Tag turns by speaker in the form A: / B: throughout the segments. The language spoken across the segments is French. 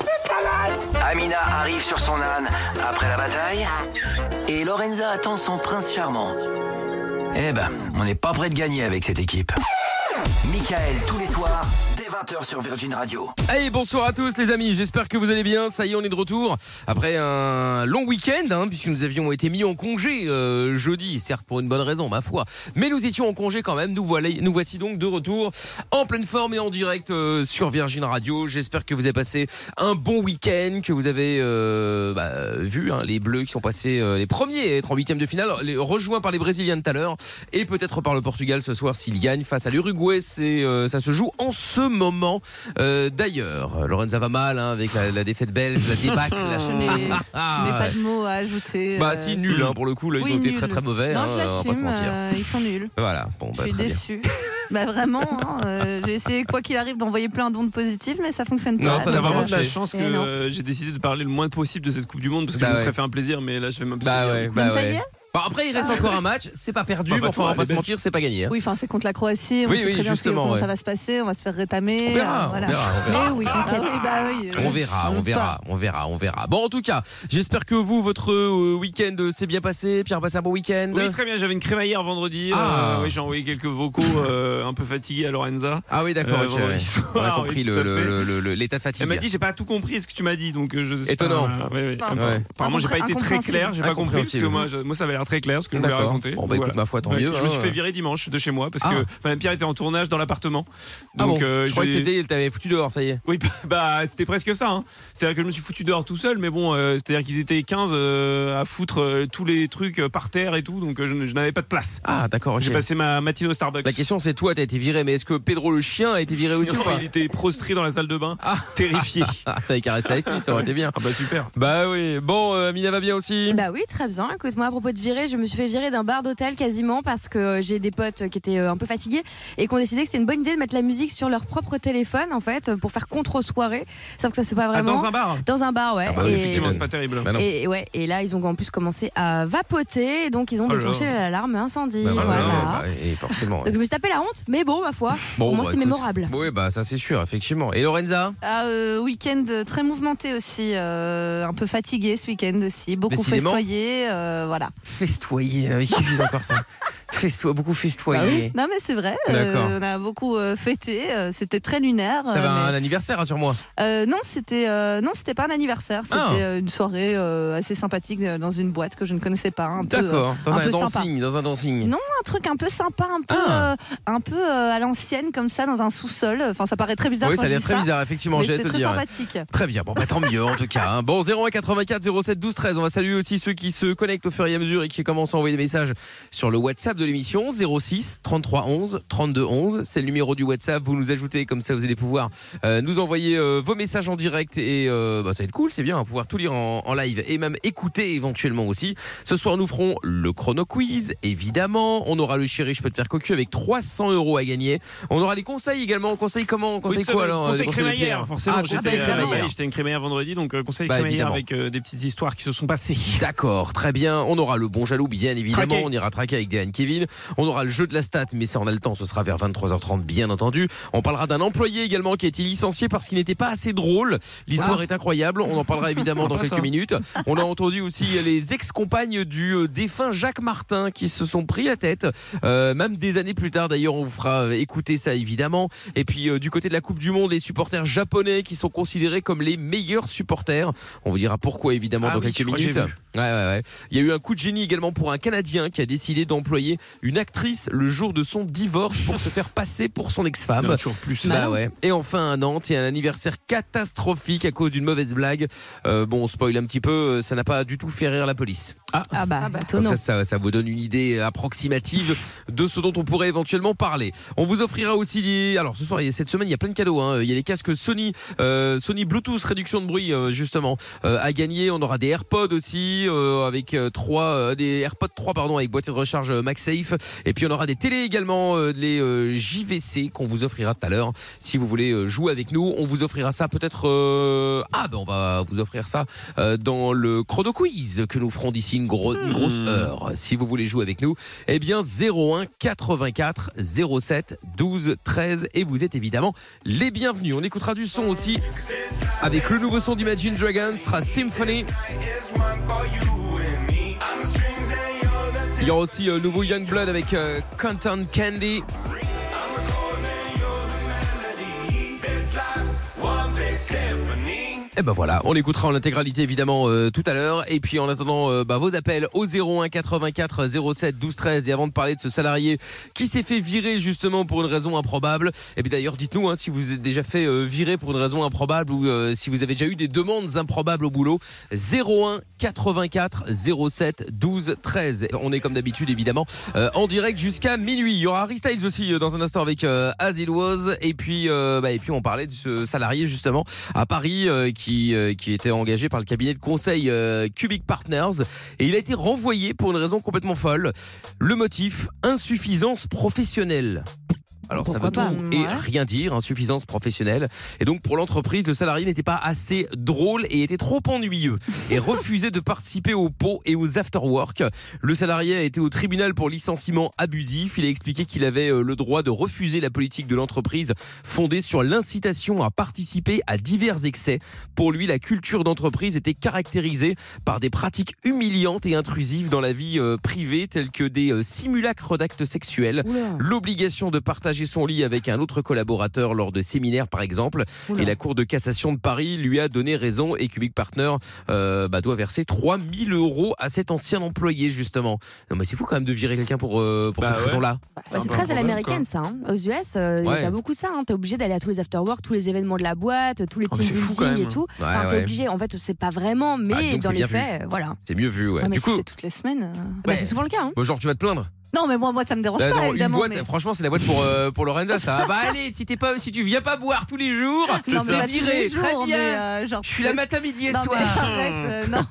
A: C'est malade
B: Amina arrive sur son âne après la bataille. Et Lorenza attend son prince charmant. Eh ben, on n'est pas prêt de gagner avec cette équipe. Michael, tous les soirs, dès 20h sur Virgin Radio.
C: Hey, bonsoir à tous les amis, j'espère que vous allez bien. Ça y est, on est de retour après un long week-end, hein, puisque nous avions été mis en congé euh, jeudi, certes pour une bonne raison, ma foi. Mais nous étions en congé quand même, nous, voilà, nous voici donc de retour en pleine forme et en direct euh, sur Virgin Radio. J'espère que vous avez passé un bon week-end, que vous avez euh, bah, vu hein, les Bleus qui sont passés euh, les premiers à être en huitième de finale, les, rejoints par les Brésiliens tout à l'heure, et peut-être par le Portugal ce soir s'ils gagnent face à l'Uruguay. C'est euh, ça se joue en ce moment. Euh, D'ailleurs, Lorenza va mal hein, avec la, la défaite belge, la débâcle. la-
D: Je n'ai je n'ai
C: Ah,
D: pas
C: ouais.
D: de mots à ajouter.
C: Bah
D: euh,
C: si nul hein, pour le coup, là, ils
D: oui,
C: ont été
D: nul.
C: très très mauvais.
D: Non,
C: hein,
D: je
C: on va pas se
D: l'assume,
C: mentir.
D: euh, ils sont nuls.
C: Voilà, bon, bah,
D: je suis
C: très bien.
D: déçue. bah vraiment, hein, euh, j'ai essayé quoi qu'il arrive d'envoyer plein d'ondes positives, mais ça fonctionne pas.
C: Non, ça n'a
D: donc,
C: pas
D: euh,
C: marché.
E: la chance que
D: Eh non.
E: euh, j'ai décidé de parler le moins possible de cette Coupe du Monde parce que
C: Bah
E: je me
C: ouais.
E: serais fait un plaisir, mais là je vais m'abstenir.
C: Bah ouais, bah
D: Même pas
C: ouais.
D: hier
C: Bon, après, il
D: Ah.
C: reste encore un match, c'est pas perdu,
E: Pas
C: mais enfin, on va
E: toi,
C: pas
E: les
C: se mentir, c'est pas gagné. hein.
D: Oui, enfin, c'est contre la Croatie. On
C: Oui,
D: sait
C: oui,
D: très bien ce que-
C: justement,
D: comment
C: ouais.
D: ça va se passer. On va se faire rétamer.
C: On verra,
D: euh,
C: on
D: voilà.
C: verra, on verra.
D: Mais oui, t'inquiète. Ah oui, bah oui, euh,
C: On verra, on
D: doute
C: verra,
D: pas.
C: on verra, on verra. Bon, en tout cas, j'espère que vous, votre euh, week-end euh, s'est bien passé. Pierre a passé un bon week-end.
E: Oui, très bien, j'avais une crémaillère vendredi.
C: Ah.
E: euh, ouais, j'ai envoyé quelques vocaux euh, un peu fatigués à Lorenza.
C: ah oui, d'accord,
E: Euh,
C: ok,
E: vendredi
C: ouais.
E: soir,
C: on a
E: oui,
C: compris
E: tout
C: le-
E: à fait.
C: le- le- le- l'état fatigue.
E: Elle m'a dit, j'ai pas tout compris ce que tu m'as dit, donc euh, je sais
C: Étonnant.
E: pas. euh, ouais, ouais.
D: Ah,
E: Apparemment,
C: ouais.
E: Apparemment, j'ai pas été très clair, j'ai pas compris parce que
C: Incompréhensible.
E: moi, je- moi ça avait l'air très clair ce que je voulais
C: D'accord.
E: raconter.
C: Bon, bah,
E: Donc,
C: écoute, ma foi, tant mieux,
E: Je
C: hein.
E: me suis fait virer dimanche de chez moi parce que
C: Ah.
E: Madame Pierre était en tournage dans l'appartement.
C: Ah
E: Donc,
C: bon,
E: euh,
C: je croyais que
E: j'ai-
C: c'était, elle t'avait foutu dehors, ça y est.
E: Oui, bah c'était presque ça. Hein. C'est-à-dire que je me suis foutu dehors tout seul, mais bon, euh, c'est-à-dire qu'ils étaient 15 euh, à foutre euh, tous les trucs euh, par terre et tout, donc euh, je, n- je n'avais pas de place.
C: Ah, d'accord, ok.
E: J'ai passé ma matinée au Starbucks.
C: La question, c'est toi, t'as été viré, mais est-ce que Pedro le chien a été viré aussi ou pas
E: il était prostré dans la salle de bain, terrifié.
C: Ah, t'avais caressé avec lui, ça aurait été bien.
E: Ah bah super.
C: Bah oui, bon, euh, Amina va bien aussi.
F: Bah oui, très bien. Écoute, moi, à propos de virer, je me suis fait virer d'un bar d'hôtel quasiment parce que euh, j'ai des potes qui étaient euh, un peu fatigués et qui ont décidé que c'était une bonne idée de mettre la musique sur leur propre téléphone, en fait, pour faire contre-soirée. Sauf que ça se fait pas
E: Ah,
F: vraiment.
E: dans un bar
F: Dans un bar, ouais.
C: Ah bah oui,
F: Et-
E: Effectivement, c'est pas terrible.
C: Bah non.
F: Et, ouais, et là, ils ont en plus commencé à vapoter, et donc ils ont
E: Oh là
F: déclenché
E: là.
F: l'alarme incendie.
C: Bah, bah,
F: voilà.
C: bah, bah, et forcément.
F: Donc je me suis tapé la honte, mais bon, ma foi,
C: Bon,
F: pour moi,
C: bah,
F: c'est
C: écoute.
F: mémorable.
C: Oui, bah ça c'est sûr, effectivement. Et Lorenza
D: Ah, euh, week-end très mouvementé aussi, euh, un peu fatigué ce week-end aussi, beaucoup
C: Décidément.
D: festoyé, euh, voilà.
C: Festoyer,
E: euh,
C: avec qui disent encore ça Festoyer, beaucoup festoyer.
D: Bah Non mais c'est vrai, euh,
C: D'accord.
D: on a beaucoup euh, fêté, euh, c'était très lunaire. euh,
C: T'avais un
D: mais-
C: anniversaire hein, sur moi.
D: Euh, non, c'était euh, non, c'était pas un anniversaire, c'était
C: Ah.
D: euh, une soirée euh, assez sympathique euh, dans une boîte que je ne connaissais pas, un peu euh,
C: D'accord, dans
D: un
C: un,
D: peu sympa.
C: dancing, dans un dancing.
D: Non, un truc un peu sympa, un peu
C: Ah.
D: euh, un peu euh, à l'ancienne comme ça dans un sous-sol. euh, Enfin, ça paraît très bizarre
C: Oui,
D: quand
C: ça a
D: je
C: l'air
D: dis
C: très bizarre, effectivement,
D: mais
C: j'allais
D: c'était
C: te le
D: très
C: dire. ouais.
D: sympathique.
C: Très bien, bon, bah, tant mieux en tout cas. hein. Bon, 0184 07 12 13, on va saluer aussi ceux qui se connectent au fur et à mesure et qui commencent à envoyer des messages sur le WhatsApp de l'émission 06 33 11 32 11. C'est le numéro du WhatsApp, vous nous ajoutez, comme ça vous allez pouvoir euh, nous envoyer euh, vos messages en direct et euh, bah, ça va être cool, c'est bien, on va pouvoir tout lire en, en live et même écouter éventuellement aussi. Ce soir, nous ferons le chrono quiz, évidemment. On aura le chéri, je peux te faire cocu avec 300 euros à gagner. On aura les conseils également. Conseils comment Conseils
E: Oui, tout à
C: quoi
E: fait.
C: alors
E: Conseil
C: Des conseils de
E: crémaillère,
C: Pierre.
E: forcément.
C: Ah,
E: j'étais,
C: conseil
E: euh,
C: crémaillère.
E: ouais, j'étais une crémaillère vendredi, donc euh, conseil
C: Bah,
E: crémaillère
C: évidemment.
E: avec euh, des petites histoires qui se sont passées.
C: D'accord, très bien. On aura le bon jaloux, bien évidemment.
E: Traqué.
C: On ira traquer avec Diane Kevin. On aura le jeu de la stat, mais ça, on a le temps. Ce sera vers 23h30, bien entendu. On parlera d'un employé également qui a été licencié parce qu'il n'était pas assez drôle. L'histoire est incroyable. On en parlera évidemment dans
E: Sympa,
C: quelques
E: Ah. ça.
C: minutes. On a entendu aussi les ex-compagnes du euh, défunt Jacques Martin qui se sont pris la tête. Euh, même des années plus tard, d'ailleurs, on vous fera euh, écouter ça évidemment. Et puis, euh, du côté de la Coupe du Monde, les supporters japonais qui sont considérés comme les meilleurs supporters. On vous dira pourquoi évidemment
E: Ah
C: dans
E: oui, je
C: quelques
E: crois que j'ai
C: minutes.
E: vu.
C: Ouais, ouais, ouais. Il y a eu un coup de génie également pour un Canadien qui a décidé d'employer une actrice le jour de son divorce pour se faire passer pour son ex-femme.
E: Non, toujours plus.
C: Bah ouais. Et enfin à Nantes, il y a un anniversaire catastrophique à cause d'une mauvaise blague. Euh, bon, on spoil un petit peu, euh, ça n'a pas du tout fait rire la police.
F: Ah bah,
D: Ah bah.
C: Comme
F: étonnant.
C: ça, ça, ça vous donne une idée approximative de ce dont on pourrait éventuellement parler. On vous offrira aussi des... Alors ce soir, et cette semaine, il y a plein de cadeaux. hein. Il y a des casques Sony, euh, Sony Bluetooth réduction de bruit euh, justement euh, à gagner. On aura des AirPods aussi euh, avec euh, trois euh, des AirPods 3 pardon avec boîtier de recharge euh, MagSafe. Et puis on aura des télés également, euh, les euh, JVC qu'on vous offrira tout à l'heure. Si vous voulez euh, jouer avec nous, on vous offrira ça peut-être. euh, Ah ben on va vous offrir ça euh, dans le chrono quiz que nous ferons d'ici une, gro- une grosse heure. Si vous voulez jouer avec nous, eh bien 01 84 07 12 13 et vous êtes évidemment les bienvenus. On écoutera du son aussi avec le nouveau son d'Imagine Dragons, ce sera Symphony. Il y aura aussi euh, nouveau Youngblood avec euh, Content Candy. Et ben voilà, on l'écoutera en intégralité évidemment euh, tout à l'heure. Et puis en attendant euh, bah, vos appels au 01 84 07 12 13. Et avant de parler de ce salarié qui s'est fait virer justement pour une raison improbable. Et puis d'ailleurs, dites-nous hein, si vous êtes déjà fait euh, virer pour une raison improbable ou euh, si vous avez déjà eu des demandes improbables au boulot. 01 84 07 12 13. On est comme d'habitude évidemment euh, en direct jusqu'à minuit. Il y aura Harry Styles aussi euh, dans un instant avec euh, As It Was. Et puis, euh, bah, et puis on parlait de ce salarié justement à Paris euh, qui, euh, qui était engagé par le cabinet de conseil euh, Cubic Partners et il a été renvoyé pour une raison complètement folle. Le motif insuffisance professionnelle. Alors ça veut
F: Pourquoi
C: tout
D: pas, Mm,
C: et
D: ouais.
C: rien dire, insuffisance professionnelle. Et donc pour l'entreprise, le salarié n'était pas assez drôle et était trop ennuyeux et refusait de participer aux pots et aux after-work. Le salarié a été au tribunal pour licenciement abusif. Il a expliqué qu'il avait euh, le droit de refuser la politique de l'entreprise fondée sur l'incitation à participer à divers excès. Pour lui, la culture d'entreprise était caractérisée par des pratiques humiliantes et intrusives dans la vie euh, privée, telles que des euh, simulacres d'actes sexuels,
F: Oula.
C: l'obligation de partager son lit avec un autre collaborateur lors de séminaires, par exemple.
F: Oula.
C: Et la Cour de cassation de Paris lui a donné raison et Cubic Partner euh, bah, doit verser 3000 euros à cet ancien employé, justement. Non, mais c'est fou quand même de virer quelqu'un pour, euh, pour
E: Bah
C: cette
E: ouais.
C: raison-là.
F: Bah, c'est
E: un
F: très à
E: problème,
F: l'américaine ça. hein. Aux US, euh,
C: Ouais.
F: t'as beaucoup ça. Hein. T'es obligé d'aller à tous les afterwork, tous les événements de la boîte, tous les
E: Oh, mais
F: team
E: c'est fou, quand
F: building et
E: même.
F: tout.
C: Ouais,
F: Enfin, t'es
C: ouais. Ah,
F: obligé. En fait, c'est pas vraiment, mais
C: disons que
F: dans
C: c'est
F: les
C: bien vu.
F: faits, euh, voilà.
C: C'est mieux vu, ouais.
D: Ah, mais
C: du
D: si
C: coup,
D: c'est toutes les semaines. euh.
F: Bah,
C: Ouais.
F: c'est souvent le cas. Hein.
C: bon, genre, tu vas te plaindre.
D: Non, mais moi, moi, ça me dérange
C: Bah
D: pas,
C: non, une
D: évidemment.
C: boîte,
D: mais-
C: franchement, c'est la boîte pour, euh, pour Lorenza, ça. Ah Bah allez, si, t'es pas, si tu viens pas boire tous les jours,
D: Ah, Non,
C: t'es
D: mais pas tous
C: viré,
D: les
C: très
D: jours, mais,
C: bien.
D: euh, genre,
C: Je suis là matin, midi et
D: Non, mais
C: soir.
D: arrête, euh, non.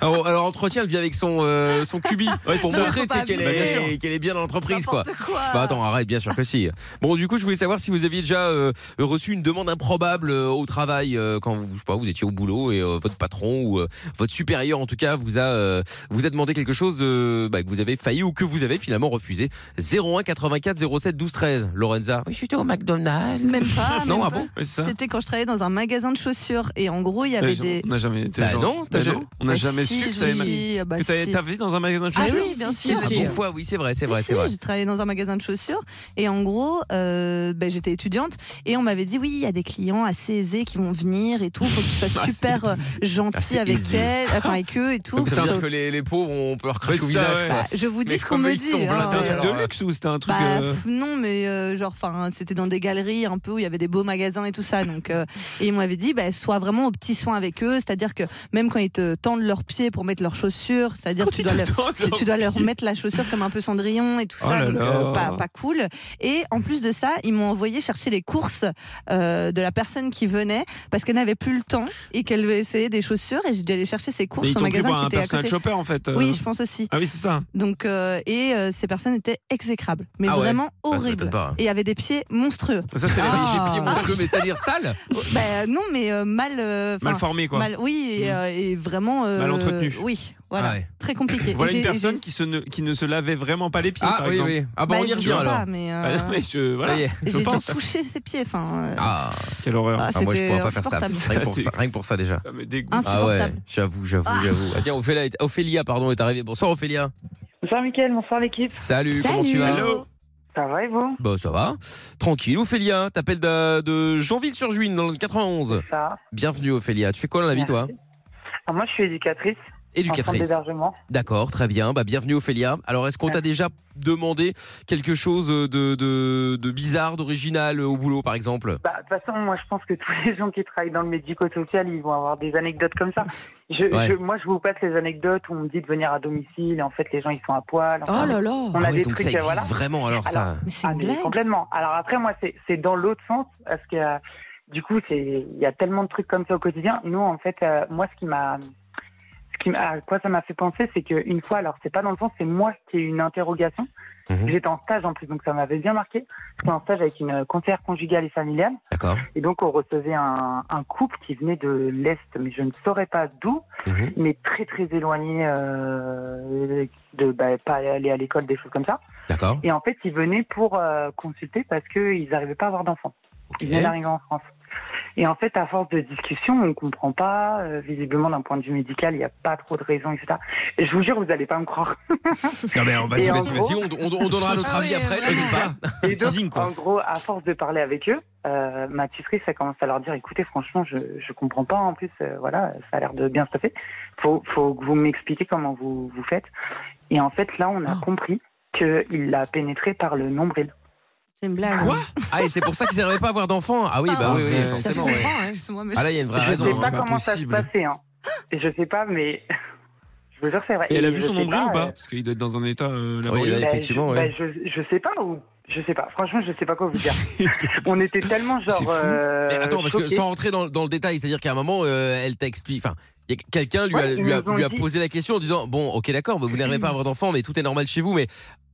C: Alors, alors, entretien, elle vient avec son, euh, son cubi pour
D: ça.
C: montrer
D: Faut
C: tu sais,
D: pas
C: qu'elle
D: abuser.
C: est, qu'elle est bien dans l'entreprise, quoi.
D: N'importe quoi.
C: Bah attends, arrête, bien sûr que si. Bon, du coup, je voulais savoir si vous aviez déjà euh, reçu une demande improbable euh, au travail euh, quand vous, je sais pas, vous étiez au boulot et euh, votre patron ou euh, votre supérieur, en tout cas, vous a, euh, vous a demandé quelque chose euh, bah, que vous avez failli ou que vous avez finalement refusé. 01 84 07 12 13. Lorenza. Oui, j'étais au McDonald's.
D: Même pas.
C: non,
D: même
C: ah
D: pas.
C: bon
E: Ouais, c'est ça.
D: C'était quand je travaillais dans un magasin de chaussures et en gros, il y avait
E: Ouais, genre,
D: des.
E: On n'a jamais. tu sais,
C: Bah
E: genre-
C: non, t'as
E: Bah
C: jamais-
E: On n'a
D: Bah
E: jamais
D: si,
E: su que
D: si,
E: t'avais ma-
D: ah bah
E: que t'avais-
D: si.
E: t'avais vie dans un magasin de
D: Ah
E: chaussures.
D: oui, bien
C: Ah
D: sûr.
C: bon fois, oui, c'est vrai, c'est vrai,
D: Si,
C: c'est
D: si,
C: vrai.
D: J'ai travaillé dans un magasin de chaussures et en gros, euh, ben, j'étais étudiante et on m'avait dit oui, il y a des clients assez aisés qui vont venir et tout, faut que tu sois super euh,
C: Ah, Assez
D: gentil avec
C: aisé.
D: elles, enfin avec eux et tout.
C: Donc ça veut
D: Sauf-
C: dire que les, les pauvres, on peut leur
E: Ouais,
C: cracher au
E: ça,
C: visage.
E: ouais.
C: quoi.
D: bah, je vous
C: Mais
D: dis ce qu'on
C: comme
D: me
C: ils
D: dit.
C: sont
D: hein,
C: blindés, Ah.
E: C'était un
D: euh,
E: truc
C: alors,
E: de luxe ou c'était un truc.
D: bah,
E: euh,
D: pff, non mais euh, genre enfin c'était dans des galeries un peu où il y avait des beaux magasins et tout ça donc euh, et ils m'avaient dit bah, sois vraiment au petit soin avec eux c'est-à-dire que même quand ils te tendent leurs pieds pour mettre leurs chaussures c'est-à-dire tu dois leur- tu, tu dois leur mettre la chaussure comme un peu cendrillon et tout
E: Oh
D: ça,
E: là
D: donc,
E: là.
D: euh, pas, pas cool. Et en plus de ça, ils m'ont envoyé chercher les courses euh, de la personne qui venait parce qu'elle n'avait plus le temps et qu'elle veut essayer des chaussures et j'ai dû aller chercher ses
E: Mais
D: courses
E: ils
D: au
E: t'ont pris
D: magasin
E: pour
D: qui
E: un
D: était à
E: personnage
D: côté.
E: shopper en fait. euh.
D: Oui, je pense aussi.
E: Ah oui, c'est ça.
D: Donc euh, et euh, ces personnes étaient exécrables, mais
C: Ah ouais.
D: vraiment
C: Bah, ça
D: horribles
C: m'étonne pas.
D: et avaient des pieds monstrueux.
E: bah, Ça, c'est la
F: Ah.
E: vie.
C: J'ai pillé mon jeu, mais c'est-à-dire sale
D: bah, non, mais euh, mal, euh, 'fin,
E: Mal formé quoi.
D: mal- oui, et,
E: Mhm.
D: euh, et vraiment euh,
E: Mal entretenu.
D: Oui, voilà,
C: Ah ouais.
D: très compliqué.
E: Voilà
D: Et
E: une
D: j'ai- et
E: personne
D: j'ai-
E: qui, se ne, qui ne se lavait vraiment pas les pieds,
C: Ah
E: par
C: oui,
E: exemple.
C: oui. Ah bah
D: bah,
C: on y
D: je sais
C: revient
D: pas,
C: alors.
D: mais,
E: Bah non,
D: euh,
E: mais je, voilà,
C: Ça y est.
E: je
D: J'ai dû
E: pense.
D: toucher ses pieds. Enfin, euh,
C: Ah,
E: Quelle horreur.
D: Ah,
C: ah, moi je
D: c'était
C: pourrais pas faire ça.
D: insupportable.
C: Rien que pour ça, rien que pour ça déjà.
E: Ça me dégoûte.
D: Insupportable.
C: Ah ouais, j'avoue, j'avoue, j'avoue. Ah tiens, Ophélia, est- Ophélia, pardon, est arrivée. Bonsoir Ophélia.
G: Bonsoir Mickaël, bonsoir l'équipe.
C: Salut, comment
F: Salut.
C: tu vas
E: Hello.
G: Ça va et vous
C: Bah ça va. Tranquille Ophélia, t'appelles de, de Jeanville-sur-Juine dans le 91.
G: Ça va.
C: Bienvenue Ophélia. Tu fais quoi dans la vie toi
G: Merci. Alors, moi je Ah, suis éducatrice en centre
C: Éducatrice.
G: d'hébergement.
C: D'accord, très bien. Bah, bienvenue Ophélia. Alors, est-ce qu'on t'a déjà demandé quelque chose de, de, de bizarre, d'original euh, au boulot, par exemple
G: Bah, De toute façon, moi, je pense que tous les gens qui travaillent dans le médico-social, ils vont avoir des anecdotes comme ça. Je,
C: Ouais.
G: je- moi, je vous passe les anecdotes où on me dit de venir à domicile. Et en fait, les gens, ils sont à poil.
F: Oh
G: Enfin,
F: là là
G: On a
C: Ah oui,
G: des
C: donc
G: trucs,
C: ça
G: euh,
C: existe
G: voilà.
C: vraiment alors, ça.
D: Mais c'est
G: Ah,
D: une
G: mais
D: blague.
G: complètement. Alors après, moi, c'est c'est dans l'autre sens, parce que euh, du coup, c'est il y a tellement de trucs comme ça au quotidien. Nous, en fait, euh, moi, ce qui m'a, ce qui m'a- à quoi ça m'a fait penser, c'est qu'une fois, alors c'est pas dans le sens, c'est moi qui ai eu une interrogation.
C: Mhm.
G: J'étais en stage en plus, donc ça m'avait bien marqué. J'étais en stage avec une conseillère conjugale et familiale,
C: D'accord.
G: et donc on recevait un, un couple qui venait de l'est, mais je ne saurais pas d'où,
C: Mhm.
G: mais très très éloigné euh, de bah, pas aller à l'école, des choses comme ça.
C: D'accord.
G: Et en fait, ils venaient pour euh, consulter parce qu'ils n'arrivaient pas à avoir d'enfants. Ils venaient d'arriver en France. Et en fait, à force de discussion, on ne comprend pas. euh, visiblement, d'un point de vue médical, il n'y a pas trop de raisons, etc. Et je vous jure, vous n'allez pas me croire.
E: Non, mais on va
G: Et
E: se
G: en
E: laisser.
C: Vas-y, vas-y, on, on- on donnera notre
D: Ah
C: avis
D: oui,
C: après.
D: voilà.
C: n'hésite pas.
G: Et donc,
E: Teasing, quoi.
G: en gros, à force de parler avec eux, euh, ma tutrice, ça commence à leur dire, écoutez, franchement, je ne comprends pas. En plus, euh, voilà, ça a l'air de bien se passer. Faut, faut que vous m'expliquez comment vous, vous faites. Et en fait, là,
E: Ah.
G: on a compris qu'il l'a pénétré par le nombril.
F: C'est une blague.
E: Quoi
C: Ah, et c'est pour ça qu'ils n'arrivaient pas à avoir d'enfants. Ah oui, bah
D: Ah,
C: oui, oui,
E: ouais.
F: Ça se
C: forcément.
F: comprend,
C: ouais.
F: hein.
D: Excuse-moi, mais
C: Ah là, il y a une vraie
G: Je
C: raison.
G: sais
E: non,
G: pas
E: hein, c'est pas
G: comment ça se
E: possible.
G: passait. Hein. Je sais pas, mais je veux dire, c'est vrai.
E: Et elle a
G: Et
E: vu
G: je
E: son
G: sais
E: nombril ou pas
G: euh,
E: Parce qu'il doit être dans un état euh, laborieux.
C: Oui, là,
G: bah,
C: effectivement,
G: je,
C: ouais.
G: bah, je, je sais pas où. Je sais pas. Franchement, je sais pas quoi vous dire. On était tellement
E: C'est
G: genre.
E: fou.
G: euh,
C: Mais attends, parce que
G: choqués.
C: sans rentrer dans, dans le détail, c'est-à-dire qu'à un moment, euh, elle t'explique. Enfin, il y a quelqu'un lui, a-
G: Ouais, ils
C: lui a,
G: nous ont
C: lui a
G: dit-
C: posé la question en disant Bon, ok, d'accord, bah, vous n'arrivez pas à avoir d'enfants, mais tout est normal chez vous, mais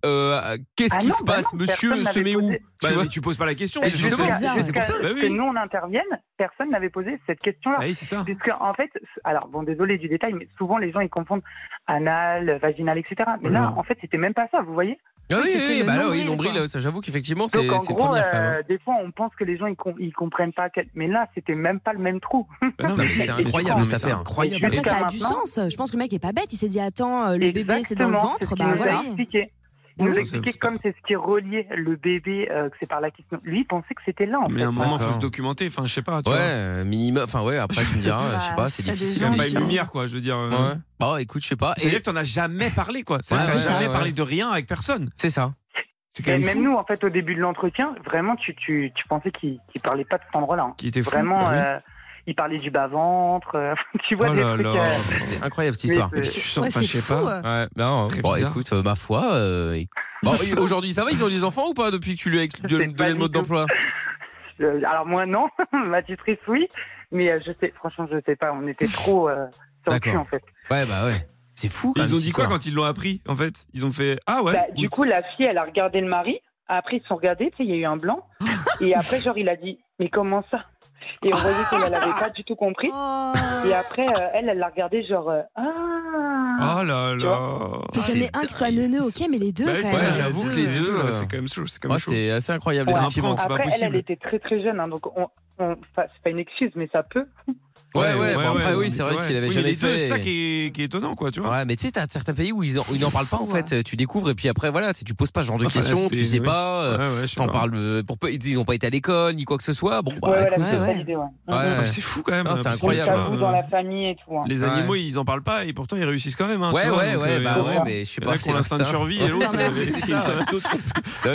C: euh, qu'est-ce
G: Ah
C: qui
G: non,
C: se
G: bah
C: passe
G: non,
C: Monsieur
G: personne
C: se
G: n'avait
C: met où
G: posé.
E: Bah,
C: Tu vois
E: mais tu poses pas la question.
C: Et
E: c'est
C: justement,
E: ça.
F: bizarre,
G: Jusqu'à-
F: ouais.
E: C'est pour ça.
G: jusqu'à
E: Bah
G: que
E: oui.
G: nous on intervienne, personne n'avait posé cette question-là.
C: Ah
E: Bah oui, c'est ça.
G: Puisque, en fait, alors bon, désolé du détail, mais souvent les gens ils confondent anal, vaginal, etc. Mais là,
E: Oula.
G: en fait, c'était même pas ça, vous voyez.
C: Ah oui,
D: Oui,
C: oui,
D: c'était
C: oui,
D: le
C: bah là, oui,
D: nombril,
C: nombril,
D: quoi.
C: ça j'avoue qu'effectivement, c'est
G: Donc en
C: c'est une
G: gros,
C: première hein. quand
E: hein.
C: même.
G: euh, des fois on pense que les gens ils, com- ils comprennent pas, quel- mais là c'était même pas le même trou.
E: Bah non,
C: mais
E: mais
C: c'est
E: mais
C: incroyable,
E: mais
C: cette
E: c'est
C: affaire.
E: Incroyable.
F: Après,
G: Jusqu'à
F: ça a du
G: maintenant.
F: sens. Je pense que le mec est pas bête. Il s'est dit Attends, euh, le bébé c'est dans le
G: Exactement,
F: ventre.
G: c'est ce
F: Bah
G: qu'il
F: voilà.
G: nous a expliqué. Il
F: Oui.
G: nous a
E: Non, c'est-
G: expliqué
E: c'est
G: comme c'est ce qui reliait le bébé, euh, que c'est par là qu'il se... Lui, il pensait que c'était là, en
E: Mais
G: fait.
E: à un moment, faut
C: D'accord.
E: se documenter. Enfin, je sais pas. Tu
C: Ouais,
E: vois.
C: euh, minimum. Enfin, ouais, après, tu me diras, je sais pas, Ah, c'est
D: Bah,
C: difficile.
E: Il y
C: à
E: a
D: gens,
E: pas
C: dire.
E: une lumière, quoi. Je veux dire. euh,
C: Ouais. Bah, écoute, je sais pas.
E: C'est-à-dire
C: Et
E: que t'en as jamais parlé, quoi.
C: Ouais,
E: T'as
C: ouais,
E: jamais
C: ouais.
E: parlé de rien avec personne.
C: C'est ça.
E: C'est quand
G: Mais
E: même.
G: même
E: fou.
G: nous, en fait, au début de l'entretien, vraiment, tu, tu, tu pensais qu'il qu'il parlait pas de cet endroit-là. hein.
E: Qui était fou.
G: Vraiment,
E: Bah oui.
G: euh, il parlait du bas-ventre. euh, tu vois
E: Oh
G: des
E: là
G: trucs...
E: là.
G: euh,
C: C'est incroyable cette
G: mais
C: histoire.
G: c'est-
E: Tu sens,
D: Ouais,
E: enfin,
D: c'est
E: je sais
D: fou,
E: pas.
D: euh.
C: Ouais, bah non.
E: Très
C: Bon,
E: bizarre.
C: écoute, euh, ma foi. euh, éc- Bon, et aujourd'hui, ça va Ils ont des enfants ou pas depuis que tu lui as ex-
G: Je
C: donné
G: sais pas
C: le
G: du
C: mode
G: tout.
C: d'emploi
G: euh, alors moi, non. Ma tutrice, oui. Mais euh, je sais, franchement, je sais pas. On était trop... euh, sur le cul,
C: D'accord.
G: en fait.
C: Ouais, bah ouais. C'est fou. quand
E: Ils
C: même,
E: ont
C: cette
E: dit quoi
C: histoire.
E: quand ils l'ont appris En fait, ils ont fait Ah ouais.
G: Bah,
E: ou
G: du
E: tu-
G: coup, la fille, elle a regardé le mari. Après, ils se sont regardés, tu sais, il y a eu un blanc. Et après, genre, il a dit, mais comment ça Et on voyait qu'elle n'avait pas du tout compris.
D: Oh.
G: Et après, euh, elle, elle l'a regardé, genre, euh, ah
E: Oh là là.
F: Donc il y en a un qui soit neuneux, ok, mais les deux
E: Bah
F: quand
E: oui,
F: même.
E: c'est vrai,
C: Ouais, j'avoue
E: les
C: que les
E: deux,
C: deux,
E: là,
C: euh,
E: C'est quand même chaud. C'est quand
C: Ouais,
E: même chaud.
C: c'est assez incroyable,
G: Ouais,
E: un
C: effectivement.
E: prank, c'est pas
G: Après, elle, elle
E: possible.
G: était très très jeune, hein, donc on, on, enfin, c'est pas une excuse, mais ça peut.
C: Ouais, ouais, bon, après, oui, c'est vrai qu'il avait
E: Oui, mais
C: jamais
E: les deux,
C: fait. euh,
E: C'est ça qui est, qui est étonnant, quoi, tu vois.
C: Ouais, mais tu sais, t'as certains pays où ils en, où ils n'en parlent pas en fait. Euh, Tu découvres et puis après, voilà, tu tu poses pas ce genre de
E: Enfin, là,
C: questions, tu
E: c'était-
C: sais
E: oui.
C: pas.
E: Ouais,
C: euh,
E: ouais, je sais
C: T'en
E: pas.
C: parles euh, pour peu, ils disent ils ont pas été à l'école ni quoi que ce soit. Bon, bah,
G: ouais,
C: écoute,
G: voilà,
F: écoute,
G: c'est
F: ouais.
G: ça l'idée, ouais.
C: Ouais.
G: Mhm.
E: Ah, mais C'est fou quand même.
C: Non, bah, c'est
E: parce que,
G: Sur le
C: incroyable.
G: tabou
E: euh,
G: dans la famille et tout. hein.
E: Les
C: Ouais.
E: animaux, ils en parlent pas et pourtant ils réussissent quand même. hein,
C: ouais,
E: tu vois,
C: ouais,
E: donc,
C: ouais,
E: euh,
C: bah
E: il y en a
C: ouais, mais je sais
E: il y en a
C: pas.
E: qui ont l'instinct de survie et l'autre,
D: Ouais,
E: euh, Ah
C: c'est
E: il
C: ça.
E: a d'autres-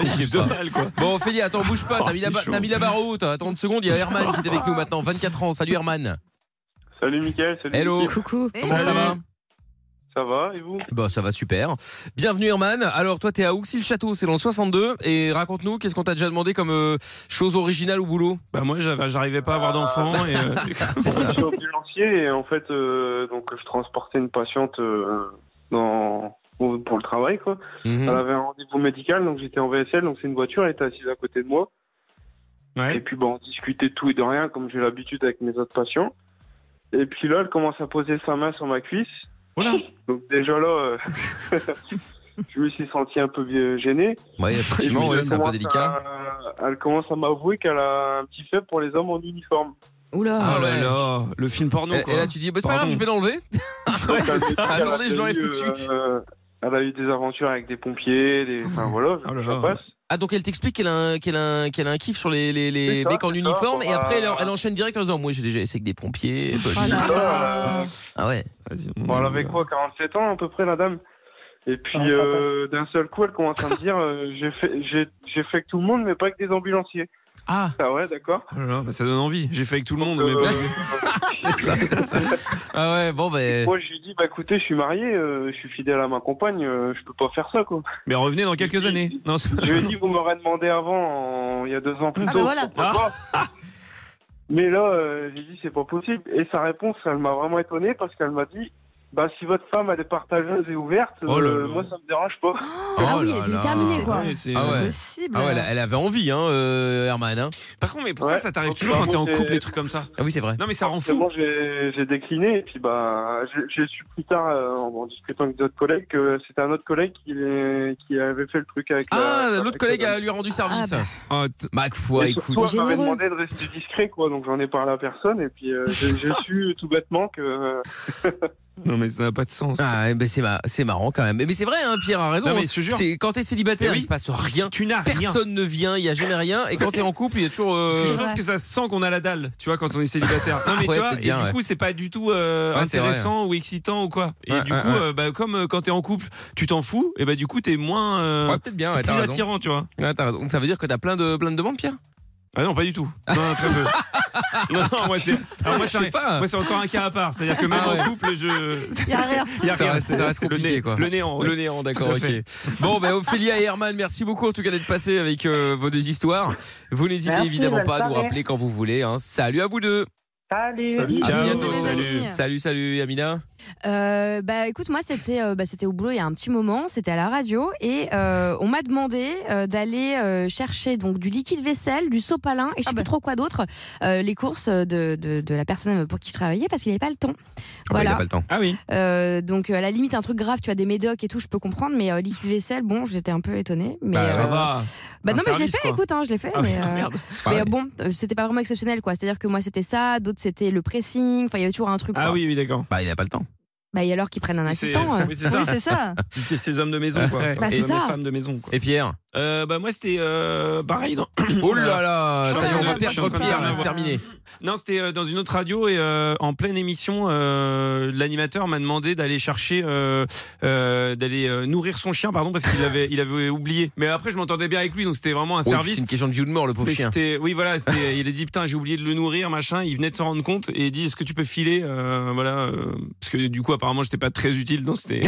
C: je sais
E: plus de
C: pas.
E: mal, quoi.
C: Bon, Ophélie, attends, bouge pas.
E: Oh,
C: T'as mis, la
E: c'est
C: ba-
E: chaud.
C: t'as mis la barre haute. Attends une seconde, il y a Herman qui est avec nous maintenant, 24 ans. Salut Herman.
H: Salut Mickaël, salut.
C: Hello.
H: l'équipe.
F: Coucou.
D: Eh,
C: Comment ça
E: Salut.
C: va
H: Ça va et vous
C: Bah, ça va super. Bienvenue Herman. Alors, toi, t'es à Auxy-le-Château, c'est dans le 62. Et raconte-nous, qu'est-ce qu'on t'a déjà demandé comme euh, chose originale au boulot
E: Bah moi j'avais- j'arrivais pas à avoir d'enfant et euh,
C: C'est
H: Je
C: ça.
H: suis ambulancier et en fait, euh, donc je transportais une patiente euh, dans pour pour le travail quoi.
C: Mhm.
H: Elle avait un rendez-vous médical donc j'étais en VSL donc c'est une voiture, elle était assise à côté de moi et
E: ouais.
H: puis bon, on discutait de tout et de rien comme j'ai l'habitude avec mes autres patients. Et puis là, elle commence à poser sa main sur ma cuisse.
E: Voilà.
H: Donc déjà là, euh, je me suis senti un peu euh, gêné.
C: Ouais, effectivement,
E: Et
C: ouais,
E: tu
C: c'est un peu
H: Commence
C: délicat.
H: à- elle commence à m'avouer qu'elle a un petit faible pour les hommes en uniforme.
F: Oula.
E: Oh
C: ouais.
E: là là, le film porno
C: Et, et
E: quoi.
C: là, tu dis, bah, c'est pas
E: Pardon.
C: grave, je vais l'enlever. Attendez,
H: Elle a
C: je l'enlève
H: eu,
C: tout de suite.
H: euh, elle a eu des aventures avec des pompiers, des... enfin voilà,
E: Oh là
H: ça
E: là.
H: passe.
C: Ah, donc elle t'explique qu'elle a, un- qu'elle a, un- qu'elle a un kiff sur les, les, les
H: C'est ça,
C: mecs en
H: c'est ça,
C: uniforme
H: bon,
C: et après elle,
H: bah-
C: elle enchaîne direct en disant Moi j'ai déjà essayé avec des pompiers. police.
D: Voilà.
H: Ça, euh,
C: Ah ouais.
E: Vas-y, on
H: Bon, elle
E: est-
H: avait quoi, 47 ans à peu près, la dame Et puis,
G: Ah,
H: euh, d'un seul coup, elle commence à me dire euh, j'ai fait, j'ai- j'ai fait que tout le monde, mais pas que des ambulanciers.
C: Ah,
H: Ah ouais, d'accord.
E: Oh là là, bah, ça donne envie. J'ai fait avec tout le monde, mais
H: Euh,
E: bon.
C: ah ouais, bon, ben.
H: moi, je lui dis bah écoutez, je suis marié, euh, je suis fidèle à ma compagne, euh, je peux pas faire ça, quoi.
E: Mais revenez dans quelques années. Non, c'est-
H: Je lui ai dit vous m'aurez demandé avant, en- il y a deux ans plus
D: Ah,
H: tôt.
D: bah voilà.
H: pourquoi pas.
C: Ah.
H: Mais là, euh, j'ai dit c'est pas possible. Et sa réponse, elle m'a vraiment étonné parce qu'elle m'a dit bah si votre femme elle est partageuse et ouverte,
C: Oh là
H: euh,
C: là.
H: moi ça me dérange pas.
F: ah
C: Oh
F: oui,
C: là
F: elle
C: là.
F: est terminée quoi.
E: Ouais, c'est-
C: Ah ouais.
D: Possible.
C: Ah ouais, elle, elle avait envie, hein, euh, Herman. hein.
E: Par contre, mais pourquoi
H: Ouais.
E: ça t'arrive
H: Bah,
E: toujours quand t'es en
H: c'est-
E: couple, les trucs comme ça
C: Ah oui, c'est vrai.
E: Non, mais ça rend
H: Et
E: fou.
H: moi, j'ai j'ai décliné et puis bah j'ai- j'ai su plus tard euh, en, en discutant avec d'autres collègues que c'était un autre collègue qui, les- qui avait Bah, fait le truc avec.
C: Ah,
H: la-
C: l'autre
H: avec
C: collègue
H: la dame.
C: a lui rendu service.
F: Ah,
E: Ah, t-
C: Mac foi,
H: Et
C: écoute.
H: surtout, elle m'avait
F: Généreux.
H: demandé de rester discret quoi, donc j'en ai parlé à personne et puis euh, j'ai j'ai su tout bêtement que. euh,
E: Non, mais ça n'a pas de sens.
C: Ah, eh ben c'est ma- c'est marrant quand même. Mais, mais c'est vrai, hein, Pierre a raison.
E: Non, mais
C: hein.
E: je te jure.
C: C'est- quand t'es célibataire,
E: Mais oui.
C: il se passe rien.
E: Tu n'as rien.
C: Personne ne vient, il y a jamais rien. Et quand t'es en couple, il y a toujours. euh,
E: Parce que je pense
D: Ouais.
E: que ça sent qu'on a la dalle, tu vois, quand on est célibataire. Non, mais
C: Ouais,
E: tu vois,
C: peut-être
E: et
C: bien,
E: du
C: ouais.
E: coup, c'est pas du tout euh,
C: Ouais, c'est vrai,
E: intéressant ou excitant ou quoi. Et
C: Ouais,
E: du
C: ouais,
E: coup,
C: ouais.
E: euh, bah, comme euh, quand t'es en couple, tu t'en fous, et bah, du coup, t'es moins. euh,
C: ouais, peut-être bien.
E: t'es
C: ouais, t'as
E: plus
C: raison.
E: attirant, tu vois.
C: Ouais, t'as raison. Donc ça veut dire que t'as plein de plein de demandes, Pierre.
E: Ah non, pas du tout. Non, très peu. non, non, moi, c'est. alors, moi,
C: Je
E: c'est
C: sais
E: un-
C: pas.
E: moi, c'est encore un cas à part. C'est-à-dire que même
C: Ah ouais.
E: en couple, je.
D: Il y a rien.
E: y a
C: Ça
E: rien.
C: reste- ça reste
E: C'est le
C: compliqué,
E: né-
C: quoi.
E: Le néant. ouais.
C: Le néant, d'accord,
E: Tout à
C: ok. Bon, ben Ophélia et Herman, merci beaucoup en tout cas d'être passés avec euh, vos deux histoires. Vous n'hésitez
G: Merci,
C: évidemment
G: bonne
C: pas à nous
G: soirée.
C: rappeler quand vous voulez. hein. Salut à vous deux.
G: Salut
C: À
E: Ciao,
C: bientôt.
E: salut.
C: Salut, salut, Amina.
F: Euh, bah écoute, moi c'était euh, bah, c'était au boulot il y a un petit moment, c'était à la radio et euh, on m'a demandé euh, d'aller euh, chercher donc du liquide vaisselle, du sopalin et je sais
D: Ah bah.
F: plus trop quoi d'autre, euh, les courses de, de, de la personne pour qui je travaillais parce qu'il n'avait pas le temps.
C: Ah bah, il a
F: Voilà.
C: pas le temps.
E: Ah oui.
F: Euh, donc à la limite un truc grave, tu as des médocs et tout, je peux comprendre, mais euh, liquide vaisselle, bon, j'étais un peu étonnée. Mais
C: Bah,
E: Ça
F: euh,
E: va.
F: bah non, mais
E: Un
F: je l'ai
E: service,
F: fait,
E: quoi.
F: écoute, hein, je l'ai fait,
E: Ah,
F: mais, euh,
E: merde.
F: mais
C: Ouais.
F: euh, bon, euh, c'était pas vraiment exceptionnel quoi. C'est-à-dire que moi c'était ça, d'autres c'était le pressing, enfin il y avait toujours un truc.
E: Ah
F: quoi.
E: oui, oui, d'accord.
C: Bah, il a pas le temps.
F: Bah et alors qu'ils prennent un
E: C'est-
F: assistant. euh.
E: Oui, c'est
D: Oui,
E: ça.
D: c'est ça.
E: C'est ces hommes de maison, quoi.
C: Ouais.
E: Enfin,
F: Bah,
E: ces
F: c'est
E: hommes et
F: ça.
E: femmes de maison, quoi.
C: Et Pierre
E: Euh, bah moi c'était euh, pareil dans...
C: Oh là là,
E: Je suis
C: ça y est,
E: en
C: on
E: train
C: va
E: de- je suis en
C: perdre
E: train de
C: Pierre,
E: faire
C: là,
E: un-
C: c'est terminé.
E: non c'était euh, dans une autre radio et euh, en pleine émission euh, l'animateur m'a demandé d'aller chercher euh, euh, d'aller euh, nourrir son chien pardon parce qu'il avait il avait oublié mais après je m'entendais bien avec lui donc c'était vraiment un
C: Ouais,
E: service
C: Oh, C'est une question de vie ou de mort, le pauvre
E: Mais
C: chien.
E: c'était- oui voilà c'était- il a dit putain j'ai oublié de le nourrir machin il venait de s'en rendre compte et il dit est-ce que tu peux filer euh, voilà euh, parce que du coup apparemment j'étais pas très utile dans cette,
F: Ouais,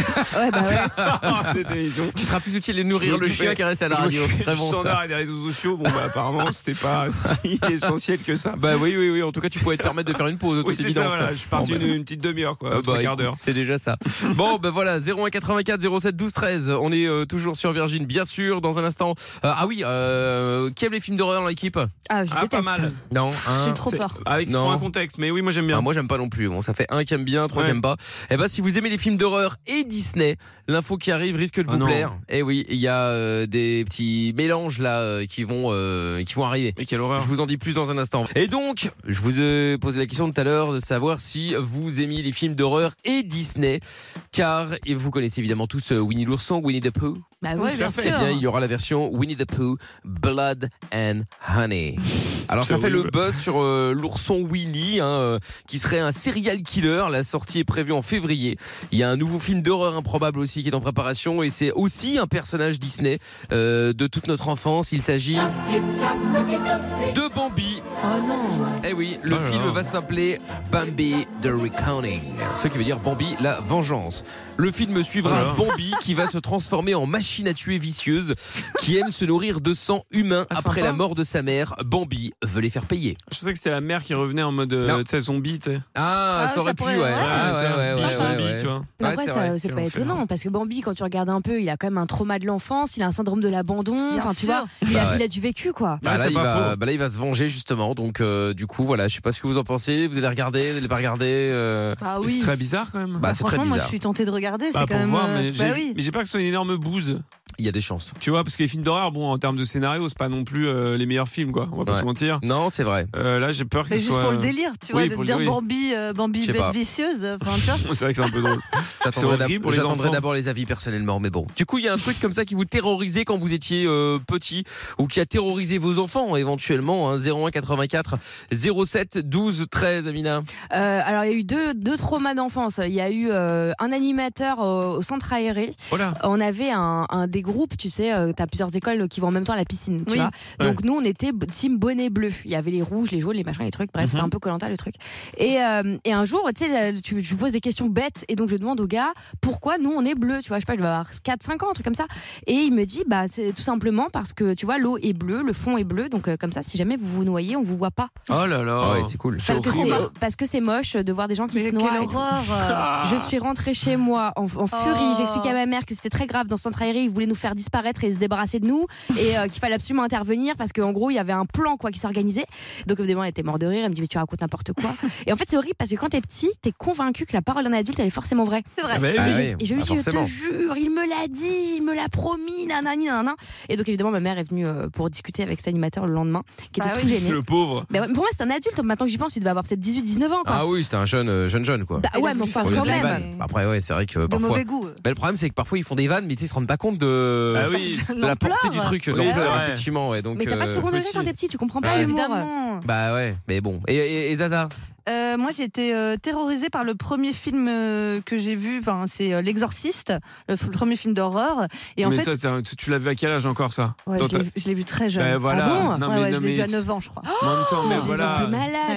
F: bah ouais.
E: cette émission
C: Tu seras plus utile de
E: Je
C: nourrir
E: m'occupe-
C: le chien qu'à rester à la
E: Je
C: radio.
E: m'occupais
C: Très
E: du
C: bon, ça.
E: standard et des réseaux sociaux bon bah apparemment c'était pas si essentiel que ça
C: Bah oui, oui, oui. En tout cas, tu pouvais te permettre de faire une pause, de
E: Oui,
C: toute
E: c'est ça,
C: évidence.
E: voilà. Je pars
C: Bon,
E: d'une
C: bah.
E: une petite demi-heure, quoi.
C: Ah bah,
E: trois quarts
C: écoute,
E: d'heure.
C: C'est déjà ça. bon, ben voilà, 01 84 07 12 13. On est euh, toujours sur Virgin, bien sûr. Dans un instant. Euh, ah oui, euh, qui aime les films d'horreur dans l'équipe
F: Ah, je
E: Ah, pas
F: déteste.
E: mal.
C: Non, un.
D: J'ai trop
E: C'est-
D: peur.
E: Avec
C: Non.
E: faut un contexte, mais oui, moi j'aime bien.
C: Hein. Ah, moi j'aime pas non plus. Bon, ça fait un qui aime bien, trois
E: Ouais.
C: qui aime pas. Et ben si vous aimez les films d'horreur et Disney, l'info qui arrive risque de
E: Ah
C: vous
E: non.
C: plaire. Et oui, il y a euh, des petits mélanges là euh, qui vont euh, qui vont arriver.
E: Mais quelle
C: Je
E: horreur.
C: vous en dis plus dans un instant. Et donc, je vous ai posé la question tout à l'heure de savoir si vous aimiez les films d'horreur et Disney, car et vous connaissez évidemment tous euh, Winnie l'ourson, Winnie the Pooh.
F: Bah oui,
D: Ouais, bien
C: Eh bien, il
D: sûr.
C: y aura la version Winnie the Pooh, Blood and Honey. Alors ça
E: C'est
C: fait le
E: horrible.
C: buzz sur euh, l'ourson Winnie, hein, euh, qui serait un serial killer. La sortie est prévue en février. Il y a un nouveau film d'horreur improbable aussi qui est en préparation, et c'est aussi un personnage Disney euh, de toute notre enfance. Il s'agit de Bambi.
F: Oh non.
C: Eh oui, le
E: Oh là
C: film
E: là.
C: va s'appeler Bambi the Recounting, ce qui veut dire Bambi la vengeance. Le film suivra
E: Oh là là.
C: Bambi qui va se transformer en machine à tuer vicieuse qui aime se nourrir de sang humain
E: Ah,
C: après
E: sympa.
C: la mort de sa mère. Bambi veut les faire payer.
E: Je pensais que c'était la mère qui revenait en mode,
C: Non.
E: euh, tu sais, zombie, tu sais.
C: Ah,
D: Ah,
C: ça
D: ça
C: aurait pu, ouais.
D: pourrait, ouais.
C: Ah, ouais,
E: ça,
C: ouais, ouais,
E: biche
C: ouais,
E: zombie,
C: ouais.
E: tu vois.
F: Mais
C: Ouais,
F: après,
C: c'est
F: ça,
C: vrai,
F: c'est
E: quel
F: pas
E: enfer.
F: étonnant parce que Bambi, quand tu regardes un peu, il a quand même un trauma de l'enfance, il a un syndrome de l'abandon.
D: Bien
F: Enfin, tu
D: sûr.
F: vois, il,
C: Bah
F: a,
C: ouais.
F: il a du vécu quoi.
C: Bah
E: Ah,
C: là,
E: c'est
C: il
E: pas
C: va,
E: faux.
C: bah là, il va se venger justement. Donc, euh, du coup, voilà, je sais pas ce que vous en pensez. Vous allez regarder, vous allez pas regarder. euh,
D: Ah
E: C'est
D: oui.
E: très bizarre quand même.
C: Bah, c'est très
D: Franchement, moi, je
C: bizarre.
D: suis tentée de regarder.
E: Bah,
D: C'est quand
E: pour
D: même.
E: voir,
D: euh,
E: mais
D: Bah
E: j'ai
D: oui.
E: mais j'ai peur que ce soit une énorme bouse. 2
C: Il y a des chances.
E: Tu vois, parce que les films d'horreur, bon, en termes de scénario, c'est pas non plus euh, les meilleurs films, quoi. On va pas
C: Ouais.
E: se mentir.
C: Non, c'est vrai.
E: Euh, là, j'ai peur
D: Mais
E: qu'ils
D: juste
E: soient.
D: pour le délire, tu vois,
E: oui,
D: de
E: pour le-
D: dire
E: oui.
D: Bambi, euh, Bambi
C: Je sais
D: bête
C: pas.
D: vicieuse. Enfin, tu vois.
E: C'est vrai que c'est un peu drôle.
C: J'attendrai
E: horrible
C: d'ab-
E: pour les
C: J'attendrai
E: enfants.
C: d'abord les avis personnellement, mais bon. Du coup, il y a un truc comme ça qui vous terrorisait quand vous étiez euh, petit ou qui a terrorisé vos enfants éventuellement. hein, 01 84 07 12 13, Amina.
F: Euh, alors, il y a eu deux, deux traumas d'enfance. Il y a eu euh, un animateur au, au centre aéré.
E: Voilà.
F: On avait un, un des groupes, tu sais, euh, t'as plusieurs écoles qui vont en même temps à la piscine, tu
D: Oui.
F: vois. Donc, nous, on était b- team bonnet bleu. Il y avait les rouges, les jaunes, les machins, les trucs. Bref, c'était un peu colanta le truc. Et, euh, et un jour, tu sais, euh, tu, je lui pose des questions bêtes et donc je demande au gars pourquoi nous, on est bleu. Tu vois, je sais pas, je vais avoir 4-5 ans, un truc comme ça. Et il me dit, bah, c'est tout simplement parce que, tu vois, l'eau est bleue, le fond est bleu. Donc, euh, comme ça, si jamais vous vous noyez, on vous voit pas.
E: Oh là là.
C: Ah ouais, c'est cool.
F: Parce que, c'est,
E: horrible.
F: parce que c'est moche de voir des gens qui
D: Mais
F: se
D: quelle
F: noient. et tout. Ah.
D: horreur euh.
F: Je suis rentrée chez moi en, en furie.
D: Oh.
F: J'expliquais à ma mère que c'était très grave dans ce centre aéré. Ils voulaient nous faire disparaître et se débarrasser de nous et euh, qu'il fallait absolument intervenir parce qu'en gros, il y avait un plan quoi qui s'organisait. Donc évidemment, elle était morte de rire. Elle me dit mais tu racontes n'importe quoi. et en fait, c'est horrible parce que quand t'es petit, t'es convaincu que la parole d'un adulte elle est forcément vraie.
E: Ah bah oui.
C: Ah
F: Et j'ai-
C: oui,
F: et je lui
C: bah
F: dis, je te
C: forcément.
F: jure, il me l'a dit, il me l'a promis, nanani, nanana. Et donc évidemment, ma mère est venue euh, pour discuter avec cet animateur le lendemain, qui était
D: Bah
F: tout
D: oui.
F: gêné.
E: Le pauvre.
F: Mais ouais, pour moi, c'est un adulte. Maintenant que j'y pense, il devait avoir peut-être 18-19 ans. Quoi.
C: Ah oui, c'était un jeune, euh, jeune, jeune quoi.
F: Bah
D: Elle a
F: ouais, mais
D: voulu
F: enfin,
D: faire
C: Au lieu
F: quand
C: de la
F: même.
C: vanne. Après, ouais, c'est vrai que
D: De
C: parfois.
D: mauvais
F: euh.
D: goût.
C: Mais le problème, c'est que parfois ils font des vannes, mais tu sais, ils se rendent pas compte de,
E: Ah oui.
C: de la portée du truc, de
E: Oui, c'est
C: l'ampleur,
E: vrai.
C: effectivement. Ouais, donc,
F: Mais t'as pas de
C: euh,
F: second degré
E: petit.
F: quand t'es petit, tu comprends pas euh.
E: Ouais,
F: l'humour.
D: Évidemment.
C: Bah ouais, mais bon. Et, et, et Zaza
D: Euh, moi, j'ai été euh, terrorisée par le premier film euh, que j'ai vu. Enfin, c'est euh, L'Exorciste, le f- premier film d'horreur. Et en
E: mais
D: fait,
E: ça, c'est un- tu tu l'as vu à quel âge encore ça
D: ouais,
E: Dans
D: je
E: ta-
D: l'ai vu- je l'ai vu très jeune.
E: Bah, voilà.
F: Ah bon
E: Non,
D: Ouais,
E: mais-
D: ouais, je
E: non,
D: l'ai
E: mais
D: vu à 9 ans, je crois.
E: En même temps, mais
D: Oh,
F: T'es
E: voilà.
D: Ouais,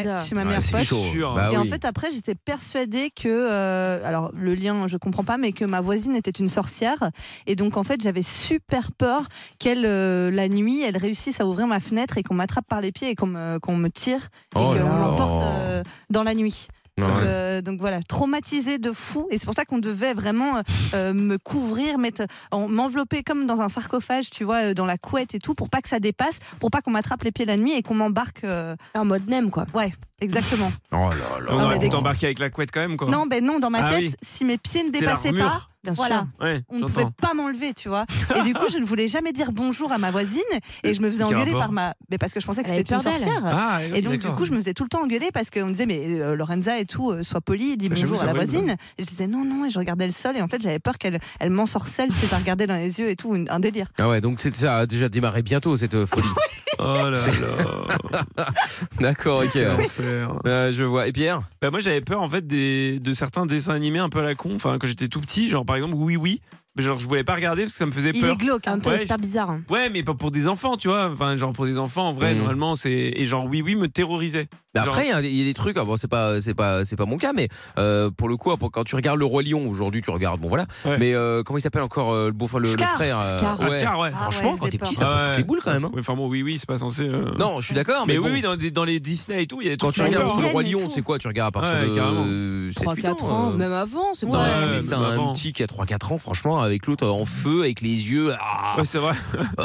F: malade.
D: chez ma meilleure
C: Ouais, c'est
D: pote.
C: chaud.
E: sûr.
C: Bah
D: et en
C: oui.
D: fait, après, j'étais persuadée que. euh, alors, le lien, je comprends pas, mais que ma voisine était une sorcière. Et donc, en fait, j'avais super peur qu'elle, euh, la nuit, elle réussisse à ouvrir ma fenêtre et qu'on m'attrape par les pieds et qu'on me, qu'on me tire et
C: Oh là
D: qu'on
C: là.
D: m'emporte euh, dans la nuit.
C: Non,
D: Donc,
C: ouais.
D: euh, donc voilà, traumatisée de fou. Et c'est pour ça qu'on devait vraiment euh, euh, me couvrir, mettre, en- m'envelopper comme dans un sarcophage, tu vois, euh, dans la couette et tout, pour pas que ça dépasse, pour pas qu'on m'attrape les pieds la nuit et qu'on m'embarque. euh,
F: En mode nem quoi.
D: exactement.
C: Oh là là.
E: On
D: Ah,
E: aurait
D: mais
E: pu
D: des-
E: t'embarquer avec la couette quand même, quoi.
D: Non, ben non, dans ma
E: Ah
D: tête,
E: oui.
D: si mes pieds ne
E: C'était la
D: dépassaient pas,
E: armure.
F: Bien
D: Voilà.
F: sûr.
E: Ouais,
D: on ne pouvait
E: j'entends.
D: pas m'enlever, tu vois. Et du coup, je ne voulais jamais dire bonjour à ma voisine et je me faisais
E: Quel
D: engueuler
E: rapport
D: par ma. Mais parce que je pensais que
F: Elle
D: c'était une
F: avait peur d'elle.
D: sorcière.
E: Ah, oui,
D: Et donc, du
E: d'accord.
D: coup, je me faisais tout le temps engueuler parce qu'on me disait, mais euh, Lorenza et tout, euh, sois polie, dis
E: Bah, j'avoue,
D: bonjour à
E: c'est
D: la
E: horrible.
D: voisine. Et je disais, non, non, et je regardais le sol. Et en fait, j'avais peur qu'elle elle m'ensorcelle si je la regardais dans les yeux et tout, une- un délire.
C: Ah ouais, donc c'est- ça a déjà démarré bientôt cette euh, folie.
E: Oh là là.
C: D'accord, ok.
E: Quel enfer.
C: Euh, je vois. Et Pierre
E: Bah, moi j'avais peur en fait des, de certains dessins animés un peu à la con, enfin quand j'étais tout petit, genre par exemple Oui Oui, mais genre je voulais pas regarder parce que ça me faisait
D: Il est
E: peur.
D: glauque.
F: En
D: hein.
F: même temps,
E: Ouais,
F: c'est super bizarre. hein.
E: Ouais, mais pas pour des enfants, tu vois, enfin genre pour des enfants en vrai
C: Mhm.
E: normalement c'est et genre Oui Oui me terrorisait.
C: Bah
E: Genre-
C: après, il y a- il y a des trucs. ah Bon, c'est pas, c'est pas, c'est pas mon cas, mais euh, pour le coup, pour- quand tu regardes le roi lion aujourd'hui, tu regardes. Bon, voilà.
E: Ouais.
C: Mais euh, comment il s'appelle encore euh, le beau, enfin, le, le
D: Scar.
C: frère euh,
F: Scar.
C: ouais.
E: Ascar, ouais.
D: Ah
C: Franchement,
D: ouais,
C: quand
D: j'ai
C: t'es
D: peur.
C: petit, ça peut
E: Ah
C: foutre
E: ouais.
C: les boules quand même. hein.
E: Ouais, Enfin bon, Oui Oui, c'est pas censé. euh,
C: Non, je suis d'accord, mais,
E: mais,
C: bon.
E: oui, oui, dans, des- dans les Disney et tout, il y a des
C: Quand
E: trucs
C: tu
E: qui
D: Ouais,
C: regardes
E: font
C: parce que
E: peur.
C: le roi
D: et
C: lion,
D: tout.
C: c'est quoi Tu regardes à partir
E: Ouais, carrément.
C: de 7,
F: 3,
C: 8
F: 4 ans,
E: hein.
C: euh,
F: même avant, c'est
C: Non,
F: pas.
C: je
E: Ouais,
C: mets
E: mais
C: ça à un
E: avant.
C: petit qui a 3-4 ans, franchement, avec l'autre en feu, avec les yeux. ah,
E: Ouais, c'est vrai.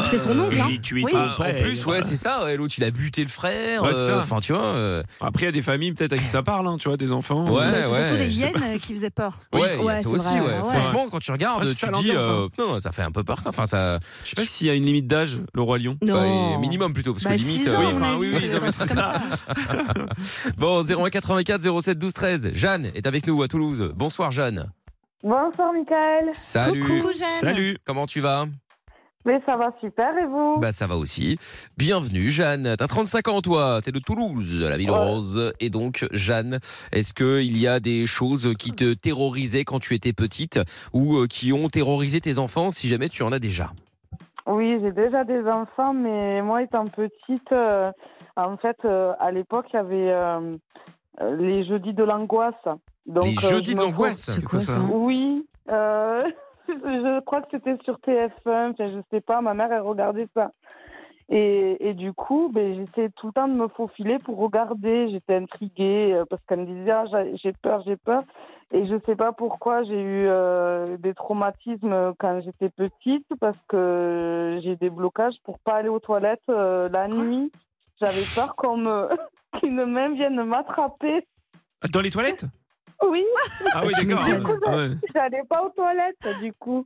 F: C'est son oncle, hein.
E: Euh, tu
D: Oui.
C: Ah, en plus, ouais, c'est ça. ouais, L'autre, il a buté le frère.
E: Ouais, c'est
C: euh,
E: ça.
C: Enfin, tu vois. euh,
E: Après, il y a des familles peut-être à qui ça parle, hein, tu vois, des enfants.
C: Ouais,
D: Bah, c'est
E: Eh,
C: ouais,
D: surtout
C: je
D: les
C: sais
D: hyènes euh, qui faisaient peur.
F: Oui.
C: Ouais, il y a
F: Ouais,
C: ça
F: c'est
C: aussi.
F: vrai,
C: ouais.
D: ouais.
C: Franchement, quand tu regardes,
E: Ah, c'est
C: tu
E: ça,
C: te dis,
E: l'ambiance,
C: euh, non, ça fait un peu peur. quoi. Enfin, ça,
E: Je sais pas s'il y a une limite d'âge, le roi lion.
C: bah,
F: Non.
C: minimum plutôt, parce
D: Bah,
C: que limite.
D: six ans,
C: euh,
E: oui,
D: à mon
E: enfin,
D: avis,
E: oui, oui,
D: euh,
E: non, mais
D: un
E: c'est
D: truc comme
E: ça.
D: ça.
C: Bon, 0184 07 12 13. Jeanne est avec nous à Toulouse. Bonsoir, Jeanne.
I: Bonsoir Michael.
C: Salut.
F: Coucou Jeanne.
E: Salut.
C: Comment tu vas
I: Mais ça va super et vous
C: Bah ça va aussi. Bienvenue Jeanne, t'as 35 ans toi, t'es de Toulouse, la ville
I: Ouais.
C: rose. Et donc Jeanne, est-ce que il y a des choses qui te terrorisaient quand tu étais petite ou euh, qui ont terrorisé tes enfants si jamais tu en as déjà
I: Oui, j'ai déjà des enfants, mais moi étant petite, euh, en fait, euh, à l'époque, il y avait euh, euh, les jeudis de l'angoisse. Donc,
C: Les
I: euh,
C: jeudis
I: je
C: de
I: me
C: l'angoisse
F: C'est quoi ça
I: trou- Oui. euh, je crois que c'était sur TF1, enfin, je sais pas, ma mère, elle regardait ça. Et, et du coup, ben, j'essayais tout le temps de me faufiler pour regarder. J'étais intriguée euh, parce qu'elle me disait Ah, j'ai- j'ai peur, j'ai peur. Et je sais pas pourquoi j'ai eu euh, des traumatismes quand j'étais petite parce que j'ai des blocages pour pas aller aux toilettes euh, la nuit. J'avais peur qu'on me- qu'une main vienne m'attraper.
E: Ah, Dans les toilettes
I: Oui, oui.
E: Ah oui,
F: Tu
E: d'accord.
F: m'étonnes.
E: Ah ouais.
I: J'allais pas aux toilettes, du coup.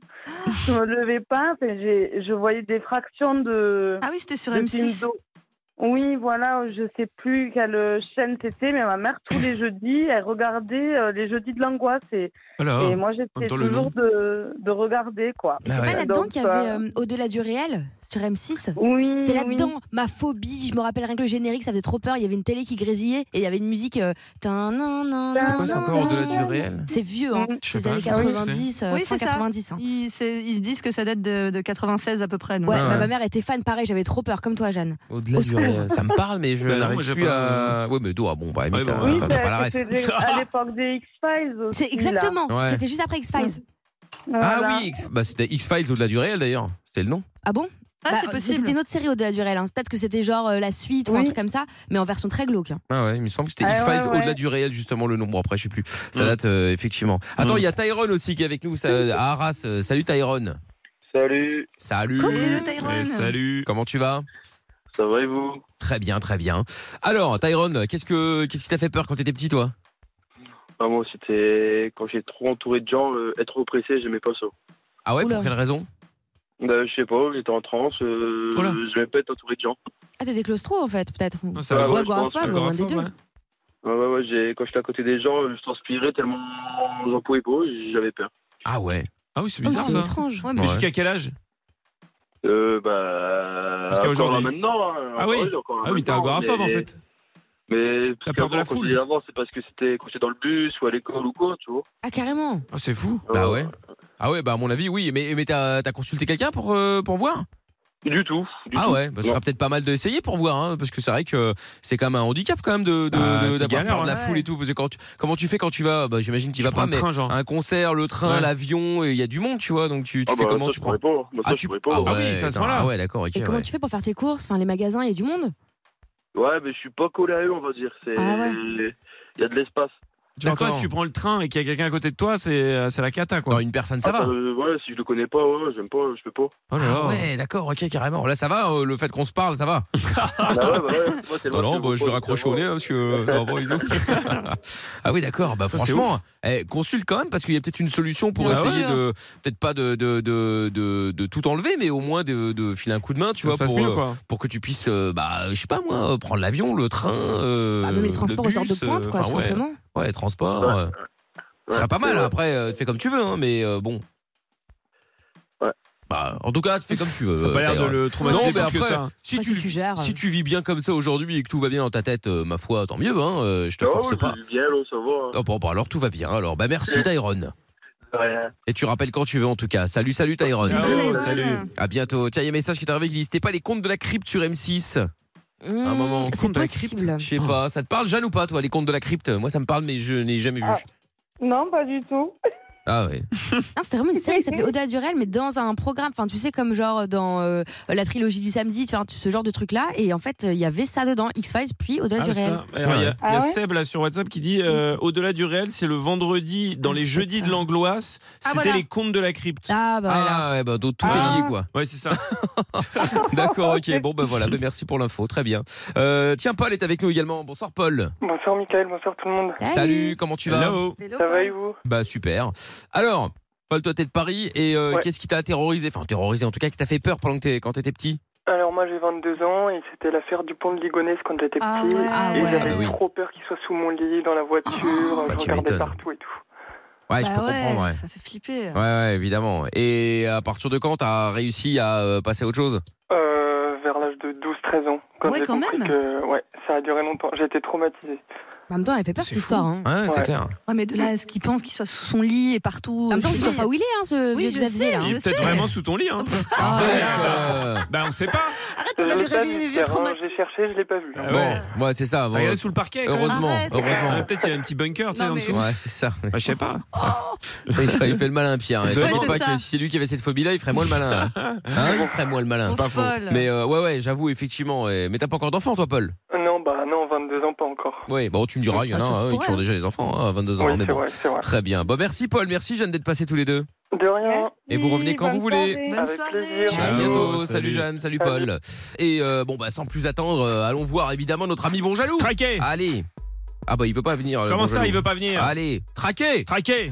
I: Je me levais pas. enfin, j'ai- je voyais des fractions de.
D: Ah oui, c'était sur
I: de
D: M6.
I: Pinto. Oui, voilà, je sais plus quelle euh, chaîne c'était, mais ma mère, tous les jeudis, elle regardait euh, les jeudis de l'angoisse. Et,
E: Alors,
I: et moi,
E: même
I: j'essayais
E: temps, le
I: toujours de, de regarder, quoi.
F: C'est
C: Ah ouais.
F: pas là-dedans
I: Donc,
F: qu'il y avait
I: euh,
F: euh, Au-delà du réel sur M6
I: Oui.
F: C'était
I: oui.
F: là-dedans, ma phobie, je me rappelle rien que le générique, ça faisait trop peur, il y avait une télé qui grésillait et il y avait une musique... euh, tin, nan, nan,
I: C'est
C: C'est quoi, c'est
F: nan,
C: encore
F: nan,
C: au-delà
F: nan,
C: du
F: nan.
C: réel
F: C'est vieux, hein.
I: Mm.
E: Je sais
F: des
E: pas,
F: années
E: je sais pas ce que c'est.
F: 90, euh,
D: Oui,
F: fin
D: c'est ça.
F: 90. hein.
D: Ils, c'est- ils disent que ça date de, de 96 à peu près. donc. euh,
F: Ouais,
C: Ah
F: bah,
C: ouais.
F: ma mère était fan, pareil, j'avais trop peur, comme toi, Jeanne.
C: Au-delà
F: Au
C: du
F: secours.
C: réel. Ça me parle, mais je
E: Bah non,
C: n'arrive
E: moi, j'ai
C: plus
E: pas- Ah
C: à. Ouais, mais toi, bon, bah,
E: Ouais,
C: limite,
E: bon,
C: t'as-
E: ouais.
I: Oui,
C: t'as
I: ça-
C: pas la ref.
I: c'était des-
E: Ah,
I: à l'époque des X-Files aussi.
F: C'est exactement,
C: Ouais.
F: c'était juste après X-Files.
C: Ah oui, X- bah, c'était X-Files au-delà du réel d'ailleurs. C'était le nom.
F: Ah bon
D: Ah,
F: Bah,
D: c'est
F: C'était
D: possible.
F: une autre série au-delà du réel. hein. Peut-être que c'était genre euh, la suite ou un
I: Oui.
F: truc comme ça, mais en version très glauque. hein.
C: Ah ouais, il me semble que c'était
I: Ah ouais,
C: X-Files
I: ouais.
C: au-delà du réel, justement, le nom. Bon, après, je sais plus. Ça
E: Mm.
C: date, euh, effectivement. Attends,
E: Mm.
C: il y a Tyrone aussi qui est avec nous ça- à Arras. Euh, Salut Tyrone.
H: Salut,
C: Salut.
D: Et le Tyrone.
E: eh, salut.
C: Comment tu vas
H: ça va et vous
C: Très bien, très bien. Alors, Tyrone, qu'est-ce que qu'est-ce qui t'a fait peur quand t'étais petit, toi
H: Ah, Moi, c'était quand j'étais trop entouré de gens, euh, être oppressé, j'aimais pas ça.
C: Ah ouais,
F: Oula.
C: pour quelle raison
H: Euh, je sais pas, j'étais en transe, euh,
E: Oula.
H: j'aimais pas être entouré de gens.
F: Ah, t'étais claustro en fait, peut-être.
E: Non,
F: Ou
E: c'est agor-
H: ouais,
F: agoraphobe, ou un des
E: agoraphobe,
F: deux.
E: ouais.
H: Ouais, ouais, ouais, j'ai- quand j'étais à côté des gens, je transpirais tellement j'en pouvais pas, j'avais peur.
C: Ah ouais.
E: Ah oui, c'est
F: Oh,
E: bizarre
F: c'est
E: ça.
F: étrange.
D: Ouais,
E: Mais
D: mais-
E: jusqu'à quel âge
H: Euh, bah.
E: Jusqu'à
H: encore
E: aujourd'hui.
H: là maintenant. hein,
E: Ah
H: encore
E: oui.
H: là, encore
E: Ah oui, t'es
H: maintenant,
E: agoraphobe
H: mais-
E: en fait.
H: Mais.
E: T'as peur de la
H: avant, quand
E: foule.
H: je dis Avant, c'est parce que c'était quand j'étais dans le bus ou à l'école ou quoi, tu vois.
F: Ah, carrément.
E: Ah, c'est fou.
C: Bah
H: Euh,
C: ouais. Ah ouais, bah à mon avis, oui. Mais, mais t'as t'as consulté quelqu'un pour, euh, pour voir
H: Du tout. du
C: Ah
H: tout.
C: ouais, bah, ce sera peut-être pas mal d'essayer pour voir, hein, parce que c'est vrai que c'est quand même un handicap quand même de de-
E: Ah,
C: de-
E: c'est
C: d'avoir
E: galère,
C: peur de la
D: hein.
C: foule et tout. Parce que quand tu- comment tu fais quand tu vas Bah j'imagine que
E: Tu
C: tu vas
E: prends
C: pas,
E: un
C: mais
E: train, genre.
C: un concert, le train,
E: Ouais.
C: l'avion, et il y a du monde, tu vois. Donc tu, tu
H: Ah
C: fais
H: bah,
C: comment
H: ça,
C: tu
H: je
C: prends
H: pourrais pas. Moi, ça,
C: Ah
H: je
C: tu
H: pourrais pas. hein.
C: ah
E: Ah oui, c'est à ce
C: d'accord.
E: moment-là.
C: Ah ouais, d'accord. ok,
F: Et comment
C: ouais.
F: tu fais pour faire tes courses Enfin, les magasins, il y a du monde.
H: Ouais, mais je suis pas collé à eux, on va dire. C'est.
F: Ah ouais.
H: Il y a de l'espace.
E: Genre, toi,
C: D'accord.
E: si tu prends le train et qu'il y a quelqu'un à côté de toi, c'est euh, c'est la cata
C: Non,
E: quoi.
C: une personne, ça
H: Ah,
C: va.
H: euh, ouais, si je le connais pas, ouais, j'aime pas, je peux pas.
E: Oh là
C: Ah
E: là.
C: ouais, d'accord, ok, carrément. Là, ça va, euh, le fait qu'on se parle, ça va.
H: Ah ouais, bah ouais. Moi, c'est
C: Non,
H: vrai
C: non,
H: que
C: bah, je vais raccrocher au nez, hein, parce que euh, ça va pas du tout. ah oui, d'accord, bah
E: Ça, c'est Ah
C: franchement, eh, consulte quand même, parce qu'il y a peut-être une solution pour
D: Bien
C: essayer
D: sûr.
C: de, peut-être pas de, de, de, de, de tout enlever, mais au moins de, de filer un coup de main, tu
E: Ça
C: vois,
E: se passe
C: pour,
E: mieux
C: euh,
E: quoi.
C: pour que tu puisses, euh, bah, je sais pas moi, euh, prendre l'avion, le train, euh,
F: Ah, même les
C: le
F: transports aux heures de
C: bus,
F: pointe,
C: euh,
F: quoi,
C: enfin,
F: tout
C: ouais,
F: simplement.
C: ouais, les transports.
H: Ouais.
C: euh, ce serait pas mal, hein, après, euh, tu fais comme tu veux, hein, mais euh, bon.
H: Ouais.
C: Bah, en tout cas, tu fais comme tu veux.
E: Ça a pas l'air de
C: d'ailleurs. euh,
E: le traumatiser
C: Non, mais
E: plus que
C: après,
E: ça.
C: Si
F: Enfin, Ah,
C: tu,
F: si tu gères.
C: si tu vis bien comme ça aujourd'hui et que tout va bien dans ta tête, euh, ma foi, tant mieux, hein, euh, je te
H: Non,
C: force pas.
H: je bien, on ça va. hein.
C: Oh, bon, bah, alors tout va bien. Alors, bah merci Tyrone.
H: Ouais.
C: Et tu rappelles quand tu veux en tout cas. Salut, salut Tyrone.
E: Ciao.
D: Bisous,
E: salut.
D: Tyrone.
C: À bientôt. Tiens, il y a un message qui est arrivé qui dit c'était pas les comptes de la crypte sur M6. un
D: Hmm,
F: Mmh,
C: moment,
F: C'est
E: compte de la crypte.
F: possible.
C: Je sais pas, ça te parle Jeanne ou pas toi, les comptes de la crypte Moi ça me parle mais je n'ai jamais vu.
I: Ah. Non, pas du tout.
C: Ah ouais.
F: Non, C'était vraiment une série qui s'appelait Au-delà du réel, mais dans un programme. Enfin, tu sais, comme genre dans euh, la trilogie du samedi, tu vois, ce genre de truc-là. Et en fait, euh, il y avait ça dedans, X-Files, puis Au-delà
E: Ah,
F: du
E: ça.
F: réel.
E: Alors, Il y a, il y a
I: Ah ouais
E: Seb là sur WhatsApp qui dit euh, au-delà du réel, c'est le vendredi dans
F: Ah,
E: les
F: c'est
E: jeudis
F: ça.
E: de l'angloisse.
D: Ah,
E: C'était
D: voilà.
E: les contes de la crypte.
F: Ah, bah voilà.
C: Ah ouais, bah donc tout
I: Ah.
C: est lié quoi.
E: Ouais, c'est ça.
C: D'accord, ok. Bon bah voilà, bah, merci pour l'info, très bien. Euh, tiens Paul est avec nous également. Bonsoir Paul.
A: Bonsoir Mickaël, bonsoir tout le monde.
C: Salut, comment tu vas
E: Hello.
D: Hello,
A: Ça va
D: Paul.
A: et vous
C: Bah super. Alors, Paul, toi t'es de Paris et euh,
A: Ouais.
C: qu'est-ce qui t'a terrorisé Enfin terrorisé en tout cas, qui t'a fait peur pendant que t'es- quand t'étais petit
A: Alors moi j'ai 22 ans et c'était l'affaire du pont de Ligonnès quand j'étais petit.
D: Ah ouais.
F: Ah
A: Et
F: ouais.
A: j'avais
C: Bah oui.
A: trop peur qu'il soit sous mon lit, dans la voiture, euh,
C: bah,
A: je
C: tu
A: regardais
C: m'étonnes.
A: partout et tout.
C: Ouais, je
D: Bah
C: peux comprendre, ouais.
D: Ça fait flipper.
C: Ouais, ouais, évidemment. Et à partir de quand t'as réussi à euh, passer à autre chose
A: Euh, vers l'âge de 12-13 ans. Quand
D: Ouais,
A: j'ai
D: quand
A: compris
D: même.
A: que ouais, ça a duré longtemps, j'ai été traumatisé.
F: En même temps, elle fait peur
E: C'est
F: cette
D: Ah,
F: histoire. Hein.
C: Ouais, c'est
A: Ouais.
C: clair.
D: Ouais, mais de là, à ce qu'il pense qu'il soit sous son lit et partout.
F: En même temps, on
D: je
F: sait
D: sais
F: toujours pas où il est, hein, ce
D: Oui,
F: vieux
D: je
F: Xavier,
D: sais,
F: là.
E: Il est
D: je
E: peut-être
D: sais.
E: vraiment sous ton lit. Hein.
C: Arrête,
E: bah.
C: Ah, euh,
E: Bah, on sait pas.
D: Arrête,
A: Je
D: tu vas lui
A: le savais,
D: réveiller les vieux
A: frère, hein,
D: traumatismes.
A: j'ai cherché, je l'ai pas vu.
E: Ah
C: Bon,
E: ouais.
C: ouais, c'est ça.
E: T'as
C: bon,
E: regardé sous le parquet. quand même.
C: heureusement,
D: Arrête.
E: Ah,
C: heureusement.
E: Peut-être il y a un petit bunker, tu sais,
D: Non,
E: en
D: mais- Oh.
E: dessous.
C: Ouais, c'est ça.
E: Bah, je sais pas.
C: Il fait, il fait le malin, Pierre. Je te
E: Ouais,
C: mens
D: c'est
C: pas
D: ça.
C: que si c'est lui qui avait cette phobie-là, il ferait moi le malin. Hein, il ferait moi le malin.
D: C'est pas faux. Folle.
C: Mais euh, ouais, ouais, j'avoue, effectivement. ouais. Mais t'as pas encore d'enfant, toi, Paul
A: Non, bah non, 22 ans pas encore.
C: Oui, bon, tu me diras, il y en a
D: Ah, ça se
C: un, hein,
D: pourrait,
C: qui ont
D: hein.
C: déjà des enfants, hein, à 22 ans.
A: oui,
C: mais
A: c'est
C: bon.
A: vrai, c'est vrai.
C: Très bien. Bon, merci, Paul. Merci, Jeanne, d'être passés tous les deux.
A: De rien.
C: Et vous revenez quand
I: bonne
C: vous voulez.
I: soirée.
D: Bonne
A: Avec
D: soirée.
A: plaisir.
C: À
E: Ciao,
C: bientôt. Salut,
E: salut.
C: Jeanne, salut Paul. Et euh, bon, bah, sans plus attendre, euh, allons voir évidemment notre ami Bon Jaloux.
E: Traqué.
C: Allez. Ah bah il veut pas venir. euh,
E: Comment ça,
C: Jean-Jaloux.
E: il veut pas venir
C: Allez, traqué
E: Traqué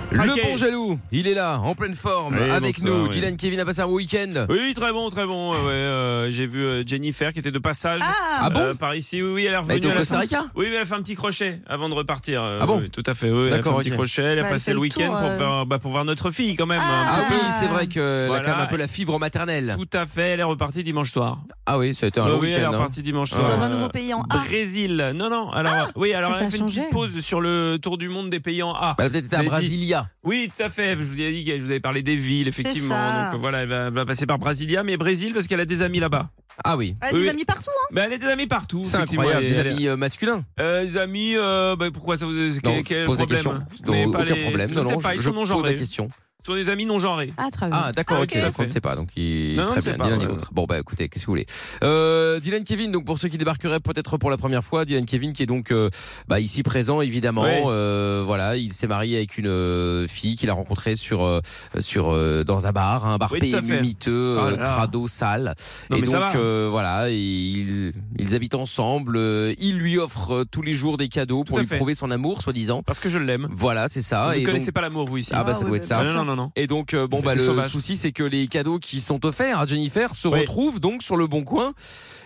C: Le
E: Traqué.
C: bon jaloux, il est là, en pleine forme,
E: Allez,
C: avec
E: bonsoir,
C: nous.
E: oui.
C: Dylan Kevin a passé un week-end.
E: Oui, très bon, très bon. euh, ouais, euh, J'ai vu euh, Jennifer qui était de passage
D: Ah,
C: Ah bon
E: euh, par ici. Oui, oui, elle est
C: Elle
E: revenue.
C: était au
E: elle a
C: Costa
E: fait-
C: Rica
E: Oui, mais elle a fait un petit crochet avant de repartir. euh,
C: Ah bon
E: oui, Tout à fait. Oui, elle a fait
C: D'accord,
E: un petit
C: ok.
E: crochet. Elle a
D: Bah, elle
E: passé
D: fait
E: le
D: le
E: week-end
D: tour,
E: pour,
D: euh.
E: voir- bah, pour voir notre fille quand même.
D: Ah,
C: Ah oui,
D: Ah.
C: c'est vrai qu'elle a quand
E: Voilà.
C: même un peu la fibre maternelle.
E: Tout à fait. Elle est repartie dimanche soir.
C: Ah oui, ça a été un
E: Oui,
C: long
E: Oh Bah oui, elle est
C: week-end. hein.
E: repartie dimanche soir.
D: dans un
E: Euh,
D: nouveau pays en A.
E: Brésil. Non, non. Alors, oui, alors
F: Ah,
E: elle
F: ça
E: a
F: a
E: fait
F: changé.
E: une petite pause sur le tour du monde des pays en A.
C: Bah, Elle a peut-être été
E: Vous
C: à
E: avez dit-
C: Brasilia.
E: Oui, tout à fait. Je vous ai dit, que je vous avais parlé des villes, effectivement.
D: ça.
E: Donc euh, voilà, elle va, elle va passer par Brasilia, mais Brésil parce qu'elle a des amis là-bas.
C: Ah oui.
D: Elle a
E: Oui,
D: des
E: oui.
D: amis partout. hein.
E: Mais elle a des amis partout.
C: C'est
E: effectivement.
C: incroyable,
E: Elle-
C: des
E: elle-
C: amis euh, masculins.
E: Euh, les amis, euh, bah, pourquoi ça vous
C: Non,
E: quel, quel
C: pose la
E: problème
C: question.
E: Mais
C: Non,
E: pas
C: aucun
E: les-
C: problème.
E: Je
C: Non,
E: ne sais
C: non,
E: pas, ils
C: je
E: sont non
C: pose la
E: genrée. Ce
C: question.
E: sont des amis non genrés.
F: Ah, très bien.
C: Ah d'accord,
D: Ah,
C: ok.
D: ok.
C: Donc on ne sait pas. Donc il
E: Non, non, on
C: très
E: ne
C: bien,
E: sait pas,
C: ni l'un ni
E: ouais.
C: l'autre. Bon bah écoutez, qu'est-ce que vous voulez. Euh, Dylan Kevin. Donc pour ceux qui débarqueraient peut-être pour la première fois, Dylan Kevin qui est donc euh, bah, ici présent évidemment.
E: Oui.
C: Euh, voilà, il s'est marié avec une euh, fille qu'il a rencontrée sur euh, sur euh, dans un bar, un bar
E: Oui, tout à
C: PMU
E: fait.
C: miteux, euh,
E: Oh là là.
C: crado, sale.
E: Non,
C: et
E: mais ça
C: donc
E: va. hein.
C: euh, voilà, ils, ils habitent ensemble. euh, il lui offre euh, tous les jours des cadeaux pour
E: à
C: lui
E: fait.
C: prouver son amour, soi-disant.
E: Parce que je l'aime.
C: Voilà, c'est ça.
E: vous
C: Ah, et
E: ne connaissez
C: donc-
E: pas l'amour, vous, ici.
C: ah bah ça
D: Ah,
C: doit
D: oui,
C: être
E: Ah,
C: ça.
E: non, non, non, non.
C: Et donc, euh, bon,
E: Des
C: bah, le
E: sauvages.
C: souci, c'est que les cadeaux qui sont offerts à Jennifer se
E: Oui.
C: retrouvent donc sur le bon coin.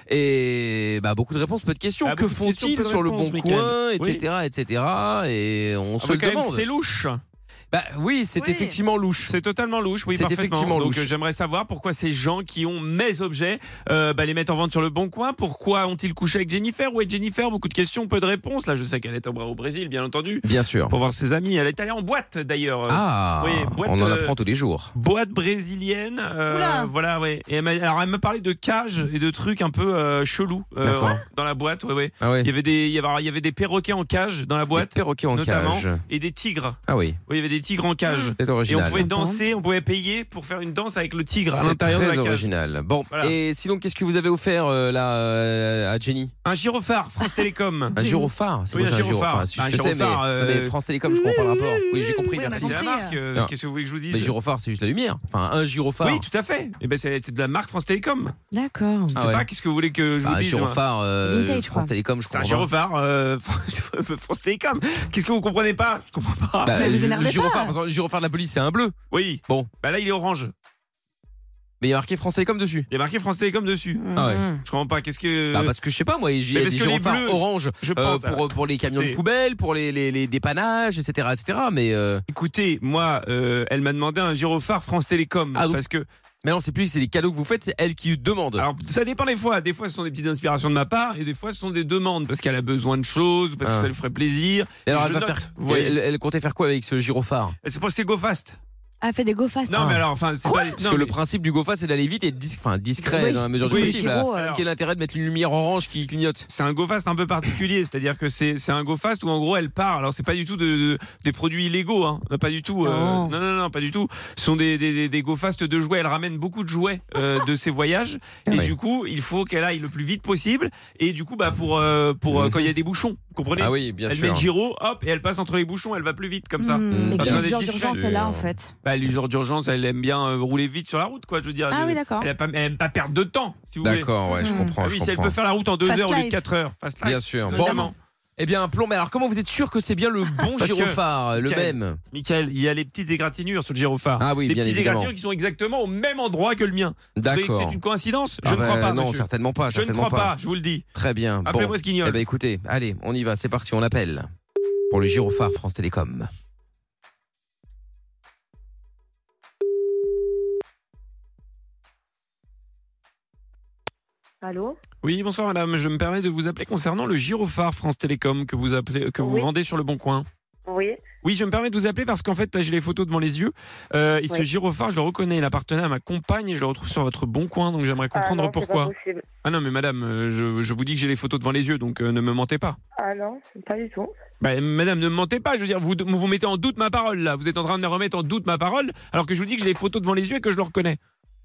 C: Et bah, beaucoup de réponses, peu de questions.
E: Ah,
C: que
E: beaucoup de questions,
C: font-ils
E: peu de
C: sur le
E: réponses,
C: bon
E: Mickaël.
C: coin,
E: Oui.
C: etc., etc. Et on
E: Ah,
C: se
E: bah,
C: le
E: quand même,
C: demande.
E: C'est louche.
C: Bah, oui, c'est
D: Oui.
C: effectivement louche.
E: C'est totalement louche, oui,
C: C'est
E: parfaitement.
C: effectivement
E: Donc
C: louche.
E: euh, j'aimerais savoir pourquoi ces gens qui ont mes objets euh, bah, les mettent en vente sur le bon coin. Pourquoi ont-ils couché avec Jennifer Où est Jennifer Beaucoup de questions, peu de réponses. Là, je sais qu'elle est au Bra- au Brésil, bien entendu,
C: Bien sûr.
E: pour voir ses amis. Elle est allée en boîte, d'ailleurs. Euh,
C: Ah,
E: oui, boîte,
C: on en
E: euh,
C: apprend tous les jours.
E: Boîte brésilienne. euh,
D: Oula.
E: voilà, ouais. Et elle m'a- alors, elle m'a parlé de cages et de trucs un peu euh, chelous euh,
C: D'accord.
E: dans la boîte. Ouais, ouais.
C: Ah ouais.
E: Il y avait des, il y avait, alors, il y avait des perroquets en cage dans la
C: Des
E: boîte
C: perroquets en
E: notamment.
C: cage.
E: et des tigres.
C: Ah oui,
E: Oui, il y avait des tigres en cage.
C: c'est
E: Ah, Et on
C: original.
E: pouvait danser, on pouvait payer pour faire une danse avec le tigre à
C: C'est
E: l'intérieur de la
C: très
E: cage.
C: original. Bon,
E: Voilà.
C: et sinon, qu'est-ce que vous avez offert euh, là euh, à Jenny
E: Un gyrophare, France Télécom.
C: Un gyrophare C'est
E: Oui,
C: quoi
E: un
C: ça, un
E: gyrophare.
C: gyrophare Si,
E: Un
C: Je sais, mais,
E: gyrophare, euh,
C: non, mais France Télécom, je comprends pas le rapport. Oui, j'ai compris,
D: Oui, on a
C: merci.
E: C'est la
D: compris,
E: marque. euh,
C: Non.
E: Qu'est-ce que vous voulez que je vous dise
C: Mais gyrophare, c'est juste la lumière. Enfin, un gyrophare.
E: Oui, tout à fait. Et ben c'est c'est de la marque France Télécom.
F: D'accord.
E: Je
C: Ah
E: sais
C: ouais.
E: pas qu'est-ce que vous voulez que je
C: Bah,
E: vous
C: un
E: dise. moi.
C: gyrophare, euh,
F: Vintage, je
C: France
F: crois.
C: Télécom, je
E: C'est un
C: comprends. pas.
E: gyrophare euh, France Télécom. Qu'est-ce que vous comprenez pas Je comprends pas.
C: Bah,
D: Mais vous
C: le-
D: énervez
C: le gyrophare,
D: pas.
C: par exemple, le gyrophare de la police, c'est un bleu.
E: Oui.
C: Bon.
E: Bah là, il est orange.
C: Mais il y a marqué France Télécom dessus.
E: Il y a marqué France Télécom dessus.
C: Ah ouais.
F: Mhm.
E: Je comprends pas. Qu'est-ce que
C: Bah, parce que je sais pas, moi, il y a
E: mais
C: des
E: parce que les
C: gyrophares
E: bleus,
C: orange
E: je
C: euh,
E: pense à-
C: pour, pour les camions de
E: C'est-
C: poubelle, pour les, les, les dépannages, etc. etc. mais, euh,
E: Écoutez, moi, euh, elle m'a demandé un gyrophare France Télécom
C: Ah, donc-
E: parce que
C: mais non, c'est plus c'est les cadeaux que vous faites, c'est elle qui demande.
E: Alors, ça dépend des fois. Des fois, ce sont des petites inspirations de ma part, et des fois, ce sont des demandes parce qu'elle a besoin de choses, ou parce que
C: Ah.
E: ça lui ferait plaisir.
C: Et alors,
E: je
C: elle, va
E: note,
C: faire,
E: vous voyez.
C: elle, elle comptait faire quoi avec ce gyrophare
E: Et C'est pour c'est go fast.
F: Ah, fait des go fast.
E: Non,
C: Ah.
E: mais alors, enfin, c'est pas.
C: Parce
E: non,
C: que
E: mais-
C: le principe du GoFast, c'est d'aller vite et dis- enfin, discret
F: Oui.
C: dans la mesure
E: Oui, euh.
C: du possible.
F: Giro,
C: là.
F: alors.
C: Quel intérêt de mettre une lumière orange qui clignote
E: c'est un go fast un peu particulier, c'est-à-dire que c'est c'est un go fast où en gros elle part. Alors c'est pas du tout de, de- des produits illégaux, hein. pas du tout. euh,
F: Non.
E: non, non, non, pas du tout. Ce sont des, des, des- des go fast de jouets. Elle ramène beaucoup de jouets euh, de ses voyages
C: Ah
E: et
C: oui.
E: du coup il faut qu'elle aille le plus vite possible. Et du coup bah pour euh, pour euh,
C: Mhm.
E: quand il y a des bouchons, vous comprenez
C: Ah oui, bien
E: Elle met
C: sûr.
E: le gyro, hop, et elle passe entre les bouchons, elle va plus vite comme ça.
D: Hmm.
F: Mais
E: Pas
F: quel
E: besoin
F: genre
E: d'être
F: d'urgence
C: discret.
F: est là en fait
E: Bah, les gens d'urgence, elle aime bien euh, rouler vite sur la route, quoi, je veux dire.
F: Ah
E: Elle-
F: oui, d'accord.
E: Elle, a pas- elle aime pas perdre de temps, si vous voulez.
C: D'accord, ouais, je
D: Mm.
C: comprends.
E: Ah
C: je
E: oui, si elle
C: comprends.
E: peut faire la route en deux
D: Fast
E: heures au lieu de
D: life.
E: 4 heures. Fast life.
C: Bien sûr. Bon,
E: Évidemment.
C: eh bien, plomb. Mais alors, comment vous êtes sûr que c'est bien le bon
E: Parce que-
C: gyrophare, le
E: Quel-
C: même
E: Michael, il y a les petites égratignures sur le gyrophare.
C: Ah oui,
E: des
C: bien
E: petites
C: évidemment.
E: égratignures qui sont exactement au même endroit que le mien. Vous croyez que
C: D'accord.
E: C'est une coïncidence Je
C: Ah
E: ne
C: bah,
E: crois pas.
C: Non,
E: monsieur.
C: certainement pas.
E: Je ne
C: certainement
E: crois pas, je vous le dis.
C: Très bien. Bon.
E: Appelez-moi ce
C: Eh
E: guignol.
C: ben, écoutez, allez, on y va. C'est parti. On appelle pour le gyrophare France Télécom.
I: Allô
E: Oui, bonsoir madame. Je me permets de vous appeler concernant le gyrophare France Télécom que vous, appelez, que vous
I: Oui.
E: vendez sur le Bon Coin.
I: Oui.
E: Oui, je me permets de vous appeler parce qu'en fait, là, j'ai les photos devant les yeux. Euh, et ce
I: Oui.
E: gyrophare, je le reconnais, il appartenait à ma compagne et je le retrouve sur votre bon coin, donc j'aimerais comprendre
I: ah non, c'est
E: pourquoi.
I: Pas possible.
E: Ah non, mais madame, euh, je, je vous dis que j'ai les photos devant les yeux, donc euh, ne me mentez pas.
I: Ah non, pas du tout.
E: Bah, madame, ne me mentez pas, je veux dire, vous, vous mettez en doute ma parole là. Vous êtes en train de remettre en doute ma parole alors que je vous dis que j'ai les photos devant les yeux et que je le reconnais.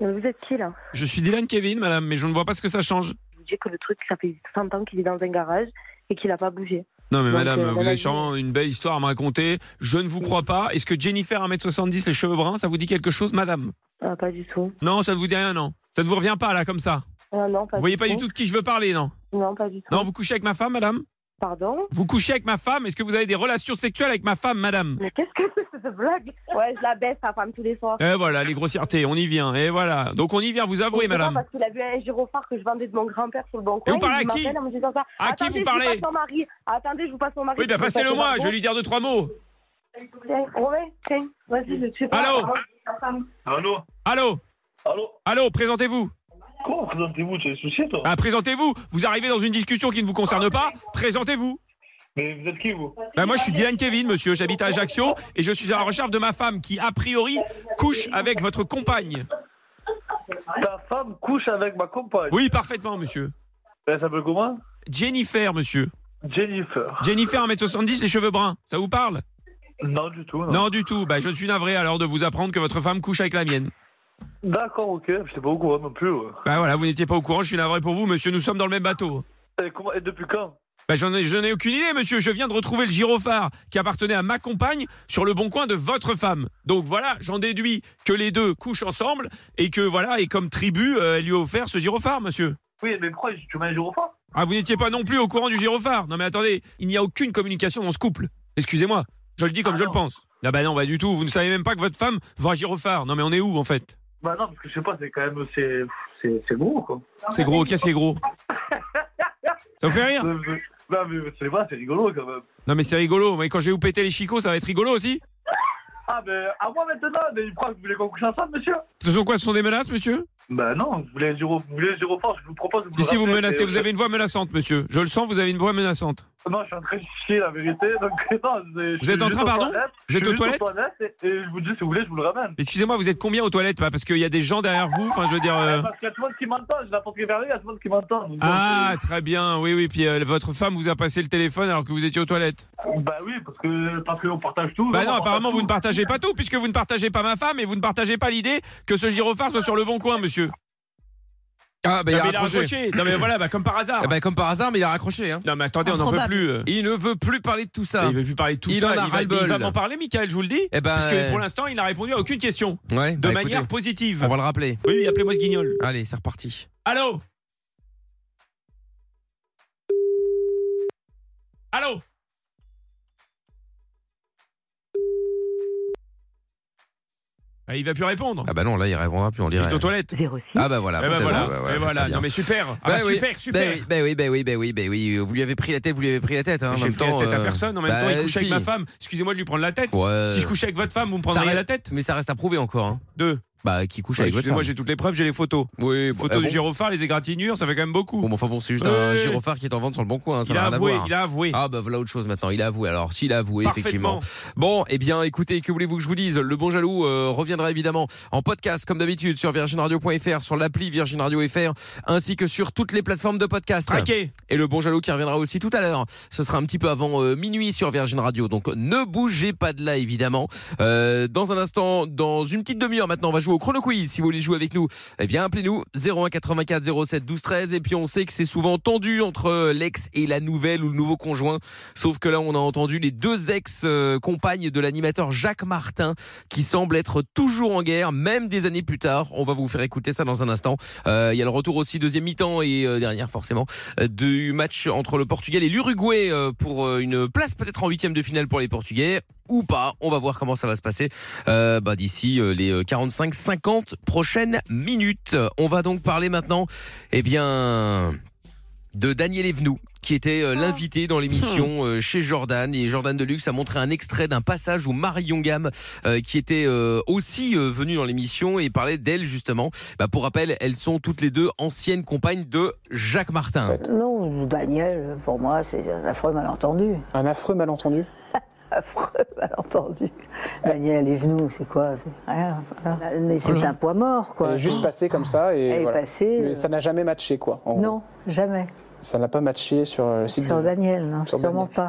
J: Euh, Vous êtes qui là
E: Je suis Dylan Kevin, madame, mais je ne vois pas ce que ça change.
J: Je vous dis que le truc, ça fait 100 ans qu'il est dans un garage et qu'il n'a pas bougé.
E: Non, mais
J: Donc,
E: madame,
J: euh,
I: bah
E: vous
J: voilà,
E: avez sûrement une belle histoire à me raconter. Je ne vous crois pas. Est-ce que Jennifer, 1m70, les cheveux bruns, ça vous dit quelque chose, madame
J: Ah, pas du tout.
E: Non, ça ne vous dit rien, non. Ça ne vous revient pas, là, comme ça.
J: Ah, non, pas
E: Vous voyez pas du tout de qui je veux parler, non
J: Non, pas du tout.
E: Non, vous couchez avec ma femme, madame
J: Pardon
E: Vous couchez avec ma femme Est-ce que vous avez des relations sexuelles avec ma femme, madame
J: Mais qu'est-ce que c'est cette blague Ouais, je la baisse, sa femme, tous les soirs.
E: Et Eh, voilà, les grossièretés, on y vient, et voilà. Donc on y vient, vous avouez,
J: C'est pas
E: madame.
J: Parce qu'il a vu un gyrophare que je vendais de mon grand-père sur le bon coin.
E: vous parlez
J: il
E: à qui
J: m'appelle en me disant ça.
E: À qui
J: Attendez,
E: vous
J: je passe
E: parlez
J: mon mari. Attendez, je vous passe mon mari.
E: Oui, bah passez-le moi, je vais lui dire deux, trois mots.
J: Tiens, ouais, tiens, vas-y, je tue pas.
E: Allô
K: Allô
E: Allô
K: Allô
E: Allô, présentez-vous.
K: Comment présentez-vous Tu as des soucis, toi
E: Ah, présentez-vous. Vous arrivez dans une discussion qui ne vous concerne pas, présentez-vous.
K: Mais vous êtes qui, vous
E: Bah, moi, je suis Dylan Kevin, monsieur. J'habite à Ajaccio et je suis à la recherche de ma femme qui, a priori, couche avec votre compagne.
K: Ta femme couche avec ma compagne.
E: Oui, parfaitement, monsieur.
K: Elle s'appelle comment
E: Jennifer, monsieur.
K: Jennifer.
E: Jennifer, 1m70, les cheveux bruns. Ça vous parle
K: Non, du tout.
E: Non, du tout. Bah, je suis navré alors de vous apprendre que votre femme couche avec la mienne.
K: D'accord, ok. Je sais pas au courant non plus. ouais.
E: Bah voilà, vous n'étiez pas au courant, je suis navré pour vous, monsieur, nous sommes dans le même bateau.
K: Et, Euh, comment- et depuis quand
E: Bah j'en ai, je n'ai aucune idée, monsieur, je viens de retrouver le gyrophare qui appartenait à ma compagne sur le bon coin de votre femme. Donc voilà, j'en déduis que les deux couchent ensemble et que voilà, et comme tribu, euh, elle lui a offert ce gyrophare, monsieur.
K: Oui, mais pourquoi tu mets un gyrophare
E: Ah, vous n'étiez pas non plus au courant du gyrophare Non mais attendez, il n'y a aucune communication dans ce couple. Excusez-moi, je le dis comme je le pense. Ah bah non, bah du tout, vous ne savez même pas que votre femme vend un gyrophare. Non mais on est où en fait
K: Bah non, parce que je sais pas, c'est quand même. C'est c'est- c'est gros, quoi.
E: C'est gros, qu'est-ce qui est gros Ça vous fait rire
K: Non, Euh, mais, non, mais c'est pas, c'est rigolo quand même.
E: Non mais c'est rigolo, mais quand je vais vous péter les chicots, ça va être rigolo aussi
K: Ah, mais à moi maintenant, mais il croit que vous voulez qu'on couche ensemble, monsieur
E: Ce sont quoi Ce sont des menaces, monsieur
K: Bah non, vous voulez un gyro- vous voulez un gyrophare, je vous propose. de
E: Si, si, vous me
K: rappeler,
E: menacez,
K: mais- euh,
E: vous avez une voix menaçante, monsieur. Je le sens, vous avez une voix menaçante.
K: Non, je suis en train de chier la vérité. Donc, non, je- je
E: Vous
K: suis
E: êtes en
K: juste
E: train,
K: aux
E: pardon
K: toilettes,
E: Vous
K: je
E: êtes
K: suis
E: aux
K: juste toilettes et, et je vous dis, si vous voulez, je vous le ramène.
E: Excusez-moi, vous êtes combien aux toilettes bah, Parce qu'il y a des gens derrière vous, enfin, je veux dire... euh,
K: Eh, Parce qu'il y a tout le monde qui m'entend, je n'apporte rien vers lui, il y a tout le monde qui m'entend. Donc,
E: Ah,
K: bah,
E: très bien, oui, oui, puis euh, votre femme vous a passé le téléphone alors que vous étiez aux toilettes.
K: euh, Bah oui, parce que parce qu'on partage tout.
E: Bah
K: on
E: non,
K: partage
E: apparemment,
K: tout.
E: vous ne partagez pas tout, puisque vous ne partagez pas ma femme et vous ne partagez pas l'idée que ce gyrophare soit sur le bon coin, monsieur.
C: Ah, bah, il
E: Non,
C: a
E: mais
C: raccroché.
E: Non mais voilà, bah, comme par hasard.
C: Eh ben, comme par hasard, mais il a raccroché. Hein.
E: Non mais attendez, on n'en peut
C: Improbable.
E: plus. euh.
C: Il ne veut plus parler de tout ça.
E: Il veut plus parler de tout
C: Il
E: ça.
C: en a
E: il va,
C: ras-le-bol.
E: il va m'en parler, Michael, je vous le dis.
C: Eh ben,
E: Parce que
C: euh,
E: pour l'instant, il n'a répondu à aucune question.
C: ouais,
E: De
C: bah,
E: manière
C: écoutez,
E: positive.
C: On va le rappeler.
E: Oui, oui, appelez-moi ce guignol.
C: Allez, c'est reparti.
E: Allô Allô Ah, Il va plus répondre.
C: Ah bah non, là, il répondra plus, on
E: Il est
C: dirait.
E: aux toilettes.
C: Ah bah voilà,
E: Eh ben
C: c'est
E: voilà,
C: bon, ouais, ouais,
E: et
C: c'est
E: voilà.
C: très bien.
E: Non mais super, Ah
C: Bah
E: bah
C: oui,
E: super, super.
C: Bah oui, bah oui, bah oui, bah oui, bah oui, vous lui avez pris la tête, vous lui avez pris la tête. Hein, en
E: J'ai
C: même
E: pris la
C: temps,
E: tête à
C: euh,
E: personne. En même
C: bah,
E: temps, il couche avec
C: si.
E: ma femme. Excusez-moi de lui prendre la tête.
C: Ouais.
E: Si je couchais avec votre femme, vous me prendriez
C: reste-
E: la tête.
C: Mais ça reste à prouver encore. Hein.
E: Deux.
C: Bah, qui couche
E: Ouais,
C: avec votre femme.
E: Excusez-moi, j'ai toutes les preuves, j'ai les photos.
C: Oui, bon,
E: Photos
C: eh
E: du
C: bon.
E: gyrophare, les égratignures, ça fait quand même beaucoup.
C: Bon, mais enfin bon, c'est juste
E: Ouais,
C: un
E: ouais.
C: gyrophare qui est en vente sur le bon coin, hein, ça
E: il,
C: n'a
E: a
C: rien
E: avoué,
C: à voir.
E: il a avoué,
C: Ah bah voilà autre chose maintenant, il a avoué. Alors s'il a avoué, effectivement.
E: Parfaitement.
C: Bon, eh bien écoutez, que voulez-vous que je vous dise Le bon jaloux euh, reviendra évidemment en podcast comme d'habitude sur virginradio.fr, sur l'appli Virgin Radio FR, ainsi que sur toutes les plateformes de podcast.
E: Traqué.
C: Et le bon jaloux qui reviendra aussi tout à l'heure. Ce sera un petit peu avant euh, minuit sur Virgin Radio. Donc ne bougez pas de là évidemment. Euh, dans un instant, dans une petite demi-heure maintenant, on va jouer au chrono quiz. Si vous voulez jouer avec nous, eh bien appelez-nous 01 84 07 12 13. Et puis on sait que c'est souvent tendu entre euh, l'ex et la nouvelle ou le nouveau conjoint. Sauf que là, on a entendu les deux ex-compagnes de l'animateur Jacques Martin qui semblent être toujours en guerre, même des années plus tard. On va vous faire écouter ça dans un instant. Euh, Il y a le retour aussi deuxième mi-temps et euh, dernière forcément euh, du match entre le Portugal et l'Uruguay euh, pour euh, une place peut-être en huitième de finale pour les Portugais ou pas. On va voir comment ça va se passer euh, bah, d'ici euh, les 45-50 prochaines minutes. On va donc parler maintenant, eh bien, de Daniel Evenou qui était euh, l'invité dans l'émission euh, chez Jordan et Jordan Deluxe a montré un extrait d'un passage où Marion Gamme euh, qui était euh, aussi euh, venue dans l'émission et parlait d'elle justement. Bah, pour rappel, elles sont toutes les deux anciennes compagnes de Jacques Martin.
L: Non, Daniel, pour moi, c'est un affreux malentendu.
M: Un affreux malentendu.
L: Affreux malentendu. Daniel est venu, c'est quoi c'est rien, Ah, voilà. Mais c'est un poids mort,
M: Elle
L: quoi.
M: est juste passée comme ça et
L: Elle est
M: voilà.
L: passée,
M: Mais
L: euh,
M: ça n'a jamais matché quoi. en gros.
L: Non, jamais.
M: ça n'a pas matché sur euh, le site
L: Sur
M: de-
L: Daniel, non,
M: Sur
L: sûrement pas.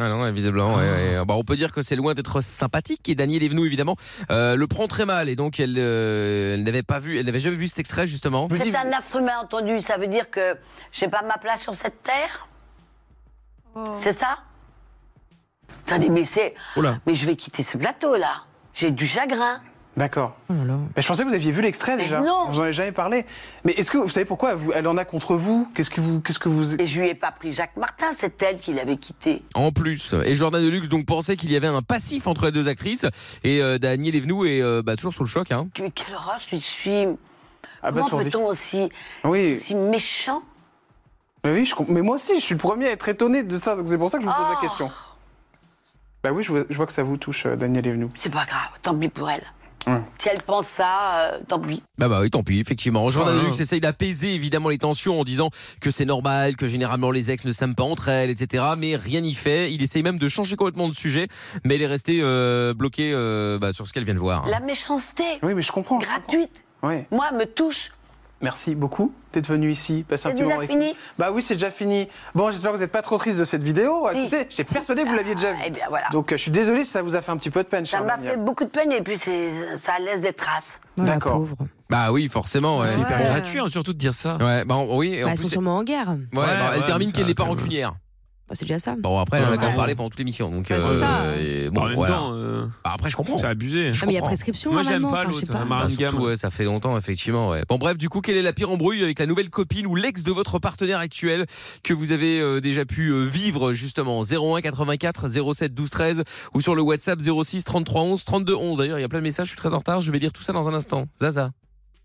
C: Ah non, ouais, visiblement. ouais, ouais. Bah, on peut dire que c'est loin d'être sympathique et Daniel Evenou évidemment euh, le prend très mal et donc elle, euh, elle n'avait pas vu, elle n'avait jamais vu cet extrait justement.
N: C'est un affreux malentendu. Ça veut dire que j'ai pas ma place sur cette terre C'est ça Attendez, mais c'est. Mais je vais quitter ce plateau là. J'ai du chagrin.
M: D'accord.
F: Oh
M: Mais je pensais que vous aviez vu l'extrait déjà.
N: non.
M: Vous en avez jamais parlé. Mais est-ce que vous savez pourquoi vous- elle en a contre vous Qu'est-ce que vous, qu'est-ce que vous
N: Et je lui ai pas pris Jacques Martin. C'est elle qui l'avait quitté.
C: En plus, et Jordan Deluxe donc pensait qu'il y avait un passif entre les deux actrices et euh, Daniel Evenou est euh, bah, toujours sous le choc. Hein.
N: Mais quelle horreur je suis.
M: Ah bah,
N: Comment
M: sur des-
N: peut-on aussi,
M: Oui.
N: aussi méchant
M: Mais oui, je com- mais moi aussi, je suis le premier à être étonné de ça. Donc c'est pour ça que je vous pose
N: Oh.
M: la question. Bah oui, je vois, je vois que ça vous touche, euh, Daniel Evenou.
N: C'est pas grave. Tant pis pour elle. Si elle pense ça, euh, tant pis.
C: Bah bah oui, tant pis, effectivement. Jordan
E: Ah,
C: Deluxe essaye d'apaiser évidemment les tensions en disant que c'est normal, que généralement les ex ne s'aiment pas entre elles, etc. Mais rien n'y fait. Il essaye même de changer complètement de sujet, mais elle est restée euh, bloquée euh, bah, sur ce qu'elle vient de voir. hein.
N: La méchanceté.
M: Oui, mais je comprends.
N: Gratuite.
M: Ouais.
N: Moi, elle me touche.
M: Merci beaucoup d'être venu ici. Passer un
N: C'est
M: petit moment
N: déjà
M: avec
N: fini
M: nous. Bah oui, c'est déjà fini. Bon, j'espère que vous n'êtes pas trop triste de cette vidéo. Écoutez, j'étais persuadé que vous l'aviez
N: Ah,
M: déjà vue. Donc euh, je suis désolé si ça vous a fait un petit peu de peine.
N: eh Ça m'a fait beaucoup de peine et puis c'est- ça laisse des traces.
M: D'accord.
C: Bah oui, forcément.
E: C'est hyper gratuit, hein, surtout de dire ça.
C: Ouais, bah oui. Et en
F: Bah, elles
C: plus,
F: sont sûrement en guerre. Bah,
C: Ouais, bah, elle termine qu'elle n'est pas rancunière.
F: c'est déjà ça.
C: Bon, après, elle en a quand même
E: Ouais.
C: parlé pendant toute l'émission. Donc, euh,
E: c'est ça.
C: et
E: En même temps, euh,
C: Bah, après, je comprends.
E: c'est abusé.
C: Je
F: Ah, mais il y a
C: comprends.
F: prescription, Moi, j'aime normalement, pas enfin, je sais l'autre, pas. hein, Marine
C: Bah, surtout,
E: Gamme.
C: ouais, ça fait longtemps, effectivement. ouais. Bon, bref, du coup, quelle est la pire embrouille avec la nouvelle copine ou l'ex de votre partenaire actuel que vous avez euh, déjà pu euh, vivre, justement 01 84 07 12 13 ou sur le WhatsApp 06 33 11 32 11. D'ailleurs, il y a plein de messages, je suis très en retard, je vais dire tout ça dans un instant. Zaza.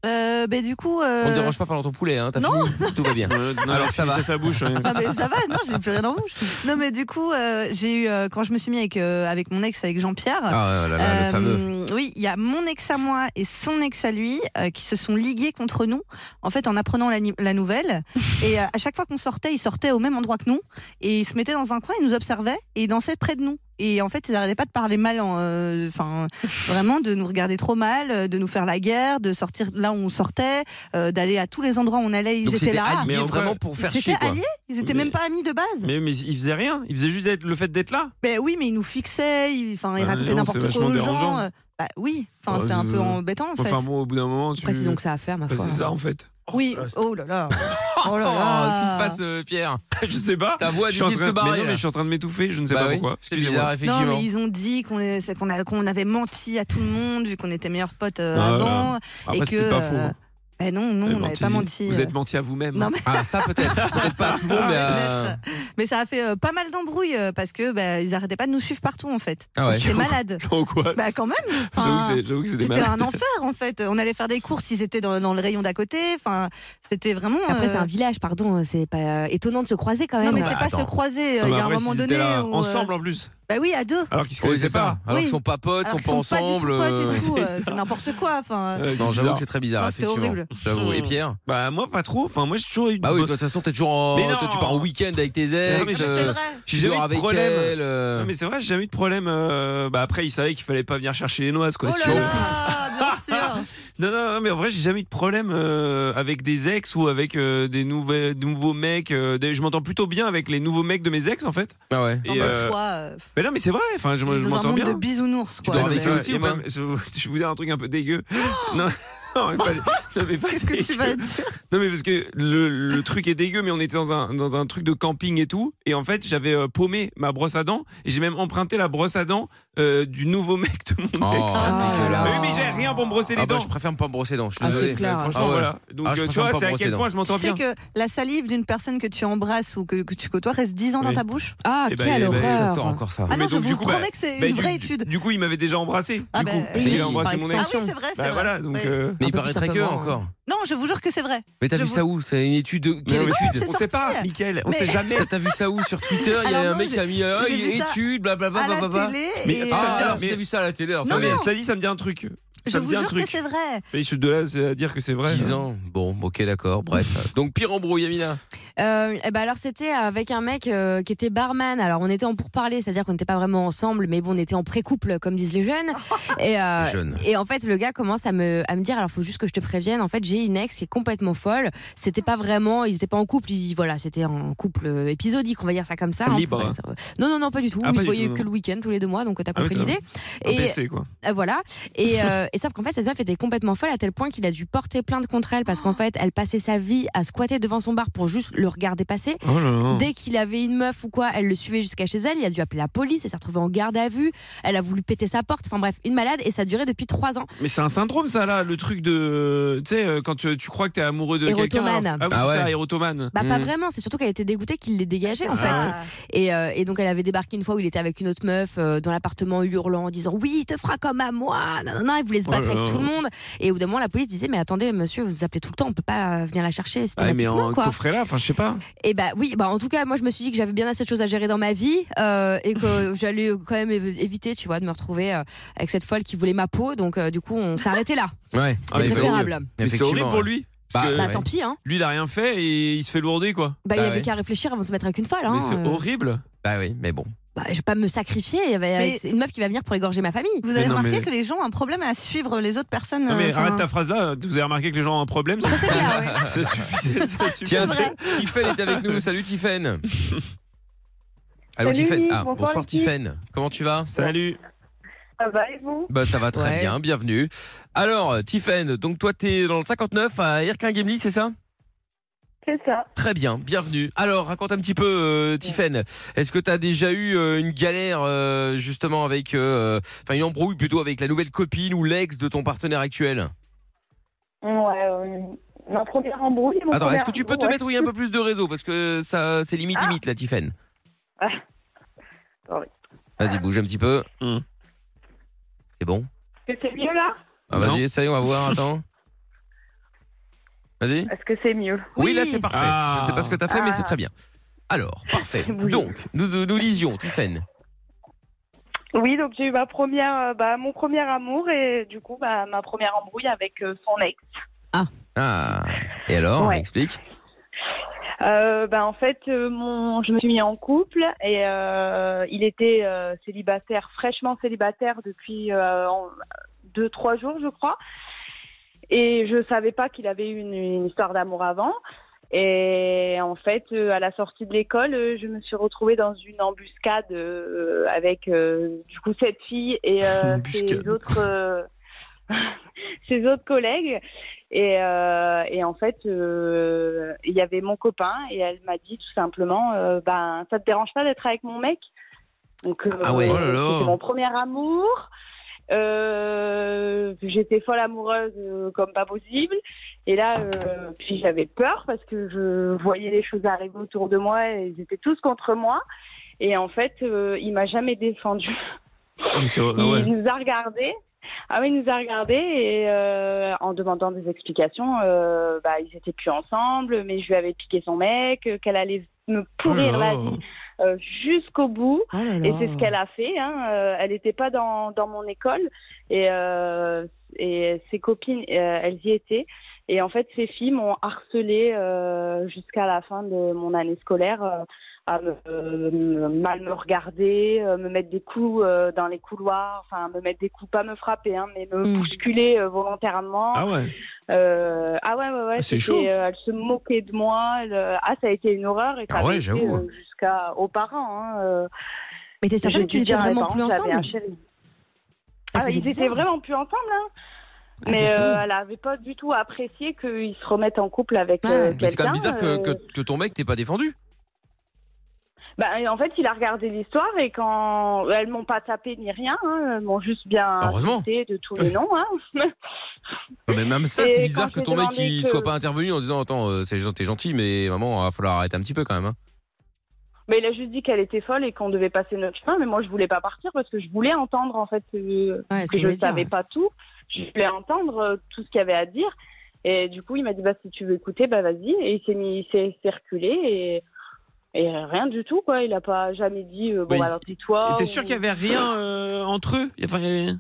D: Euh, ben, du coup. euh,
C: On ne dérange pas pendant ton poulet, hein, t'as
D: Non.
C: fini Tout va bien.
E: Euh, non,
C: Alors ça va. Oh,
E: sa bouche.
D: Ah mais ça va, non, j'ai plus rien en bouche. Non mais du coup, euh, j'ai eu euh, quand je me suis mis avec euh, avec mon ex avec Jean-Pierre. euh,
C: Ah ouais, là, là, le fameux.
D: Oui, il y a mon ex à moi et son ex à lui euh, qui se sont ligués contre nous en fait en apprenant la, ni- la nouvelle et euh, à chaque fois qu'on sortait, ils sortaient au même endroit que nous et ils se mettaient dans un coin, ils nous observaient et ils dansaient près de nous. Et en fait, ils n'arrêtaient pas de parler mal, en, euh, enfin vraiment de nous regarder trop mal, euh, de nous faire la guerre, de sortir là où on sortait, euh, d'aller à tous les endroits où on allait, ils
C: Donc
D: étaient
C: c'était
D: là.
C: alliés Mais en vraiment vrai- pour faire
D: Ils étaient
C: chier, quoi.
D: alliés, ils étaient
E: Mais-
D: même pas amis de base.
E: Mais, mais il faisait rien, il faisait juste être- le fait d'être là.
D: Ben oui, mais ils nous fixaient, ils, enfin, ils
E: Ah,
D: racontaient
E: non,
D: n'importe
E: c'est vachement
D: quoi aux gens.
E: dérangeant.
D: euh, Bah oui, enfin,
E: Ouais,
D: c'est un
E: euh,
D: peu embêtant en fait.
E: Enfin bon, au bout d'un moment, tu.
D: Précisons que ça a à faire, ma
E: Bah,
D: foi.
E: C'est ça en fait.
D: oui, oh là là. Oh là là.
C: Qu'est-ce qui se passe, euh, Pierre
E: Je sais pas.
C: Ta voix a
E: Je suis en
C: décidé de
E: train-
C: se barrer,
E: Mais non,
C: là.
E: mais je suis en train de m'étouffer, je ne sais
C: Bah
E: pas
C: oui,
E: pourquoi. Euh,
C: c'est bizarre,
D: Non, mais ils ont dit qu'on les- c'est qu'on a- qu'on avait menti à tout le monde, vu qu'on était meilleurs potes euh,
E: Ah,
D: avant.
E: ouais. Après,
D: et que.
E: c'était pas faux, hein.
D: ben non, non, on n'avait pas menti.
E: Vous
D: euh.
E: êtes menti à vous-même. hein.
D: Non, mais- Ah,
C: Ah, ça peut-être. peut-être pas à tout le monde, mais. à-
D: Mais ça a fait euh, pas mal d'embrouilles euh, parce que ben, ils arrêtaient pas de nous suivre partout en fait.
C: Ah ouais.
D: J'étais malade.
E: L'angoisse.
D: Bah quand même.
E: J'avoue que
D: Enfin,
E: c'est- j'avoue que c'est des
D: C'était
E: malades.
D: un enfer en fait. On allait faire des courses, ils étaient dans, dans le rayon d'à côté. Enfin, c'était vraiment.
F: Après,
D: euh,
F: c'est un village, pardon. C'est pas euh, étonnant de se croiser quand même.
D: Non mais c'est pas se
E: Ah
D: croiser.
E: bah
D: euh, Il y a un moment donné où, euh,
E: Ensemble en plus.
D: Bah oui, à deux.
E: Alors qu'ils se
C: Oui,
E: connaissaient
C: c'est ça.
E: pas.
C: Alors qu'ils sont pas potes,
D: Alors
C: sont
D: qu'ils
C: pas ensemble.
D: Pas du tout
C: euh,
D: potes et tout. euh, c'est n'importe quoi. Enfin.
E: Ouais,
C: non, j'avoue
E: bizarre.
C: que c'est très bizarre,
D: Non, c'était
C: effectivement.
D: Ah, horrible.
C: J'avoue. Et Pierre
E: Bah moi pas trop. Enfin moi j'ai toujours eu.
C: Bah oui, toi, de toute façon, t'es toujours en.
E: Mais non.
C: toi, tu pars en week-end avec tes ex.
E: Non, mais c'est
C: euh,
E: vrai.
C: Tu
E: J'ai jamais eu
C: dors
E: de
C: avec
E: problème.
C: elle. euh.
E: Non, mais c'est vrai, j'ai jamais eu de problème. euh, Bah après, ils savaient qu'il fallait pas venir chercher les noises, quoi.
D: Oh
E: si
D: là
E: tu veux.
D: là, bien sûr.
E: Non, non, non, mais en vrai, j'ai jamais eu de problème euh, avec des ex ou avec euh, des nouvelles, nouveaux mecs. euh, des- je m'entends plutôt bien avec les nouveaux mecs de mes ex, en fait.
C: Ah ouais.
E: Et, euh,
D: Toi, euh,
E: Mais non, mais c'est vrai. Enfin, je, je
D: dans un
E: m'entends
D: monde
E: bien.
D: de bisounours. Quoi.
E: Ouais,
D: C'est-
E: mais- et même, je, je vais vous dire un truc un peu dégueu. non, non, mais pas, non, mais pas dégueu. Non, mais parce que le, le truc est dégueu, mais on était dans un, dans un truc de camping et tout. Et en fait, j'avais euh, paumé ma brosse à dents. Et j'ai même emprunté la brosse à dents euh, du nouveau mec de mon
C: Oh,
E: ex.
C: dégueulasse.
E: Oui, mais j'ai rien pour me brosser les
C: Ah bah,
E: dents.
C: je préfère me pas me brosser les dents. Je suis
E: Ah, c'est
C: désolé.
E: clair. Franchement,
C: Ah ouais.
E: voilà. Donc,
C: Ah, je
E: euh, tu
C: préfère
E: vois,
C: pas
E: c'est à
C: me brosser
E: quel
C: les
E: point
C: dents.
E: je m'entends
D: Tu sais
E: bien.
D: que la salive d'une personne que tu embrasses ou que, que tu côtoies reste 10 ans dans
E: Oui.
D: ta bouche
F: Ah,
E: Eh ben, eh ben,
C: Ça sort encore ça.
D: Ah non,
E: Mais
D: je
E: donc,
D: vous
E: du coup,
D: promets
E: bah,
D: que c'est
E: bah,
D: une
E: du-
D: vraie
E: du-
D: étude.
E: Du coup, il m'avait déjà embrassé.
D: Ah
E: du
D: bah,
E: coup,
D: oui,
E: il a
D: par
E: embrassé mon ex.
D: extension. Ah oui, c'est vrai, c'est
E: Bah
D: vrai.
E: voilà, donc.
D: Oui.
E: euh,
C: Mais il paraît très que encore.
D: Non, je vous jure que c'est vrai.
C: Mais t'as
D: Je
C: vu
D: vous-
C: ça où C'est une étude. Quelle
E: mais
C: étude
E: on sait pas, Mickaël, on
D: Mais-
E: sait jamais.
C: Ça, T'as vu ça où sur Twitter Il y
D: Alors
C: a un
D: non,
C: mec qui a
D: j'ai-
C: mis euh,
D: j'ai vu ça
C: étude, blablabla.
D: à la
C: blablabla.
D: télé
E: Mais
D: et-
E: attends, ça
C: Ah,
E: me dit-
C: alors, si
E: mais-
C: t'as vu ça à la télé. alors,
E: Non,
C: toi,
E: mais
C: mais-
E: ça dit, ça me dit un truc.
D: Je
E: Ça me
D: vous
E: dit un
D: jure que
E: truc.
D: c'est vrai.
E: Mais je suis de là à dire que c'est vrai. hein.
C: 10 ans. Bon, ok, d'accord, bref. Donc, pire embrouille, Yamina.
F: Euh, eh ben alors c'était avec un mec euh, qui était barman. Alors on était en pourparlers, c'est-à-dire qu'on n'était pas vraiment ensemble, mais bon, on était en pré-couple comme disent les jeunes. Et, euh,
O: Les jeunes.
F: et en fait le gars commence à me à me dire alors faut juste que je te prévienne. En fait j'ai une ex qui est complètement folle. C'était pas vraiment, ils n'étaient pas en couple. Ils, voilà, c'était un couple euh, épisodique, on va dire ça comme ça. hein,
E: Libre.
F: pour- Non non non pas du tout.
E: Ah,
F: ils se
E: pas du
F: voyaient
E: tout,
F: que
E: non.
F: le week-end tous les deux mois, donc t'as
E: Ah oui,
F: compris
E: ça va.
F: l'idée.
E: Un PC, quoi.
F: Euh, voilà. Et, euh, et sauf qu'en fait, cette meuf était complètement folle à tel point qu'il a dû porter plainte contre elle parce qu'en fait, elle passait sa vie à squatter devant son bar pour juste le regarder passer.
O: Oh là là.
F: Dès qu'il avait une meuf ou quoi, elle le suivait jusqu'à chez elle. Il a dû appeler la police. Elle s'est retrouvée en garde à vue. Elle a voulu péter sa porte. Enfin bref, une malade. Et ça a duré depuis trois ans.
E: Mais c'est un syndrome, ça, là, le truc de. Tu sais, euh, quand tu, tu crois que t'es amoureux de quelqu'un.
F: Érotomane.
E: alors- Ah, oui,
F: Ah
E: c'est
F: ouais.
E: ça, érotomane.
F: Bah pas
E: Mm.
F: vraiment, c'est surtout qu'elle était dégoûtée qu'il l'ait dégagée en fait.
E: Ah.
F: Et, euh, et donc elle avait débarqué une fois où il était avec une autre meuf euh, dans l'appartement hurlant en disant oui il te fera comme à moi, nanana, il voulait se
E: Oh
F: battre
E: là
F: avec
E: là.
F: tout le monde. Et au bout d'un moment la police disait mais attendez monsieur vous appelez tout le temps, on peut pas euh, venir la chercher
E: Ah, mais
F: systématiquement
E: en
F: quoi.
E: coffret là, enfin, je sais pas.
F: Et bah oui, bah en tout cas moi je me suis dit que j'avais bien assez de choses à gérer dans ma vie euh, et que j'allais quand même év- éviter tu vois de me retrouver euh, avec cette folle qui voulait ma peau donc euh, du coup on s'est arrêté là.
C: Ouais,
F: C'était préférable.
E: Mais c'est horrible pour lui. parce que
F: Bah, tant pis hein.
E: Lui, il a rien fait et il se fait lourder, quoi.
F: Bah, il y avait qu'à réfléchir avant de se mettre avec une folle. hein,
E: Mais c'est
F: euh.
E: horrible.
C: Bah oui, mais bon.
F: bah, je vais pas me sacrifier il y avait avec une meuf qui va venir pour égorger ma famille.
D: Vous avez remarqué que les gens ont un problème à suivre les autres personnes.
E: Non, mais
D: euh, enfin,
E: arrête ta phrase là, vous avez remarqué que les gens ont un problème Ça,
F: c'est
E: ça suffisait. ça suffisait.
C: Tiens, Tiffen est avec nous. Salut Tiffen. Allô
P: Salut,
C: Tiffen. Ah,
P: bonsoir,
C: bonsoir
P: l'équipe.
C: Tiffen. Comment tu vas Salut.
P: Ça va et vous
C: Bah ça va très
P: Ouais.
C: bien, bienvenue. Alors Tiffen, donc toi t'es dans le 59 à Irkin Gamely, c'est ça
P: C'est ça.
C: Très bien, bienvenue. Alors raconte un petit peu euh, Tiffen, est-ce que t'as déjà eu euh, une galère euh, justement avec, euh, enfin une embrouille plutôt avec la nouvelle copine ou l'ex de ton partenaire actuel
P: Ouais, euh, ma première embrouille. mon
C: Attends,
P: premier
C: est-ce que tu peux
P: amour,
C: te
P: ouais.
C: mettre oui, un peu plus de réseau parce que ça c'est limite limite là Tiffen.
P: Ah. Sorry. Ah.
C: Vas-y bouge un petit peu. C'est bon
P: Est-ce que c'est mieux là
C: Ah, Vas-y essaye, on va voir, attends. Vas-y.
P: Est-ce que c'est mieux
C: Oui, là c'est parfait. Je ne sais pas ce que tu as fait, mais c'est
P: Ah.
C: très bien. Alors, parfait. Donc, nous, nous lisions, Tiffen.
P: Oui, donc j'ai eu ma première, euh, bah, mon premier amour et du coup bah, ma première embrouille avec euh, son ex.
C: Ah, et alors,
P: Ouais.
C: explique.
P: Euh, bah, en fait, euh, mon, je me suis mis en couple et euh, il était euh, célibataire, fraîchement célibataire depuis euh, en- deux, trois jours, je crois. Et je savais pas qu'il avait eu une, une histoire d'amour avant. Et en fait, euh, à la sortie de l'école, euh, je me suis retrouvée dans une embuscade euh, avec euh, du coup cette fille et euh, ses autres. euh, ses autres collègues. Et, euh, et en fait, euh, il y avait mon copain et elle m'a dit tout simplement euh, ben, Ça te dérange pas d'être avec mon mec Donc, euh,
C: Ah ouais. Oh là là.
P: c'était mon premier amour. Euh, J'étais folle amoureuse euh, comme pas possible. Et là, euh, puis j'avais peur parce que je voyais les choses arriver autour de moi et ils étaient tous contre moi. Et en fait, euh, il m'a jamais défendue. Il nous a regardés. Ah oui, il nous a regardés et euh, en demandant des explications, euh, bah, ils étaient plus ensemble, mais je lui avais piqué son mec, euh, qu'elle allait me pourrir
O: Oh là.
P: la vie euh, jusqu'au bout.
O: Ah là.
P: Et c'est ce qu'elle a fait. hein, euh, elle n'était pas dans, dans mon école et, euh, et ses copines, euh, elles y étaient. Et en fait, ces filles m'ont harcelée euh, jusqu'à la fin de mon année scolaire. euh, à me, euh, me- mal me regarder, euh, me mettre des coups euh, dans les couloirs, enfin me mettre des coups, pas me frapper, hein, mais me
O: Mm.
P: bousculer euh, volontairement.
E: Ah ouais.
P: Euh, ah ouais, ouais, ouais.
E: Ah, c'est
P: c'était,
E: chaud.
P: euh, elle se moquait de moi. elle, euh, ah, ça a été une horreur. Et ça
E: Ah
P: avait
E: ouais,
P: été,
E: j'avoue.
P: euh, Jusqu'à aux parents. Hein, euh,
F: Mais t'es
P: j'ai
F: certaine
P: dû
F: qu'ils étaient
P: dire à mes
F: vraiment
P: parents
F: plus
P: que hein, j'avais un
F: ensemble
P: chéri. Ah,
F: Parce que
P: ils
F: c'est
P: étaient
F: bizarre.
P: vraiment plus ensemble. Hein.
F: Ah, c'est
P: mais
F: chaud.
P: euh, elle avait pas du tout apprécié qu'ils se remettent en couple avec
F: Ah,
P: euh,
C: Mais c'est quand même
P: quelqu'un,
C: bizarre que,
P: euh,
C: que- que ton mec t'ait pas défendu.
P: Bah, en fait, il a regardé l'histoire et quand elles m'ont pas tapé ni rien, hein, elles m'ont juste bien
C: Heureusement.
P: insulté de tous les noms. Hein.
C: Non, mais même ça,
P: Et
C: c'est
P: quand
C: bizarre
P: je
C: que
P: lui ai
C: ton mec
P: demandé
C: il
P: que-
C: soit pas intervenu en disant Attends, euh, c'est- t'es gentil, mais maman, il va falloir arrêter un petit peu quand même. hein.
P: Mais il a juste dit qu'elle était folle et qu'on devait passer notre chemin. Mais moi, je voulais pas partir parce que je voulais entendre en fait euh,
F: Ouais, ce
P: que
F: qu'il
P: je
F: voulait
P: ne
F: dire,
P: savais
F: ouais.
P: pas tout. Je voulais entendre euh, tout ce qu'il y avait à dire. Et du coup, il m'a dit bah si tu veux écouter, bah vas-y. Et il s'est mis, il s'est il s'est reculé et et rien du tout quoi. Il a pas jamais dit euh, bon
E: Mais il-
P: alors dis-toi.
E: Et T'es
P: ou-
E: sûr qu'il y avait rien euh, entre eux Enfin, il y avait-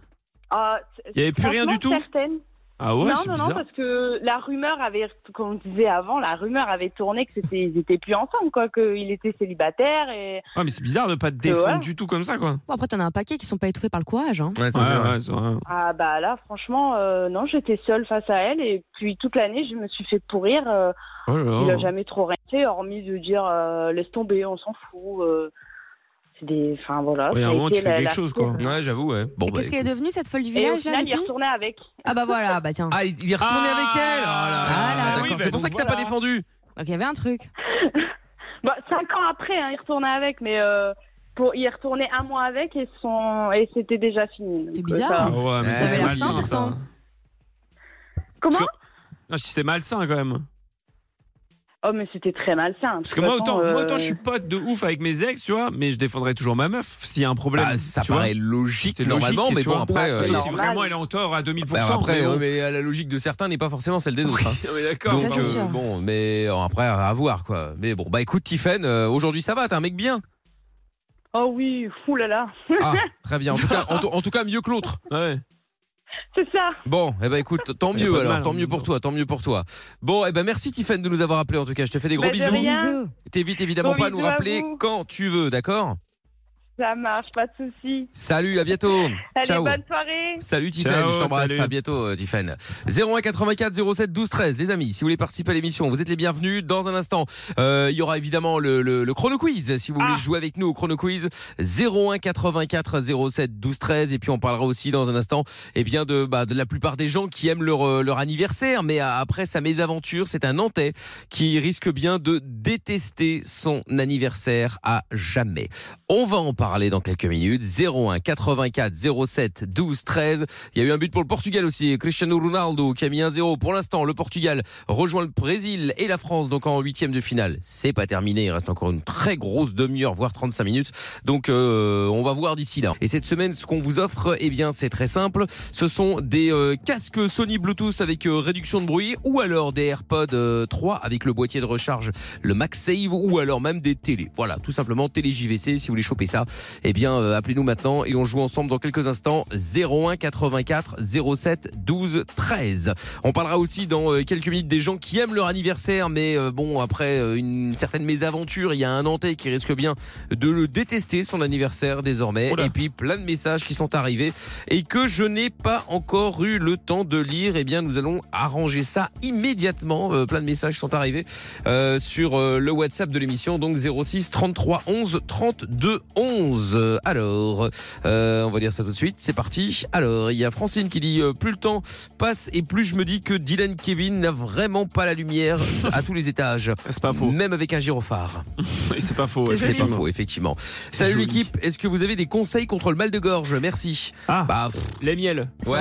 P: Ah, c-
E: Il y avait plus rien
P: franchement,
E: du tout
P: certaines-
E: Ah ouais,
P: non,
E: c'est
P: non, non,
E: bizarre.
P: parce que la rumeur avait, comme on disait avant, la rumeur avait tourné que c'était, ils étaient plus ensemble, quoi, qu'il était célibataire et.
E: Ouais, mais c'est bizarre de pas te
P: Que
E: défendre
P: voilà.
E: du tout comme ça, quoi.
F: Bon, après, t'en as un paquet qui sont pas étouffés par le courage. Hein.
E: Ouais, c'est vrai.
P: Ah bah là, franchement, euh, non, j'étais seule face à elle et puis toute l'année, je me suis fait pourrir. euh,
E: Oh là là.
P: Il a jamais trop rien fait, hormis de dire euh, laisse tomber, on s'en fout. euh, c'est des, enfin voilà.
C: Oui,
P: Ah, ça
C: à un
P: a
C: moment,
P: été
C: tu fais
P: la-
C: quelque
P: la-
C: chose, quoi. Ouais, j'avoue, ouais. Bon, bah,
F: Qu'est-ce qu'elle est devenue, cette folle du
P: Et au
F: village, là,
P: final, il est
F: depuis
P: retourné avec.
F: Ah bah voilà, bah tiens.
C: Ah, il il est retourné avec elle Oh là là
F: Voilà.
C: D'accord,
F: Oui, bah,
C: c'est pour ça que
F: donc
C: t'as pas
F: voilà.
C: défendu
F: Donc il y avait un truc.
P: Bah, cinq ans après, hein, il retournait avec, mais euh, pour, il est retourné un mois avec et, son, et c'était déjà fini. euh, C'est
E: Ah ouais, mais ça, c'est malsain, ça.
P: Comment
E: Non, je dis, c'est malsain quand même.
P: Oh, mais c'était très malsain.
E: Parce que moi autant, moi, autant
C: euh,
E: je suis pote de ouf avec mes ex, tu vois, mais je défendrai toujours ma meuf s'il y a un problème.
C: Bah, ça
E: tu vois.
C: paraît logique,
E: C'est
C: normalement, mais
E: tu
C: bon,
E: vois.
C: après, euh,
E: Sauf
C: c'est
E: si
C: normal.
E: vraiment elle est en tort à 2000%.
C: Bah, après,
E: mais bon.
C: ouais, mais, euh, la logique de certains n'est pas forcément celle des autres. hein.
E: d'accord.
C: Donc,
E: Ça, c'est
C: euh,
E: sûr.
C: bon, mais euh, après, à voir, quoi. Mais bon, bah écoute, Tiffen, euh, aujourd'hui ça va, t'es un mec bien.
P: Oh oui, fou là là.
C: Ah, très bien. En tout cas, en tout- en tout cas mieux que l'autre.
P: C'est ça.
C: Bon, eh ben écoute,
E: Y
C: tant
E: a
C: mieux
E: pas de
C: alors,
E: mal,
C: tant
E: hein,
C: mieux pour toi, tant mieux pour toi. Bon, eh ben merci Tiffen de nous avoir appelé en tout cas. Je te fais des gros
P: Bah, de
C: bisous.
P: rien.
C: T'évites évidemment
P: Gros
C: pas à nous
P: bisous à
C: rappeler
P: vous.
C: quand tu veux, d'accord
P: Ça marche, pas de soucis.
C: Salut, à bientôt.
P: Allez,
C: Ciao.
P: bonne soirée.
C: Salut Tiffen, je t'embrasse, à bientôt euh, Tiffen. 01 84 07 12 13, les amis, si vous voulez participer à l'émission, vous êtes les bienvenus. Dans un instant, euh, il y aura évidemment le, le- le chrono quiz, si vous voulez jouer avec nous au chrono quiz, 01 84 07 12 13, et puis on parlera aussi dans un instant eh bien de, bah, de la plupart des gens qui aiment leur, euh, leur anniversaire, mais euh, après sa mésaventure, c'est un Nantais qui risque bien de détester son anniversaire à jamais. On va en parler dans quelques minutes. 01 84 07 12 13. Il y a eu un but pour le Portugal aussi. Cristiano Ronaldo qui a mis 1-0. Pour l'instant, le Portugal rejoint le Brésil et la France donc en huitième de finale. C'est pas terminé. Il reste encore une très grosse demi-heure, voire 35 minutes. Donc euh, on va voir d'ici là. Et cette semaine, ce qu'on vous offre, eh bien c'est très simple. Ce sont des euh, casques Sony Bluetooth avec euh, réduction de bruit ou alors des AirPods euh, 3 avec le boîtier de recharge, le MagSafe ou alors même des télés. Voilà, tout simplement télé JVC si vous voulez choper ça. Eh bien euh, appelez-nous maintenant et on joue ensemble dans quelques instants 01 84 07 12 13. On parlera aussi dans euh, quelques minutes des gens qui aiment leur anniversaire mais euh, bon après euh, une certaine mésaventure, il y a un Nantais qui risque bien de le détester son anniversaire désormais et puis plein de messages qui sont arrivés et que je n'ai pas encore eu le temps de lire. Eh bien, nous allons arranger ça immédiatement. Euh, plein de messages sont arrivés euh, sur euh, le WhatsApp de l'émission, donc 06 33 11 32 11. Euh, Alors, euh, on va dire ça tout de suite. C'est parti. Alors, il y a Francine qui dit euh, plus le temps passe et plus je me dis que Dylan Kevin n'a vraiment pas la lumière à tous les étages. C'est pas faux. Même avec un gyrophare.
E: c'est pas faux.
C: C'est pas
E: effectivement.
C: faux, effectivement. Salut l'équipe, est-ce que vous avez des conseils contre le mal de gorge Merci. Bah,
E: Ah,
C: les miels. Ouais.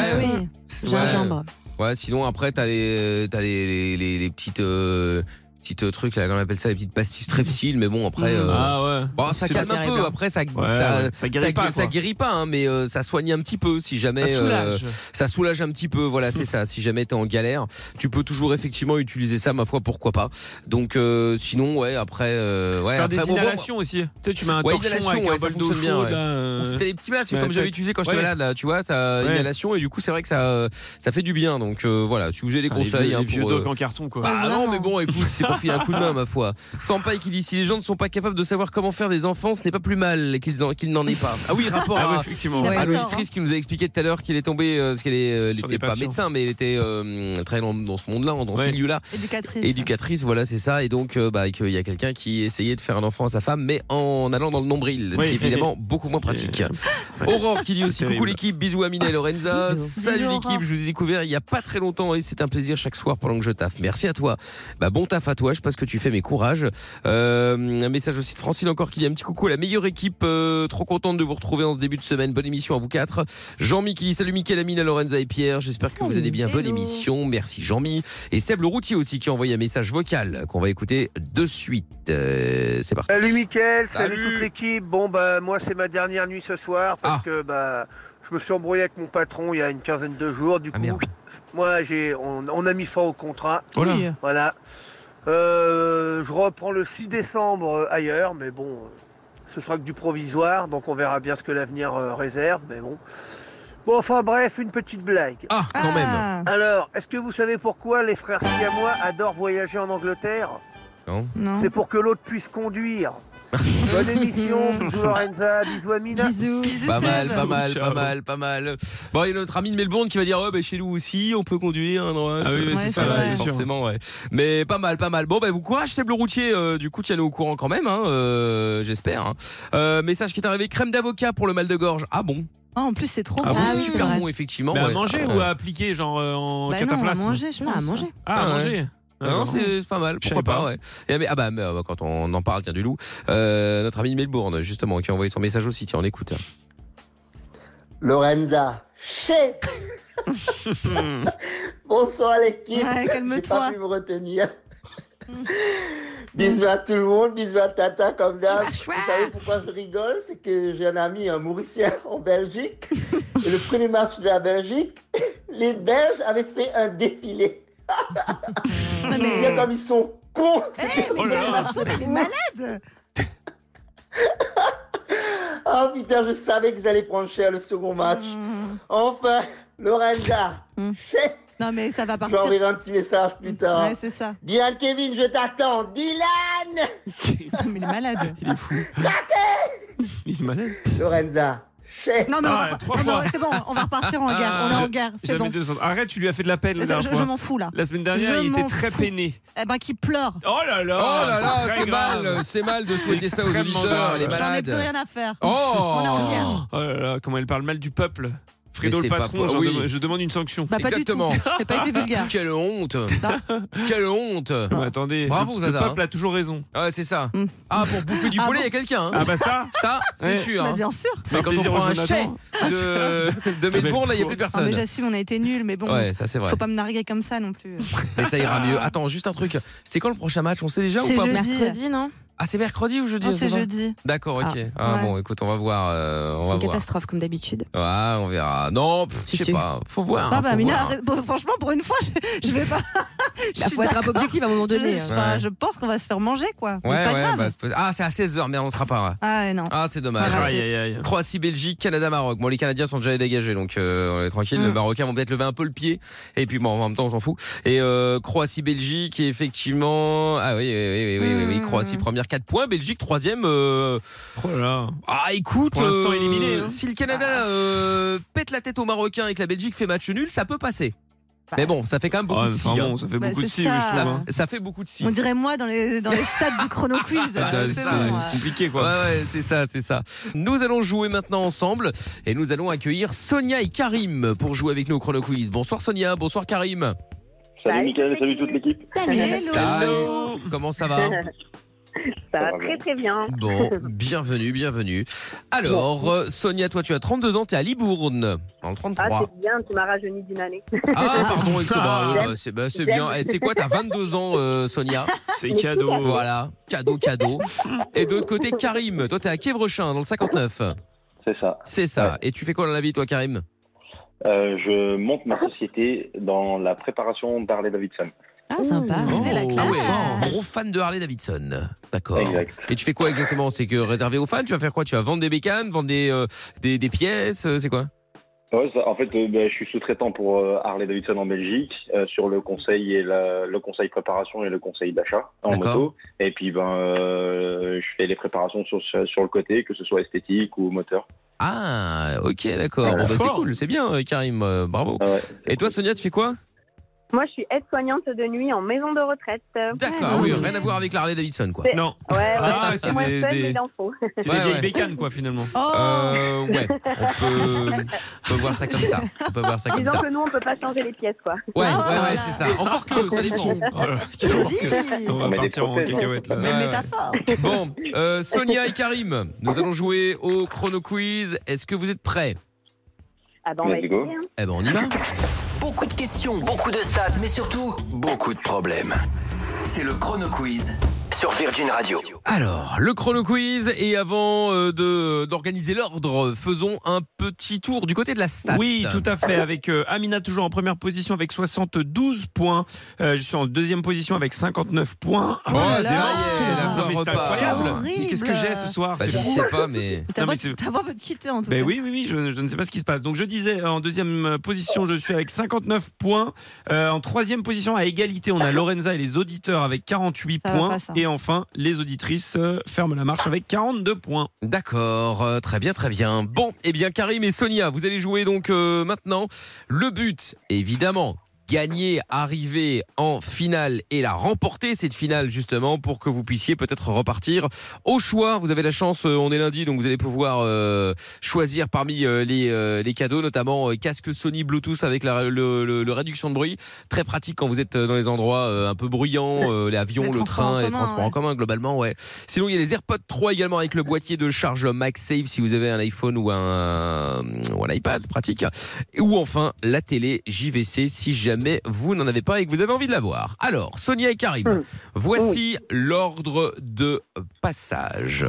E: Citron,
C: Ouais.
E: gingembre.
C: Ouais, sinon après, t'as les, t'as les, les, les- les petites. euh, petites, euh, trucs là, comment on appelle ça les petites pastilles strepsil mais bon après
E: Mm.
C: euh,
E: Ah ouais.
C: bon, ça
E: C'est
C: calme
E: pas
C: un
E: terrible,
C: peu
E: hein.
C: après ça
E: Ouais,
C: ça,
E: ouais, ça guérit pas,
C: ça
E: quoi.
C: guérit pas hein, mais euh, ça soigne un petit peu si jamais euh,
E: Ça soulage. Mm.
C: ça soulage un petit peu voilà c'est ça si jamais t'es en galère tu peux toujours effectivement utiliser ça ma foi pourquoi pas donc euh, sinon ouais après euh, ouais
E: Faire
C: après,
E: des
C: bon, bon,
E: inhalations aussi. Tu sais, tu mets un
C: Ouais,
E: torchon
C: inhalation,
E: avec
C: ouais,
E: un
C: ça
E: bol d'eau
C: fonctionne bien,
E: chaude.
C: ouais.
E: là, euh,
C: Bon, C'était les petits masques
E: tu mets
C: comme
E: la
C: j'avais
E: tête.
C: utilisé quand j'étais
E: Ouais.
C: malade, là, tu vois, ça
E: Ouais.
C: inhalation et du coup c'est vrai que ça, euh, ça fait du bien. Donc euh, voilà, si vous avez des
E: Putain, les
C: conseils,
E: vieux-
C: hein,
E: les vieux
C: pour,
E: docs en carton, quoi.
C: Bah
E: Ouais,
C: non,
E: vraiment.
C: mais bon, écoute, c'est pour filer un coup de main, ma foi. Sampai qui dit si les gens ne sont pas capables de savoir comment faire des enfants, ce n'est pas plus mal qu'ils en- qu'ils n'en aient pas. Ah oui, rapport
E: Ah ouais,
C: à,
E: effectivement. Il
C: à
E: a pas tort,
C: l'auditrice qui nous a expliqué tout à l'heure qu'elle est tombée, euh, parce qu'elle est, euh, elle
E: Sur
C: était
E: des
C: pas
E: patients.
C: médecin, mais elle était euh, très dans, dans ce monde-là, hein, dans ce
E: Ouais.
C: milieu-là.
D: Éducatrice.
C: Éducatrice, voilà, c'est ça. Et donc, euh, bah, qu'il y a quelqu'un qui essayait de faire un enfant à sa femme, mais en allant dans le nombril, ce
E: Oui,
C: qui est
E: et-
C: évidemment beaucoup moins pratique. Aurore qui dit aussi
E: Terrible.
C: coucou l'équipe, bisous Amina et Lorenza.
E: Bisous.
C: Salut
E: Bisous,
C: l'équipe,
E: Aurore.
C: je vous ai découvert il y a pas très longtemps et c'est un plaisir chaque soir pendant que je taffe. Merci à toi. Bah, bon taf à toi, je sais pas ce que tu fais, mais courage. Euh, un message aussi de Francine encore qui dit un petit coucou à la meilleure équipe. euh, trop contente de vous retrouver en ce début de semaine. Bonne émission à vous quatre. Jean-Mi qui dit salut Mickaël, Amina, Lorenza et Pierre. J'espère que vous allez bien. Bonne émission. Merci Jean-Mi. Et Seb le routier aussi qui a envoyé un message vocal qu'on va écouter de suite. Euh, c'est parti.
O: Salut Mickaël, salut,
C: Salut. Ah.
O: toute l'équipe. Bon bah moi c'est ma dernière nuit ce soir parce que bah je me suis embrouillé avec mon patron il y a une quinzaine de jours.
C: Ah,
O: Du coup, moi j'ai on, on a mis fin au contrat.
E: Oh là. Oui.
O: Voilà. Euh, je reprends le 6 décembre euh, ailleurs, mais bon, ce sera que du provisoire, donc on verra bien ce que l'avenir euh, réserve. Mais bon, Bon, enfin bref, une petite blague.
C: Ah, quand même.
O: Alors, est-ce que vous savez pourquoi les frères siamois adorent voyager en Angleterre
C: Non.
O: C'est pour que l'autre puisse conduire. Bonne émission, bisous Lorenza, bisous Amina.
D: Bisous.
C: Pas mal, pas mal, pas mal, pas mal. Bon, il y a notre ami de Melbourne qui va dire, ouais, bah, chez nous aussi, on peut conduire, hein, droite.
E: Ah oui, oui, c'est Ouais, ça, c'est ouais, vrai. c'est sûr.
C: forcément, ouais. Mais pas mal, pas mal. Bon, bah, vous courage, Seb le routier, euh, du coup, tiens-nous au courant quand même, hein, euh, j'espère. hein. Euh, message qui est arrivé, crème d'avocat pour le mal de gorge. Ah bon
D: Ah, en plus, c'est trop
C: Ah
D: bon.
C: bon, c'est super bon, effectivement.
E: Mais à
C: ouais.
E: manger
C: Ah,
E: ou
C: ouais.
E: à appliquer, genre euh, en
D: Bah non,
E: cataplasme
D: à manger, je
F: Non, à
D: pense.
F: manger.
E: Ah, à
C: ouais.
E: manger
C: Ah non,
E: D'accord.
C: c'est c'est pas mal,
E: Je
C: pourquoi
E: savais
C: pas,
E: pas.
C: ouais. Et, mais- ah bah, mais, euh, quand on en parle, tiens, du loup, euh, notre ami de Melbourne, justement, qui a envoyé son message aussi, tiens, on écoute.
Q: Lorenza, chez Bonsoir l'équipe.
D: Ouais, calme-toi. Mm.
Q: J'ai pas pu me retenir. Bisous à tout le monde, bisous à Tata comme d'hab. Vous savez pourquoi je rigole C'est que j'ai un ami un Mauricien en Belgique. Et le premier match de la Belgique, les Belges avaient fait un défilé. C'est comme ils sont cons.
D: Eh
Q: C'était
K: Oh là là.
Q: est malade Oh putain, je savais qu'ils allaient prendre cher le second match. Enfin, Lorenza, chef.
D: Mm. Non mais ça va
Q: Je vais enverrai un petit message plus tard.
D: Ouais, c'est ça.
Q: Dylan Kevin, je t'attends. Dylan
D: Mais il est malade.
E: Il est fou. Il est malade.
Q: Lorenza, chef.
D: Non mais on
E: Ah,
D: va-
E: trois
D: non,
E: fois.
D: mais c'est bon, on va repartir en guerre.
E: Ah,
D: on est en
E: je-
D: guerre, c'est
E: jamais
D: bon.
E: 200. Arrête, tu lui as fait de la peine. la
D: Je-
E: dernière
D: je
E: fois.
D: m'en fous, là.
E: La semaine dernière,
D: Je
E: il
D: m'en
E: était très
D: fous.
E: peiné.
D: Eh ben qui pleure.
E: Oh là là
C: Oh là là,
E: très
C: c'est
E: grave.
C: mal, c'est mal de souhaiter
E: C'est
C: ça aux
E: extrêmement
C: auditeurs,
E: grave.
C: les
D: J'en ai
C: malades.
D: plus rien à faire.
E: Oh
D: On est en guerre.
E: Oh là là, comment elle parle mal du peuple.
C: Mais
E: Fredo
C: c'est
E: le
C: pas
E: patron,
C: po-
E: j'en
C: oui.
E: dem- je demande une sanction.
D: Bah, pas du
C: Exactement.
D: tout. J'ai pas été vulgaire. Bah.
C: Quelle honte Quelle honte
E: Non, attendez,
C: Bravo,
E: le,
C: Zaza,
E: le peuple a toujours raison.
C: Ah, c'est ça.
D: Mm.
C: Ah, pour bouffer du
E: Ah
C: poulet, il y a
E: bon
C: quelqu'un. hein.
E: Ah bah ça
C: Ça, c'est
E: Ouais.
C: sûr.
D: Bah,
C: hein.
D: bien sûr.
C: Mais
E: Un
C: quand on
E: plaisir
C: prend
E: aux
C: un chais
E: Jonathan.
C: de, de Melbourne, là, il n'y a plus
D: Ah, mais
C: personne.
D: j'assume, on a été nuls, mais bon.
C: Ouais, ça, c'est vrai.
D: Faut pas me narguer comme ça non plus.
C: Mais ça ira mieux. Attends, juste un truc. C'est quand le prochain match On sait déjà ou
D: Ah. C'est
C: pas
D: jeudi.
F: Mercredi, non
C: Ah, c'est mercredi ou jeudi
D: Non,
C: on sait
D: Oh, c'est
C: pas
D: jeudi.
C: D'accord, ok.
F: Ah,
C: Ah,
F: ouais.
C: bon, écoute, on va voir. euh, on
F: C'est
C: va
F: une
C: voir.
F: catastrophe, comme d'habitude.
C: Ah, on verra. Non, pff, je sais pas. Faut voir.
D: Ah
C: hein,
D: bah,
C: faut
D: Amina,
C: voir.
D: arrête- bon, franchement, pour une fois, je, je vais pas. Il
F: faut être un peu objectif à un moment donné,
D: Je,
F: hein.
D: enfin,
C: Ouais.
D: je pense qu'on va se faire manger, quoi. Mais
C: Ouais,
D: c'est pas
C: ouais,
D: grave.
C: bah, c'est possible. ah, c'est à 16h, mais on sera pas. ouais.
D: Ah, ouais, non.
C: Ah, c'est dommage.
E: Ah, Aïe, aïe, aïe.
C: Croatie, Belgique, Canada, Maroc. Bon, les Canadiens sont déjà allés dégager, donc euh, on est tranquille.
D: Mm.
C: Les Marocains vont peut-être lever un peu le pied. Et puis, bon, en même temps, on s'en fout. Et euh, Croatie, Belgique, et effectivement. Ah oui, oui, oui, oui, oui, oui, oui.
D: Mm.
C: Croatie première 4 points, Belgique troisième. Euh...
E: Oh là là.
C: Ah, écoute.
E: Pour l'instant
C: euh,
E: éliminé, hein.
C: Si le Canada
D: Ah.
C: euh, pète la tête aux Marocains et que la Belgique fait match nul, ça peut passer. Mais bon, ça fait quand même beaucoup
E: Ah,
C: de si.
E: enfin bon, ça fait
D: Bah, beaucoup de c'est si, oui,
C: Ça,
D: je ça. trouve, hein.
C: ça fait beaucoup de si.
D: On dirait moi dans les, dans les stades du chrono quiz.
C: Ah, ça,
D: C'est
C: c'est
D: bon, ouais.
E: compliqué quoi.
C: Ouais, ouais, c'est ça, c'est ça. Nous allons jouer maintenant ensemble et nous allons accueillir Sonia et Karim pour jouer avec nous au chrono quiz. Bonsoir Sonia, bonsoir Karim.
K: Salut Mickaël, salut toute l'équipe.
P: euh,
C: Salut. Comment ça va hein
J: Ça va très très bien.
C: Bon, bienvenue, bienvenue. Alors, euh, Sonia, toi tu as 32 ans, t'es à Libourne, dans le
J: Ah,
C: 33.
J: c'est bien, tu m'as rajeuni d'une année.
C: Ah, pardon, ex- bah, oui,
J: J'aime.
C: bah, c'est bah, c'est bien.
J: J'aime.
C: Eh, Tu sais quoi, t'as 22 ans, euh, Sonia.
E: C'est cadeau.
C: Voilà, cadeau, cadeau. Et de l'autre côté, Karim, toi t'es à Kévrechin, dans le 59.
R: C'est ça.
C: C'est ça. Et tu fais quoi dans la vie, toi, Karim
R: Euh, je monte ma société dans la préparation d'Harley Davidson.
F: Ah, sympa.
E: Oh.
C: Ah
D: Oh.
F: Oh
C: ouais, gros fan de Harley Davidson. D'accord. Et tu fais quoi exactement C'est que réservé aux fans, tu vas faire quoi Tu vas vendre des bécanes, vendre des, euh, des, des pièces, euh, c'est quoi
R: Ouais, ça- en fait, euh, ben, je suis sous-traitant pour euh, Harley Davidson en Belgique euh, sur le conseil et la- le conseil préparation et le conseil d'achat en
C: D'accord.
R: moto. Et puis, ben, euh, je fais les préparations sur, sur le côté, que ce soit esthétique ou moteur.
C: Ah, ok, d'accord.
R: Voilà.
C: Bon, bah, c'est
R: Fort.
C: cool, c'est bien, euh, Karim, euh, bravo.
R: Ah
C: Et toi, Sonia, tu fais quoi
J: Moi, je suis aide-soignante de nuit en maison de retraite. D'accord,
C: Ah oui, rien à voir avec la Harley Davidson, quoi.
E: Non.
J: Ouais,
E: Ah,
J: ouais,
E: c'est
J: moins
E: des-
J: fun,
E: des-
J: mais il en faut.
E: C'est
C: Ouais,
E: des vieilles
C: ouais.
E: bécanes quoi finalement.
P: Oh.
J: Oh
C: Euh, ouais, on peut, on peut voir ça comme ça. On peut voir ça comme
J: Disons
C: ça.
J: que nous, on peut pas changer les pièces, quoi. Ah.
C: Ouais, ouais, ouais, c'est ça. Encore que, ça dépend.
E: On va partir en cacahuète là.
C: Ouais, ouais. Bon, euh, Sonia et Karim, nous allons jouer au chrono quiz. Est-ce que vous êtes prêts
J: Ah ben, on va
C: Let's
J: essayer. hein.
C: Eh ben, on y va.
B: Beaucoup de questions, beaucoup de stats, mais surtout beaucoup de problèmes. C'est le Chrono Quiz sur Virgin Radio.
C: Alors, le chrono quiz et avant euh, de d'organiser l'ordre, faisons un petit tour du côté de la stat.
E: Oui, tout à fait. Avec euh, Amina toujours en première position avec 72 points. Euh, je suis en deuxième position avec 59 points.
C: Oh, c'est vrai, elle a
E: Non, mais
C: voix
E: c'est incroyable. Mais Qu'est-ce que j'ai ce soir
C: Bah,
E: C'est
C: je
E: fou.
C: sais pas, mais-
D: Ta
E: Non,
D: voix
E: mais c'est-
D: ta voix veut te quitter en tout
E: ben
D: cas.
E: oui, oui, oui, je, je ne sais pas ce qui se passe. Donc je disais, euh, en deuxième euh, position, je suis avec 59 points. Euh, en troisième position, à égalité, on a Lorenza et les auditeurs avec 48
C: Ça va
E: points.
C: pas, ça.
E: et enfin, les auditrices euh, ferment la marche avec 42 points.
C: D'accord, euh, très bien, très bien. Bon, eh bien Karim et Sonia, vous allez jouer donc euh, maintenant. Le but, évidemment, gagner, arriver en finale et la remporter cette finale justement pour que vous puissiez peut-être repartir au choix. Vous avez la chance, euh, on est lundi, donc vous allez pouvoir euh, choisir parmi euh, les, euh, les cadeaux, notamment euh, casque Sony Bluetooth avec la le, le- le réduction de bruit, très pratique quand vous êtes euh, dans les endroits euh, un peu bruyants, euh, l'avion,
B: Le
C: le,
B: transport en
C: train, les
B: commun,
C: transports en commun globalement, ouais. Sinon, il y a les AirPods 3 également avec le boîtier de charge MagSafe si vous avez un iPhone ou un, ou un iPad, pratique. Ou enfin, la télé JVC si jamais vous n'en avez pas et que vous avez envie de la voir. Alors, Sonia et Karim, voici l'ordre de passage.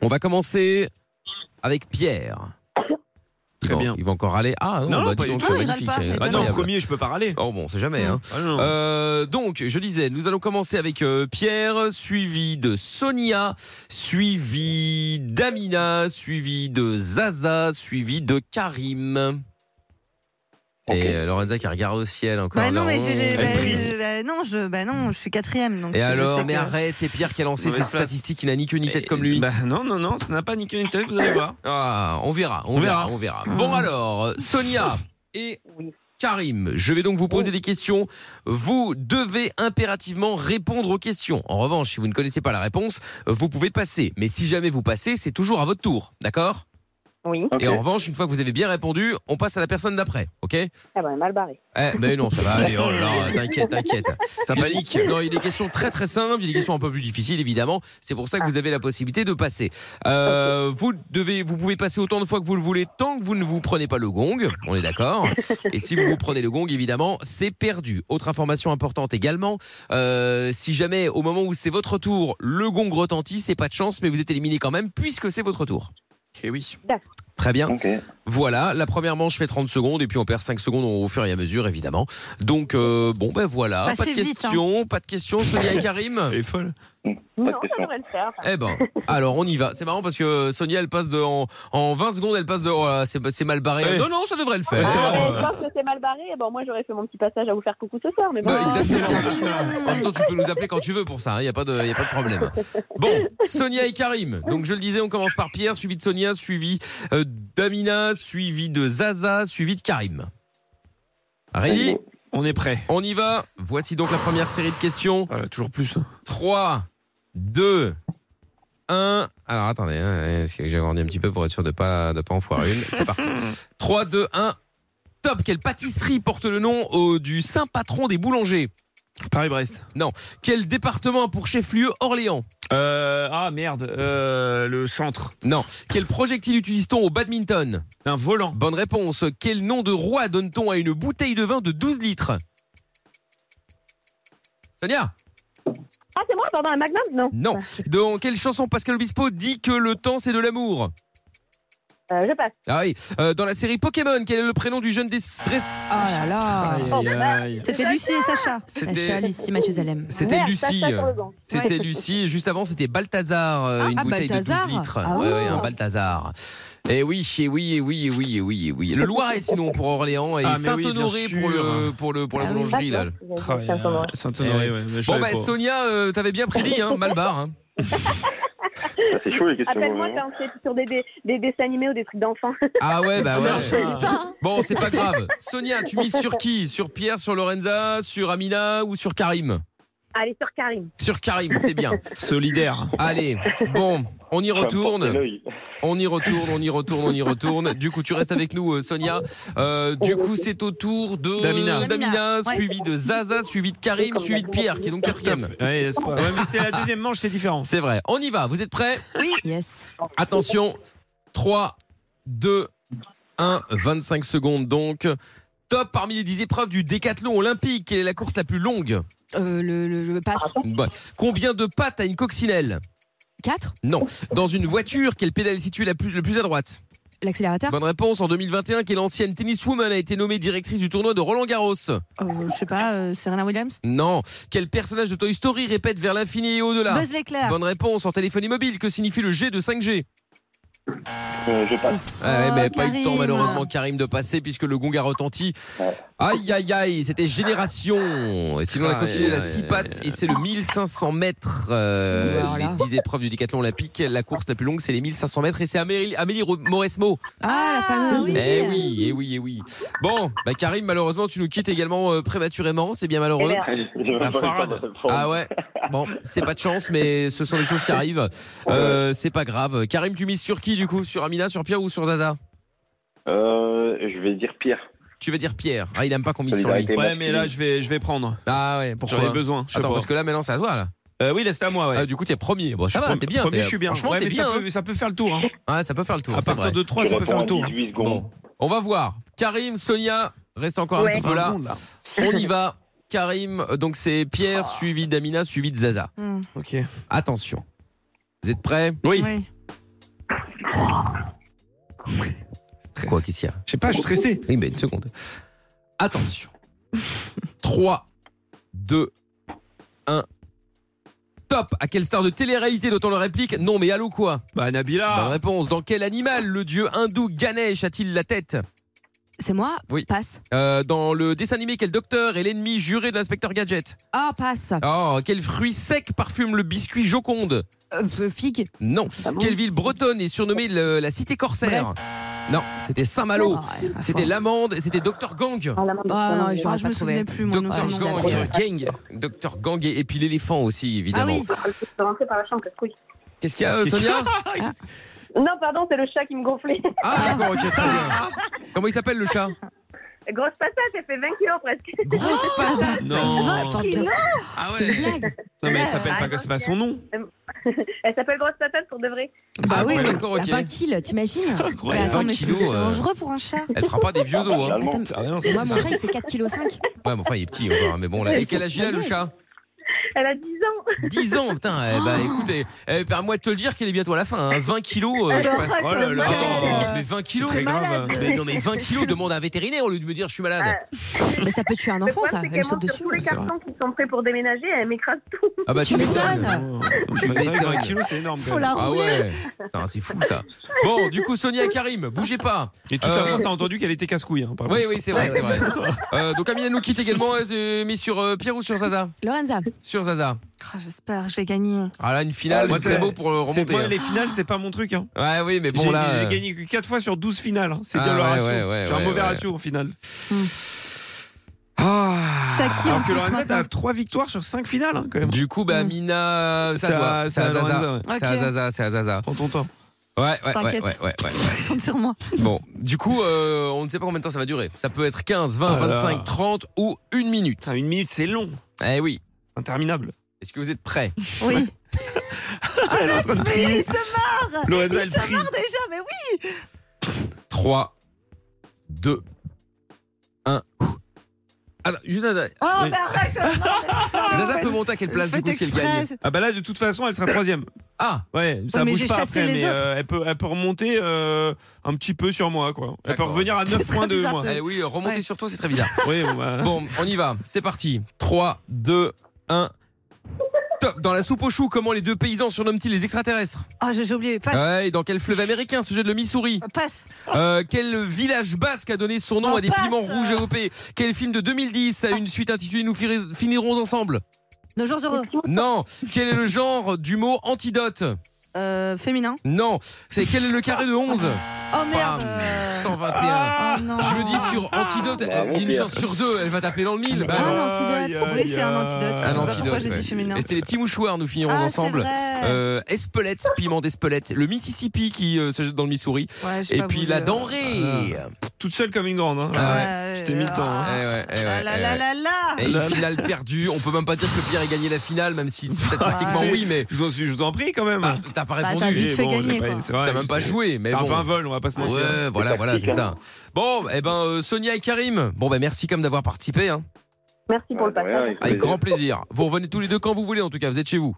C: On va commencer avec Pierre. Très bien. Il va encore râler. Ah non,
E: Non,
C: bah,
E: non,
C: dis
E: pas du
C: donc,
E: tout. Ah, il
C: magnifique,
E: râle pas,
C: c'est
E: mais t'as
C: incroyable.
E: non, premier, je peux pas râler.
C: Oh bon, c'est jamais. hein.
E: Ah, non, non.
C: Euh, donc, je disais, nous allons commencer avec euh, Pierre, suivi de Sonia, suivi d'Amina, suivi de Zaza, suivi de Karim. Et euh, Lorenza qui regarde au ciel encore.
D: Bah non,
C: là,
D: mais
C: on-
D: j'ai les-
C: Elle
D: bah,
C: prie.
D: je- bah non, je, bah non, je suis quatrième. Donc
C: Et
D: c'est- je sais
C: alors, mais
D: que-
C: arrête, c'est Pierre qui a lancé
E: Mauvaise
C: cette
E: place.
C: statistique, il n'a ni queue ni tête comme lui.
E: Bah non, non, non, ça n'a pas ni queue ni tête, vous allez voir.
C: Ah, on verra, on,
E: On
C: verra,
E: verra.
C: on verra. Bon alors, Sonia et Karim, je vais donc vous poser des questions. Vous devez impérativement répondre aux questions. En revanche, si vous ne connaissez pas la réponse, vous pouvez passer. Mais si jamais vous passez, c'est toujours à votre tour, d'accord
J: Oui.
C: Et en revanche, une fois que vous avez bien répondu, on passe à la personne d'après, ok
J: Ah ben, mal barré.
C: eh, mais non, ça va aller, oh là là, t'inquiète, t'inquiète.
E: Ça
C: Il y a
E: panique.
C: des- Non, il y a des questions très très simples, il y a des questions un peu plus difficiles évidemment. C'est pour ça que vous avez la possibilité de passer. Euh, vous devez, vous pouvez passer autant de fois que vous le voulez tant que vous ne vous prenez pas le gong. On est d'accord. Et si vous vous prenez le gong, évidemment, c'est perdu. Autre information importante également. euh, si jamais au moment où c'est votre tour, le gong retentit, c'est pas de chance, mais vous êtes éliminé quand même puisque c'est votre tour.
E: Et Eh oui.
C: Très bien. Voilà, la première manche fait 30 secondes et puis on perd 5 secondes au fur et à mesure, évidemment. Donc, euh, bon, ben voilà,
J: Bah,
C: pas de
J: c'est vite,
C: questions, pas de questions, Sonia et Karim. Elle est folle.
J: Non, ça devrait le faire.
C: Eh ben, alors on y va. C'est marrant parce que Sonia, elle passe de. En, en 20 secondes, elle passe de. Oh là, c'est c'est mal barré.
E: Ouais.
C: Non, non, ça devrait le faire.
E: c'est
J: Ah, mais sauf que c'est mal barré, bon, moi j'aurais fait mon petit passage à vous faire coucou ce soir, mais bon.
C: Bah, En même temps, tu peux nous appeler quand tu veux pour ça, il n'y a, pas de- y a pas de problème. Bon, Sonia et Karim. Donc, je le disais, on commence par Pierre, suivi de Sonia, suivi euh, d'Amina, suivi de Zaza, suivi de Karim. Ready
E: On est prêt. Ah,
C: On y va. Voici donc la première série de questions.
E: toujours plus. hein.
C: 3, 2, 1. Alors, attendez, hein, est-ce que j'ai agrandi un petit peu pour être sûr de pas, de pas en foirer une C'est parti. 3, 2, 1. Top, quelle pâtisserie porte le nom euh, du saint patron des boulangers
E: Paris-Brest.
C: Non. Quel département a pour chef-lieu Orléans
E: Euh, ah merde, euh, le centre.
C: Non. Quel projectile utilise-t-on au badminton
E: Un volant.
C: Bonne réponse. Quel nom de roi donne-t-on à une bouteille de vin de 12 litres Sonia
J: Ah, c'est moi, pardon, un magnum Non.
C: Non. Dans quelle chanson Pascal Obispo dit que le temps c'est de l'amour
J: Euh, je passe.
C: Ah oui. Euh, dans la série Pokémon, quel est le prénom du jeune des stress
D: Oh là là.
C: Aïe, aïe, aïe.
D: C'était Lucie et Sacha.
C: C'était-
F: Sacha, Lucie, Mathusalem.
C: C'était Lucie.
F: Ouais.
C: C'était Lucie. Juste avant, c'était Balthazar, euh,
F: Ah,
C: une
F: ah,
C: bouteille
F: Balthazar.
C: de 12 litres.
F: Ah
C: ouais,
F: ouais.
C: ouais, un Balthazar. Et oui, et oui, et oui, et oui, et oui, et oui. Le Loiret, sinon, pour Orléans, et
E: Ah, mais oui, bien
C: Saint-Honoré pour, le, pour, le, pour la boulangerie, là.
E: Travail, euh, Saint-Honoré,
C: Eh
E: ouais, mais je
C: Bon,
E: savais
C: bah,
E: pas.
C: Sonia, euh, t'avais bien prédit, hein, Malbar. Hein.
R: Ah, C'est chaud les questions.
J: Appelle-moi
R: vraiment.
J: quand c'est sur des, des, des dessins animés ou des trucs d'enfants.
C: Ah ouais, bah ouais.
J: Non, je choisis pas, hein.
C: Bon, c'est pas grave. Sonia, tu mises sur qui Sur Pierre, sur Lorenza, sur Amina ou sur Karim
J: Allez, sur Karim.
C: Sur Karim, c'est bien.
E: Solidaire.
C: Allez, bon, on y
R: Ça va me
C: retourne.
R: porter l'œil.
C: On y retourne, on y retourne, on y retourne. Du coup, tu restes avec nous, euh, Sonia. Euh, du coup, c'est au tour de
E: Damina.
C: Damina, suivi de Zaza, suivi de Karim, suivi de Pierre, qui est donc quatrième.
E: Ouais, c'est pas- ouais, mais c'est la deuxième manche, c'est différent.
C: C'est vrai. On y va, vous êtes prêts
F: Oui. Yes.
C: Attention, 3, 2, 1, 25 secondes donc. Top parmi les 10 épreuves du décathlon olympique. Quelle est la course la plus longue
F: Euh, le, le, le passe.
C: Bah, Combien de pattes a une coccinelle
F: 4.
C: Non. Dans une voiture, quelle pédale est située la plus, le plus à droite
F: L'accélérateur
C: Bonne réponse. En 2021, quelle ancienne tenniswoman a été nommée directrice du tournoi de Roland Garros
D: Euh, je sais pas, euh, Serena Williams
C: Non. Quel personnage de Toy Story répète vers l'infini et au-delà
D: Buzz l'éclair.
C: Bonne réponse. En téléphonie mobile, que signifie le G de 5G
R: je passe.
C: Ouais, mais pas eu
R: Karim.
C: le temps malheureusement Karim de passer puisque le gong a retenti. Aïe aïe aïe, c'était Génération. Et sinon on a
E: Aïe,
C: continué la
E: Ah, aïe,
C: 6 pattes et c'est le 1500 mètres. euh, Les 10 épreuves du décathlon olympique, la course la plus longue c'est les 1500 mètres et c'est Amélie, Amélie Ro- Mauresmo.
F: Ah, la fameuse.
C: Eh oui, eh oui, eh oui. Bon, bah Karim malheureusement tu nous quittes également euh, prématurément, c'est bien malheureux.
R: Ah, farade.
C: Ah ouais. Bon, c'est pas de chance, mais ce sont les choses qui arrivent. Euh, c'est pas grave. Karim, tu mises sur qui du coup Sur Amina, sur Pierre ou sur Zaza
R: Euh, je vais dire Pierre.
C: Tu vas dire Pierre. Ah, il aime pas qu'on mise sur lui.
R: Solidarité
E: Ouais, mais là, je vais, je vais prendre.
C: Ah ouais, pourquoi
E: J'en ai besoin. je sais
C: Attends,
E: pas. Euh,
C: parce que là maintenant c'est à toi là.
E: oui, là c'était à moi. Ouais.
C: Ah, du coup, t'es premier. Bon, ça
E: Je
C: va,
E: suis
C: t'es bien.
E: Premier,
C: t'es-
E: je suis bien.
C: Franchement,
E: Ouais,
C: t'es
E: mais
C: bien.
E: Ça
C: hein.
E: peut, ça peut faire le tour. hein.
C: Ouais, ça peut faire le tour.
E: À
C: c'est
E: partir
C: vrai.
E: de 3, ça peut faire le tour. hein.
C: Bon, on va voir. Karim, Sonia, reste encore
E: Ouais.
C: un petit peu
E: 20
C: là.
E: secondes, là.
C: On y va. Karim, euh, donc c'est Pierre suivi d'Amina, suivi de Zaza.
D: Hmm.
E: Ok.
C: Attention. Vous êtes prêts
E: Oui.
C: Quoi, qu'est-ce qu'il y a
E: Je sais pas, je suis stressé.
C: Oui, mais une seconde. Attention. 3, 2, 1. Top À quelle star de télé-réalité doit-on le réplique Non, mais allô quoi
E: Bah, Nabila
C: Bonne réponse. Dans quel animal le dieu hindou Ganesh a-t-il la tête
F: C'est moi
C: Oui.
F: Passe.
C: Euh, dans le dessin animé, quel docteur est l'ennemi juré de l'inspecteur Gadget
F: Ah, passe.
C: Oh, quel fruit sec parfume le biscuit Joconde
F: Euh, figue.
C: Non. Quelle ville bretonne est surnommée le- la cité corsaire
F: Brest.
C: Non, c'était Saint-Malo.
F: Ah ouais,
C: c'était l'amande et c'était Docteur Gang.
F: Ah, non,
D: Ah,
F: j'aurais
D: je
F: pas trouvé.
D: me souvenais plus, moi, non,
C: Docteur
D: non, non.
C: Gang. Docteur Gang et, et puis l'éléphant aussi,
J: Ah
C: évidemment.
J: oui Je peux rentrer par la chambre, casse-couille.
C: Qu'est-ce qu'il y a, euh, Sonia
J: Non, pardon, c'est le chat qui me gonflait.
C: Ah, d'accord, ok, très bien. Comment il s'appelle le chat
J: Grosse patate, elle fait 20 kilos presque.
C: Grosse patate
E: Non.
J: Attends, bien sûr.
E: Ah ouais. Non, mais elle s'appelle pas, c'est pas son nom.
J: Elle s'appelle Grosse patate pour de vrai.
F: Bah oui,
C: ouais, d'accord, ok.
F: 20 kills, t'imagines
C: incroyable.
F: Attends,
C: 20
F: mais
C: kilos,
F: c'est- c'est
C: euh,
F: dangereux pour un chat.
C: Elle fera pas des vieux os. Hein.
F: Attends, mais- Moi, mon chat, il fait 4,5 kg.
C: Ouais, mais enfin, il est petit encore, hein, mais bon, là.
F: Ouais,
C: Et quel âge il a, le chat
J: Elle a 10 ans.
C: 10 ans, putain. Eh
F: Oh.
C: bah, écoutez, eh, permets-moi de te le dire qu'elle est bientôt à la fin. hein. 20 kilos. euh, je sais pas-
E: Oh là là.
C: Attends, mais 20 kilos.
E: C'est très grave.
C: Mais non, mais 20 kilos, demande à un vétérinaire au lieu de me dire je suis malade.
F: Mais Bah, ça peut tuer un enfant, ça.
J: C'est
F: Elle
J: qu'elle
F: saute
J: monte sur
F: dessus.
J: tous les cartons qui sont prêts pour déménager, elle m'écrase tout.
C: Ah bah, tu m'étonnes. Tu
E: C'est vrai que
C: m'étonnes.
E: 20 kilos, c'est énorme. quand
C: Faut
E: même.
C: la Ah rouler. ouais. Putain, c'est fou ça. Bon, du coup, Sonia et Karim, bougez pas.
E: Et toute
C: Euh,
E: la France a entendu qu'elle était casse-couille. hein, par
C: Oui,
E: contre.
C: oui, c'est vrai, c'est vrai. Euh, donc Amina nous quitte également. Elle s'est mise sur euh, Pierre ou sur Zaza
F: Lorenza.
C: Sur Zaza.
D: Ah, J'espère, je vais gagner.
C: Ah là, une finale,
E: Moi,
C: c'est beau pour euh,
E: c'est-
C: remonter.
E: moi,
C: hein.
E: les finales, c'est pas mon truc. hein.
C: Ouais, oui, mais bon
E: J'ai-
C: là.
E: J'ai
C: euh,
E: gagné que 4 fois sur 12 finales. hein. C'est
C: Ah,
E: bien le
C: ouais,
E: ratio.
C: ouais, ouais,
E: J'ai un
C: ouais,
E: mauvais
C: ouais. Hmm.
E: ratio au final.
C: Ah.
D: C'est à qui en
E: Alors que
D: plus
E: Lorenza,
D: maintenant
E: t'as 3 victoires sur 5 finales hein, quand même.
C: Du coup, bah, Amina, ça
E: C'est à-
C: doit. C'est
E: c'est
C: à
E: à Lorenza,
C: Zaza.
E: ouais.
C: C'est à
D: Ok.
C: Zaza, c'est à Zaza.
E: Prends ton temps.
C: Ouais, ouais, ouais,
D: T'inquiète.
C: ouais, ouais, ouais.
D: Compte sur moi.
C: Bon, du coup, euh, on ne sait pas combien de temps ça va durer. Ça peut être 15, 20,
E: Oh là là.
C: 25, 30 ou une minute.
E: Putain, Ah, une minute, c'est long.
C: Eh oui.
E: Interminable.
C: Est-ce que vous êtes prêts
D: Oui. Ah,
E: Elle est en train de
D: Il
E: prier.
D: se marre
E: Lorenza,
D: Il
E: elle
D: se
E: prie.
D: marre déjà, mais oui
C: 3, 2, 1. Attends, juste attends.
D: Oh, mais arrête non, mais-
C: Zaza peut monter à quelle place
D: Faites
C: du coup si elle
D: exprès.
C: gagne
E: Ah bah là, de toute façon, elle sera troisième.
C: Ah
E: Ouais, ça
D: mais
E: bouge
D: j'ai
E: pas
D: chassé
E: après,
D: les
E: mais
D: autres.
E: euh, elle, peut, elle peut remonter euh, un petit peu sur moi, quoi. Elle peut
C: D'accord.
E: revenir à 9 points de
D: bizarre,
E: moi.
D: ça.
C: Eh oui, remonter
D: Ouais.
C: sur toi, c'est très bizarre.
E: Oui, bon, bah,
C: Bon, on y va. C'est parti. 3, 2, 1. Top. Dans la soupe aux choux, comment les deux paysans surnomment-ils les extraterrestres
D: Ah, j'ai j'ai oublié. Passe.
C: Ouais, et dans quel fleuve américain, sujet de le Missouri
D: Passe.
C: Euh, Quel village basque a donné son nom
D: Oh,
C: à des
D: passe,
C: piments
D: euh.
C: rouges européens Quel film de 2010 a une suite intitulée Nous firis- finirons ensemble
D: Nos jours heureux.
C: Non. Quel est le genre du mot antidote
D: Euh, féminin.
C: Non. C'est quel est le carré de 11
D: Oh merde.
C: Bam.
D: euh,
C: 121.
D: Oh non.
C: Je me dis sur antidote,
R: Bravo,
C: elle- il y a une
R: Pierre.
C: chance sur deux, elle va taper dans le mille. Bah,
F: Ah,
C: non.
F: non, antidote.
E: aïe, aïe,
D: Oui, c'est un
E: aïe.
C: Un
D: antidote. Je sais pas pourquoi
C: antidote.
D: j'ai
C: ouais.
D: dit féminin.
C: Et c'était les petits mouchoirs, nous finirons
D: Ah, c'est
C: ensemble.
D: vrai.
C: Euh, Espelette, piment d'Espelette, le Mississippi qui euh, se jette dans le Missouri,
D: Ouais, j'ai
C: et
D: pas
C: puis
D: voulu,
C: la
D: euh,
C: denrée.
E: Ah. Toute seule comme une grande. Hein.
C: Ah ouais.
D: ouais,
E: tu t'es mis le temps, hein.
D: ah,
C: Eh ouais, eh ouais,
D: ah
C: eh
D: là
C: ouais.
D: là là là.
C: Et une finale perdue, on peut même pas dire que Pierre ait gagné la finale, même si statistiquement
E: Ah.
C: oui, mais
E: Je vous en, suis- je vous en prie quand même.
C: Ah, t'as pas
D: Bah,
C: répondu.
D: t'as
E: Eh,
D: vite fait
E: j'ai
D: gagner, quoi.
E: c'est vrai,
C: T'as même pas
E: j'ai-
C: joué, mais
E: T'as un
C: bon.
E: peu un vol, on va pas se mentir.
C: Ouais, voilà, voilà, c'est
E: hein.
C: ça. Bon, eh ben, euh, Sonia et Karim, bon, ben, merci comme d'avoir participé, hein.
J: Merci pour
R: Ouais,
J: le passage.
R: ouais,
C: Avec grand plaisir. Vous revenez tous les deux quand vous voulez, en tout cas, vous êtes chez vous.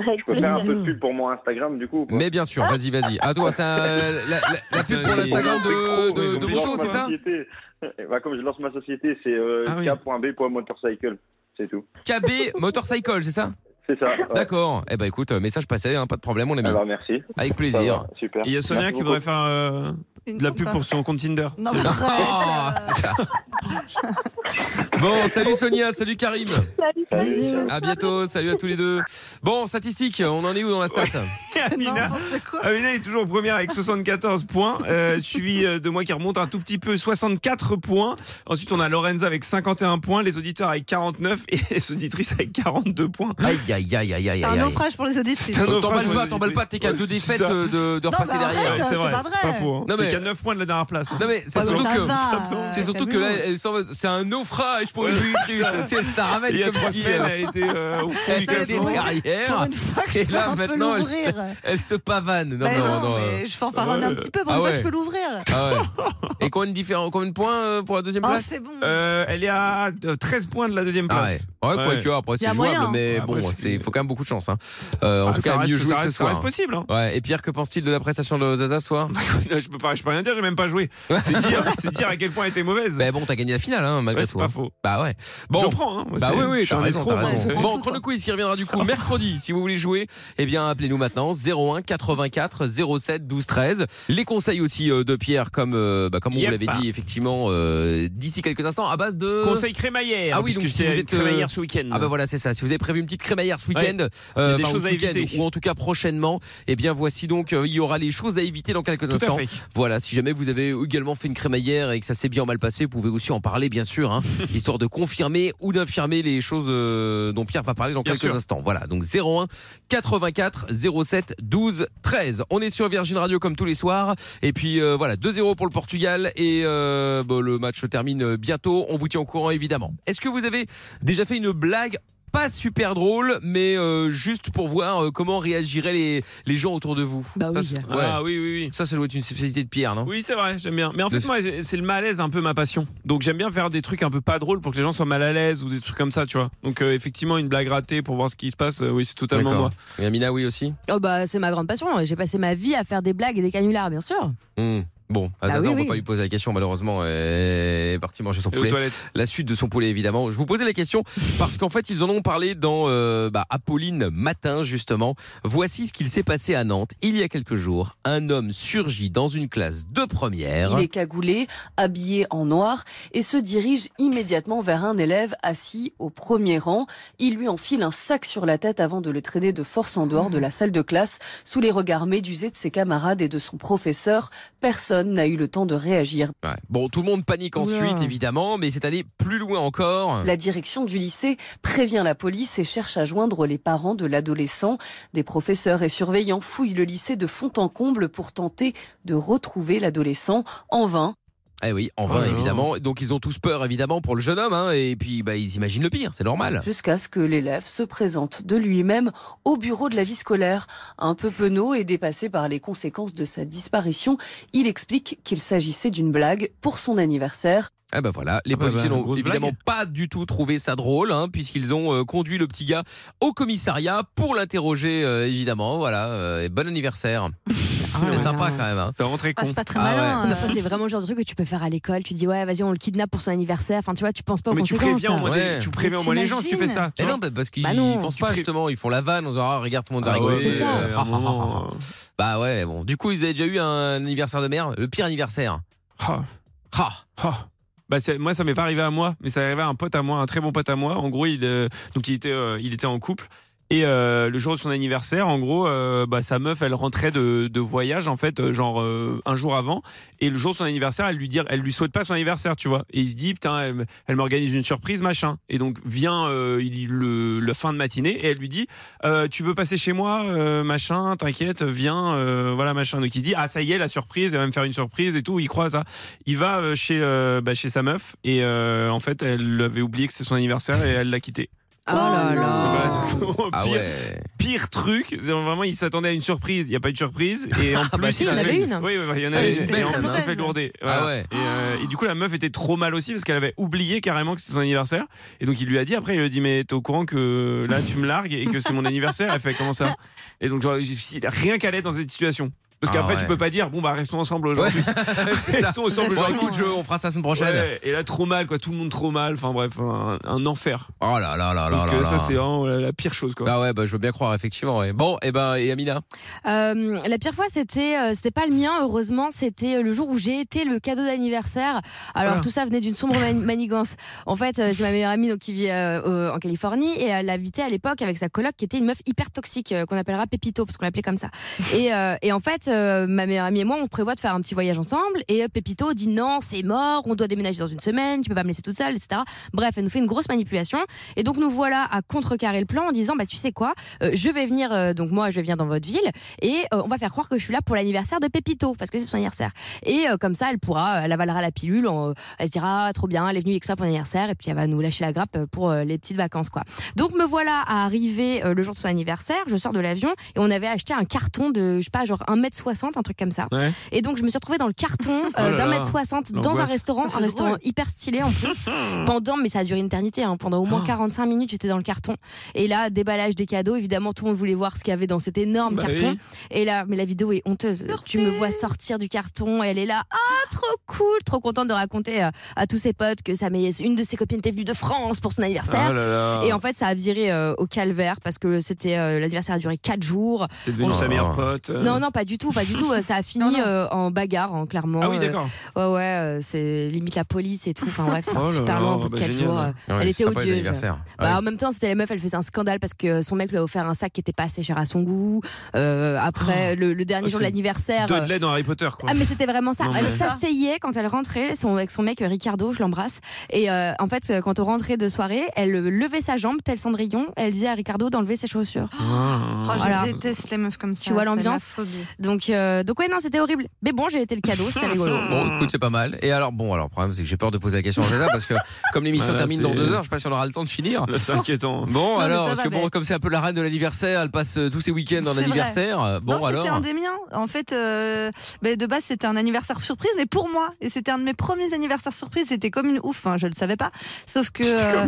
R: Je peux faire un
F: Mm.
R: peu de pub pour mon Instagram du coup. ou pas
C: Mais bien sûr, vas-y, vas-y. À toi, ça, euh, la, la- la pub pour l'Instagram de, de, de
R: Comme je
C: Bruno,
R: lance
C: c'est
R: ma
C: ça
R: société- Eh ben, Comme je lance ma société, c'est euh,
C: Ah oui.
R: k.b.motorcycle. C'est tout.
C: KB Motorcycle, c'est ça
R: C'est ça. ouais.
C: D'accord. Eh ben écoute, euh, message passé, hein, pas de problème, mon ami.
R: Alors, merci.
C: Avec
R: Ça
C: plaisir.
R: va, super.
E: Il y a Sonia qui voudrait faire euh, de la pub
C: contrainte.
E: pour son compte Tinder.
D: Non,
E: C'est-
D: mais
E: Ah,
C: Ah, Bon, salut Sonia, salut Karim.
P: Salut,
C: À bientôt, salut à tous les deux. Bon, statistique, on en est où dans la stat
E: Amina, Amina est toujours première avec 74 points, euh, suivi euh, de moi qui remonte un tout petit peu 64 points. Ensuite, on a Lorenza avec 51 points, les auditeurs avec 49 et les auditrices avec 42 points.
C: Aïe aïe aïe aïe aïe. Euh,
D: C'est un naufrage pour les auditrices.
E: C'est un naufrage,
C: T'emballes
E: ouais,
C: pas,
E: oui,
C: t'emballes
E: oui.
C: pas, t'es qu'à deux
E: Ouais, c'est
C: défaites
E: ça.
C: euh, de, de
E: Non,
C: repasser
E: mais
C: derrière.
E: arrête, Ouais, c'est c'est vrai, pas c'est vrai. pas faux, hein.
C: Non,
E: T'es
C: mais-
E: qu'à 9 points de la dernière place. hein.
C: Non mais c'est
E: Ah,
C: surtout
E: ça
C: que
E: va.
C: c'est surtout que là elle s'en va- c'est un naufrage pour une
E: Ouais,
C: auditrice.
E: c'est ça.
C: Si elle se la ramène
E: Il y a
C: comme
E: trois
C: si
E: semaines, elle était, euh, au fond
C: elle
E: du
C: était
E: classement.
C: derrière.
E: Pour une fois que
C: et
E: je
C: là
E: peux
C: maintenant elle se,
D: l'ouvrir.
C: elle se pavane. Non
D: Ben
C: non
D: non,
C: non.
D: mais
C: euh,
D: je fanfaronne un
C: euh,
D: petit peu, pour
C: ah
D: une fois,
C: ouais.
D: je peux l'ouvrir.
C: Ah ouais. Et combien de différents combien de points euh, pour la deuxième
D: Oh,
C: place
D: c'est bon.
E: Euh, elle est à euh, 13 points de la deuxième
C: Ah
E: place.
C: ouais. Ouais, quoi que, après
E: Il y
C: c'est
E: a
C: jouable,
E: moyen, hein.
C: mais
E: Après,
C: bon,
E: c'est-
C: c'est- il faut quand même beaucoup de chance. hein. Euh, en
E: Ah,
C: tout
E: ça
C: cas,
E: reste-
C: mieux
E: ça
C: joué que
E: reste-
C: ce
E: ça
C: soir.
E: reste possible, hein. Bah,
C: Ouais. Et Pierre, que pense-t-il de la prestation de Zaza ce soir
E: je peux pas, je peux rien dire, j'ai même pas joué. C'est dire, c'est dire à quel point elle était mauvaise.
C: Mais bon, t'as gagné la finale, hein, malgré
E: Ouais,
C: tout.
E: c'est pas faux.
C: Bah ouais.
E: Je prends, hein. Moi,
C: bah
E: c'est-
C: oui,
E: je
C: oui,
E: suis
C: t'as
E: un
C: raison,
E: escroc,
C: t'as
E: moi,
C: raison.
E: c'est-
C: Bon, Chrono Quiz qui reviendra du coup mercredi. Si vous voulez jouer, eh bien, appelez-nous maintenant 01 84 07 12 13. Les conseils aussi euh, de Pierre, comme, euh, bah, comme on
E: Yep.
C: vous l'avait dit, effectivement, euh, d'ici quelques instants, à base de.
E: Conseil crémaillère.
C: Ah oui, donc
E: puisque j'étais
C: si vous
E: à une
C: êtes. euh,
E: crémaillère ce week-end.
C: Ah bah voilà, c'est ça. Si vous avez prévu une petite crémaillère ce week-end,
E: Ouais.
C: euh,
E: Il y a des
C: enfin,
E: choses
C: ce
E: à
C: week-end,
E: éviter.
C: ou en tout cas prochainement, eh bien voici donc, euh, il y aura les choses à éviter dans quelques
E: Tout à
C: instants.
E: fait.
C: Voilà, si jamais vous avez également fait une crémaillère et que ça s'est bien mal passé, vous pouvez aussi en parler, bien sûr, hein, histoire de confirmer ou d'infirmer les choses euh, dont Pierre va parler dans
E: Bien
C: quelques
E: sûr.
C: instants. Voilà, donc 01 84 07 12 13. On est sur Virgin Radio comme tous les soirs. Et puis euh, voilà, 2-0 pour le Portugal et euh, bon, le match se termine bientôt. On vous tient au courant, évidemment. Est-ce que vous avez déjà fait une blague pas super drôle, mais euh, juste pour voir euh, comment réagiraient les, les gens autour de vous. Ça, c'est- ouais.
E: Ah oui, oui, oui.
C: Ça, ça doit être une spécialité de Pierre, non
E: Oui, c'est vrai, j'aime bien. Mais en fait,
C: Le-
E: moi, j'ai- c'est le malaise un peu ma passion. Donc, j'aime bien faire des trucs un peu pas drôles pour que les gens soient mal à l'aise ou des trucs comme ça, tu vois. Donc, euh, effectivement, une blague ratée pour voir ce qui se passe, euh, oui, c'est totalement
C: D'accord.
E: moi.
C: Et Amina, oui aussi
F: Oh bah c'est ma grande passion. J'ai passé ma vie à faire des blagues et des canulars, bien sûr.
C: Hmm. Bon, à
F: Bah
C: Zaza,
F: oui,
C: on peut
F: oui.
C: pas lui poser la question, malheureusement. Elle est partie manger son
E: Et aux
C: poulet.
E: toilettes.
C: La suite de son poulet, évidemment. Je vous posais la question parce qu'en fait, ils en ont parlé dans euh, bah, Apolline Matin, justement. Voici ce qu'il s'est passé à Nantes il y a quelques jours. Un homme surgit dans une classe de première.
S: Il est cagoulé, habillé en noir et se dirige immédiatement vers un élève assis au premier rang. Il lui enfile un sac sur la tête avant de le traîner de force en dehors de la salle de classe sous les regards médusés de ses camarades et de son professeur. Personne n'a eu le temps de réagir.
C: Ouais. Bon, tout le monde panique ensuite,
S: Oula.
C: évidemment, mais c'est allé plus loin encore.
S: La direction du lycée prévient la police et cherche à joindre les parents de l'adolescent. Des professeurs et surveillants fouillent le lycée de fond en comble pour tenter de retrouver l'adolescent en vain.
C: Eh oui, en
S: Oh
C: vain,
S: là là.
C: évidemment. Donc, ils ont tous peur, évidemment, pour le jeune homme. hein. et puis, bah, ils imaginent le pire, c'est normal.
S: Jusqu'à ce que l'élève se présente de lui-même au bureau de la vie scolaire. Un peu penaud et dépassé par les conséquences de sa disparition, il explique qu'il s'agissait d'une blague pour son anniversaire.
C: Ah bah voilà, les
E: Ah bah
C: policiers
E: bah,
C: n'ont
E: grosse
C: évidemment
E: blague.
C: pas du tout trouvé ça drôle, hein, puisqu'ils ont euh, conduit le petit gars au commissariat pour l'interroger, euh, évidemment. Voilà, euh, et bon anniversaire.
E: Ah
C: C'est sympa quand même. Hein.
E: C'est rentré con.
C: pas
E: Ah ouais.
F: Mais après, Bah, c'est vraiment le genre de truc que tu peux faire à l'école. Tu dis ouais, vas-y, on le kidnappe pour son anniversaire. Enfin, tu vois, tu penses pas aux
E: Mais tu
F: conséquences.
E: préviens au moins,
C: Ouais.
E: des- tu préviens au moins les gens si tu fais ça. tu
C: Eh
E: vois.
C: non, bah, parce qu'ils
E: Bah
C: ils
E: non.
C: pensent pas justement, ils font la vanne en disant ah, regarde tout le monde va
E: Ah ouais,
C: rigoler.
E: c'est ça.
C: Euh,
E: À un moment, euh,
C: Bah ouais, bon. Du coup, ils avaient déjà eu un anniversaire de merde, le pire anniversaire.
E: Ah. Ah. Bah c'est- moi ça m'est pas arrivé à moi, mais ça arrivait à un pote à moi, un très bon pote à moi. En gros, il euh, donc il était euh, il était en couple et euh, le jour de son anniversaire, en gros, euh, bah, sa meuf elle rentrait de, de voyage en fait, euh, genre euh, un jour avant et le jour de son anniversaire, elle lui dire elle lui souhaite pas son anniversaire, tu vois. Et il se dit putain, elle, m- elle m'organise une surprise machin. Et donc vient euh, il- le la fin de matinée et elle lui dit euh, tu veux passer chez moi euh, machin, t'inquiète, viens euh, voilà machin. Donc il dit ah ça y est la surprise, elle va me faire une surprise et tout, il croit à ça. Il va euh, chez, euh, bah, chez sa meuf et euh, en fait, elle avait oublié que c'était son anniversaire et elle l'a quitté.
F: Oh là là.
C: Ah
E: pire,
C: ouais.
E: pire truc, c'est vraiment il s'attendait à une surprise. Il n'y a pas eu de surprise. Et en
C: Ah bah
E: plus,
C: si, il y
E: a
C: en
E: fait-
C: avait une.
E: Oui, oui, oui, il y en
C: Ah,
E: avait
C: une
E: une.
C: très
E: Et on
C: bonne.
E: s'est fait lourder.
C: Ah
E: Voilà.
C: ouais.
E: Et, euh, et du coup, la meuf était trop mal aussi parce qu'elle avait oublié carrément que c'était son anniversaire. Et donc, il lui a dit après, il lui a dit Mais t'es au courant que là, tu me largues et que c'est mon anniversaire Elle fait Comment ça Et donc, genre, il a rien qu'à l'être dans cette situation. Parce
C: Ah
E: qu'après,
C: ouais.
E: tu peux pas dire Bon, bah, restons ensemble aujourd'hui. restons ensemble
C: Bon,
E: aujourd'hui.
C: écoute, je- on fera ça la semaine prochaine.
E: Ouais, et là, trop mal, quoi. Tout le monde trop mal. Enfin, bref, un, un enfer.
C: Oh là là là là
E: Parce
C: là
E: que
C: là.
E: ça, c'est vraiment la, la pire chose, quoi.
C: Bah ouais, bah je veux bien croire, effectivement. ouais. Bon, et ben, et Amina
F: Euh, la pire fois, c'était, euh, c'était pas le mien, heureusement, c'était euh, le jour où j'ai été le cadeau d'anniversaire. Alors
T: Ah.
F: tout ça venait d'une sombre mani- manigance. En fait, euh, j'ai ma meilleure amie donc, qui vit euh, euh, en Californie et elle habitait à l'époque avec sa coloc qui était une meuf hyper toxique euh, qu'on appellera Pépito parce qu'on l'appelait comme ça. Et, euh, et en fait, euh, ma meilleure amie et moi, on prévoit de faire un petit voyage ensemble et euh, Pépito dit non, c'est mort, on doit déménager dans une semaine, tu peux pas me laisser toute seule, etc. Bref, elle nous fait une grosse manipulation et donc nous voilà à contrecarrer le plan en disant bah tu sais quoi, euh, je vais venir euh, donc moi je vais venir dans votre ville et euh, on va faire croire que je suis là pour l'anniversaire de Pépito parce que c'est son anniversaire. Et euh, comme ça elle pourra, euh, elle avalera la pilule, on- elle se dira ah, trop bien, elle est venue exprès pour l'anniversaire et puis elle va nous lâcher la grappe euh, pour euh, les petites vacances quoi. Donc me voilà à arriver euh, le jour de son anniversaire, je sors de l'avion et on avait acheté un carton de je sais pas genre 1m60 un truc comme ça.
T: Ouais.
F: Et donc je me suis retrouvée dans le carton euh,
T: Oh là
F: d'un
T: là,
F: mètre soixante dans un
T: l'angoisse.
F: restaurant,
T: C'est
F: un restaurant
T: drôle.
F: hyper stylé en plus. Pendant, mais ça a duré une éternité, hein, pendant au
E: Oh.
F: moins 45 minutes, j'étais dans le carton. Et là, déballage des cadeaux, évidemment, tout le monde voulait voir ce qu'il y avait dans cet énorme
T: Bah
F: carton.
T: oui.
F: Et là, mais la vidéo est honteuse. Tu me vois sortir du carton, elle est là, ah, trop cool, trop contente de raconter euh, à tous ses potes que sa meilleure- une de ses copines était venue de France pour son anniversaire.
T: Ah là là.
F: Et en fait, ça a viré euh, au calvaire parce que c'était euh, l'anniversaire a duré 4 jours.
E: T'es devenu
F: On-
E: sa meilleure pote. euh.
F: non, non, pas du tout, pas du tout. Ça a fini euh, en bagarre, hein, clairement.
E: Ah oui, d'accord.
F: Euh, ouais, ouais, euh, c'est limite la police et tout. Enfin bref, c'est
T: Oh là
F: super
T: là,
F: loin au bout de
T: bah,
F: 4
T: génial.
F: jours. euh,
T: Ouais,
F: elle
T: c'est
F: était
T: sympa, les
F: odieuse.
T: anniversaires.
F: Bah,
T: Ouais.
F: En même temps, c'était la meuf, elle faisait un scandale parce que son mec lui a offert un sac qui était pas assez cher à son goût. Euh, après,
T: Oh.
F: le, le dernier
E: Ah,
F: jour de
E: c'est
F: l'anniversaire. euh,
E: Dudley dans Harry Potter, quoi.
F: ah mais c'était vraiment ça.
E: Non,
F: Elle
E: mais-
F: s'asseyait quand elle rentrait son, avec son mec euh, Ricardo, je l'embrasse. Et euh, en fait, euh, quand on rentrait de soirée, elle euh, levait sa jambe tel Cendrillon. Elle disait à Ricardo d'enlever ses chaussures.
D: Oh,
F: Voilà.
D: Je déteste les meufs comme ça.
F: Tu vois
D: c'est ma
F: l'ambiance
D: phobie.
F: Donc, euh, donc ouais, non, c'était horrible. Mais bon, j'ai été le cadeau, c'était rigolo.
D: Ah.
C: Bon, écoute, c'est pas mal. Et alors, bon, alors, le problème, c'est que j'ai peur de poser la question à Zaza parce que, comme l'émission
E: Voilà,
C: termine dans
E: c'est-
C: deux heures, je sais pas si on aura le temps de finir.
E: Là, C'est inquiétant.
C: Bon,
D: mais
C: alors,
D: ça
C: parce
D: va,
C: que bon,
D: mais-
C: comme c'est un peu la reine de l'anniversaire, elle passe euh, tous ses week-ends en
D: C'est vrai.
C: anniversaire. euh, Bon,
D: non,
C: alors.
D: C'était un des miens. En fait, euh, ben, de base, c'était un anniversaire surprise, mais pour moi. Et c'était un de mes premiers anniversaires surprise. C'était comme une ouf. hein, je ne le savais pas. Sauf que. euh,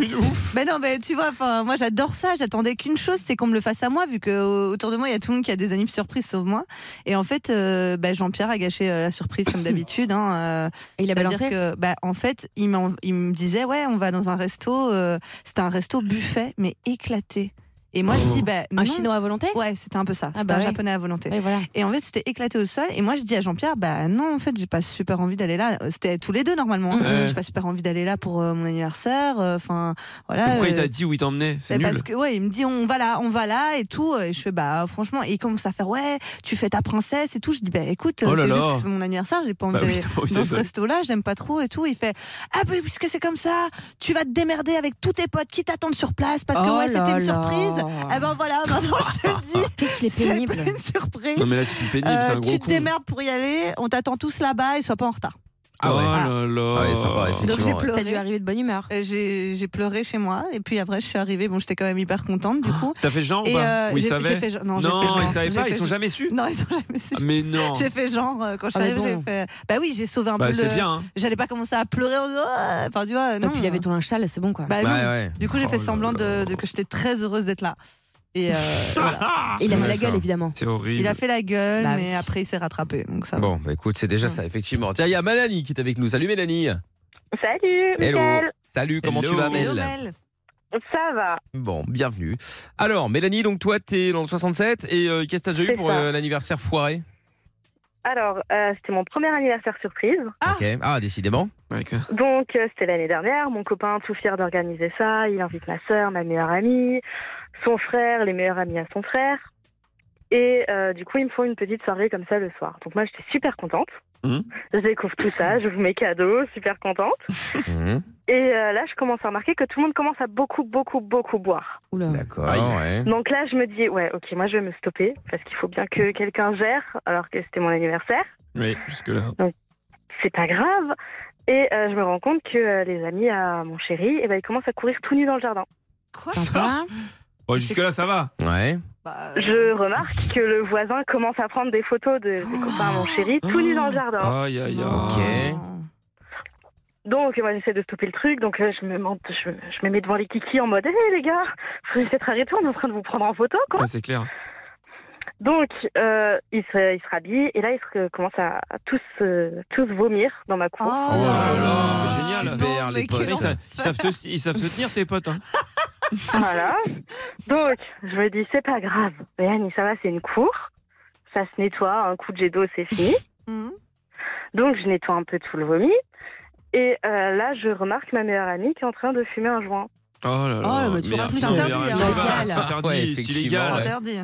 D: Mais non, mais tu vois, enfin, moi, j'adore ça. J'attendais qu'une chose, c'est qu'on me le fasse à moi, vu que euh, autour de moi, il y a tout le monde qui a des anniversaires surprises, sauf moi. Et en fait, euh, ben, Jean-Pierre a gâché euh, la surprise, comme d'habitude. Hein,
F: il
D: a
F: balancé
D: que, bah, en fait, il, m'en- il me disait, ouais, on va dans un resto. euh, c'était un resto buffet, mais éclaté. Et moi,
E: Oh.
D: je dis, bah,
F: Un
D: non.
F: chinois à volonté
D: Ouais, c'était un peu ça. C'était
F: bah
D: un
F: ouais.
D: japonais à volonté.
F: Ouais, voilà.
D: Et en fait, c'était éclaté au sol. Et moi, je dis à Jean-Pierre, bah non, en fait, j'ai pas super envie d'aller là. Euh, C'était tous les deux normalement.
E: Mhm.
F: Mm-hmm.
E: Ouais.
D: J'ai pas super envie d'aller là pour euh, mon anniversaire. Enfin, voilà.
E: Pourquoi il
D: euh,
E: t'a dit où il t'emmenait C'est
D: bah,
E: nul.
D: Parce que ouais, il me dit on va là, on va là et tout. Et je fais bah franchement, et il commence à faire ouais, tu fais ta princesse et tout. Je dis bah écoute,
T: Oh là
D: c'est
T: là.
D: juste que c'est mon anniversaire, j'ai pas envie
T: Bah oui,
D: d'aller
T: t'as pas envie
D: dans
T: d'aller.
D: ce resto-là, j'aime pas trop et tout. Il fait ah bah puisque c'est comme ça, tu vas te démerder avec tous tes potes qui t'attendent sur place parce que
F: Oh
D: ouais
F: là
D: c'était une
F: là.
D: surprise. Eh ben voilà, maintenant je te le dis.
F: Qu'est-ce qu'il est pénible.
D: une surprise.
E: Non, mais là, c'est plus pénible, c'est un gros
D: euh, Tu te
E: con.
D: démerdes pour y aller, on t'attend tous là-bas et sois pas en retard.
C: Ah ouais.
E: Oh là là.
C: Ah ouais, sympa, effectivement.
D: Donc j'ai
C: ouais.
D: pleuré. Euh,
F: T'as dû arriver de bonne humeur.
D: J'ai j'ai pleuré chez moi et puis après je suis arrivée. Bon, j'étais quand même hyper contente
T: Ah.
D: du coup.
E: T'as fait genre
D: Et,
E: ou pas
D: euh,
E: Ou ils
D: j'ai- j'ai
E: savaient
D: fait genre- non, j'ai fait genre.
E: ils savaient
D: J'ai
E: pas,
D: fait
E: ils sont
D: genre.
E: jamais su.
D: Non, ils sont jamais su.
E: Ah, Mais non.
D: J'ai fait genre euh, quand je
E: Ah,
D: suis
E: mais
D: arrivée,
E: bon.
D: j'ai fait. Bah oui, j'ai sauvé un
E: Bah,
D: peu
E: c'est
D: le.
E: bien, hein.
D: J'allais pas commencer à pleurer en disant. Ah Enfin, tu vois, non.
F: puis il y avait ton linge sale, c'est bon quoi.
D: Bah, non.
F: Ouais, ouais.
D: Du
E: Oh
D: coup, j'ai fait semblant de, de- que j'étais très heureuse d'être là. Et euh, voilà.
F: Et il a fait la gueule évidemment.
E: C'est horrible.
D: Il a fait la gueule,
F: Bah,
D: mais après il s'est rattrapé. Donc ça. va.
C: Bon, bah écoute, c'est déjà ça, effectivement. Tiens, il y a Mélanie qui est avec nous. Salut Mélanie.
P: Salut,
C: Hello.
P: Mickaël.
C: Salut, comment tu vas, Mel
P: Ça va.
C: Bon, bienvenue. Alors, Mélanie, donc toi, t'es dans le 67 et euh, qu'est-ce que t'as déjà eu
P: C'est
C: pour
P: ça.
C: euh, l'anniversaire foiré
P: Alors, euh, c'était mon premier anniversaire surprise.
C: Ok. Ah, décidément.
P: Donc, euh, c'était l'année dernière. Mon copain, tout fier d'organiser ça, il invite ma soeur, ma meilleure amie, son frère, les meilleurs amis à son frère. Et euh, du coup, ils me font une petite soirée comme ça le soir. Donc, moi, j'étais super contente. Je découvre tout ça, je vous mets cadeaux, super contente. Et euh, là, je commence à remarquer que tout le monde commence à beaucoup, beaucoup, beaucoup boire.
C: D'accord. Ah ouais.
P: Donc là, je me dis, ouais, ok, moi, je vais me stopper parce qu'il faut bien que quelqu'un gère alors que c'était mon anniversaire.
E: Oui, jusque-là.
P: c'est pas grave.
J: euh,
P: Et euh, je me rends compte que euh, les amis à mon chéri, eh ben, ils commencent à courir tout nus dans le jardin.
D: Quoi
E: Bon, Oh, Jusque-là, ça va.
C: Ouais.
J: Euh, Je remarque que le voisin commence à prendre des photos de
E: Oh.
J: ses copains à mon chéri, tout nu dans le jardin.
E: Aïe, aïe, aïe.
J: Donc, moi, j'essaie de stopper le truc. Donc, euh, je me, monte, je, je me mets devant les kikis en mode Hé les gars, faut être arrêter, on est en train de vous prendre en photo, quoi.
E: Ouais, c'est clair.
J: Donc, euh, il, se, il se rhabille et là, il se, commence à, à tous, euh, tous vomir dans ma cour.
E: Oh Génial.
C: Super, les potes.
E: Ils, savent, ils savent te, ils savent te tenir, tes potes. hein.
J: voilà. Donc, je me dis, c'est pas grave. Mais Annie, ça va, c'est une cour. Ça se nettoie, un coup de jet d'eau, c'est fini.
F: Mhm.
J: Donc, je nettoie un peu tout le vomi. Et euh, là, je remarque ma meilleure amie qui est en train de fumer un joint.
E: Oh là
J: Oh,
E: là.
J: mais tu
E: Merde,
J: racontes,
E: putain,
J: c'est
E: mais
J: interdit,
E: arrête
J: hein.
E: pas, c'est
J: Légal.
E: interdit,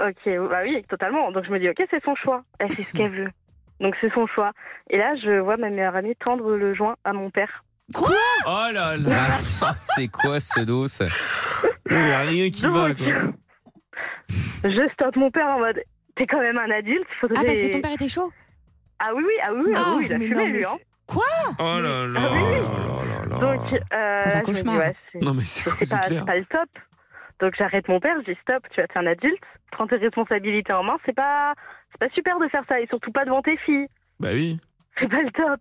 J: Ouais,
E: c'est illégal.
J: Ok, bah oui, totalement. Donc, je me dis, ok, c'est son choix. Elle fait ce qu'elle veut. Donc, c'est son choix. Et là, je vois ma meilleure amie tendre le joint à mon père. Quoi
E: Oh là
C: là. Attends, c'est quoi ce dos
E: Il n'y a rien qui va, quoi.
J: Je stoppe mon père en mode T'es quand même un adulte. faudrait-
F: Ah, parce que ton père était chaud
J: Ah oui, oui, ah oui, ah,
F: Ah,
J: oui il a
F: mais
J: fumé
F: non, mais
J: lui.
F: c'est-
J: Hein.
D: Quoi
E: Oh là là.
D: ah
C: Ah
J: Donc, euh, là, je me dis, ouais, c'est-
E: Non, mais c'est
J: c'est pas, c'est pas le top. Donc j'arrête mon père, je dis stop, tu vas être un adulte, prends tes responsabilités en main, c'est pas, c'est pas super de faire ça, et surtout pas devant tes filles,
E: Bah oui.
J: c'est pas le top.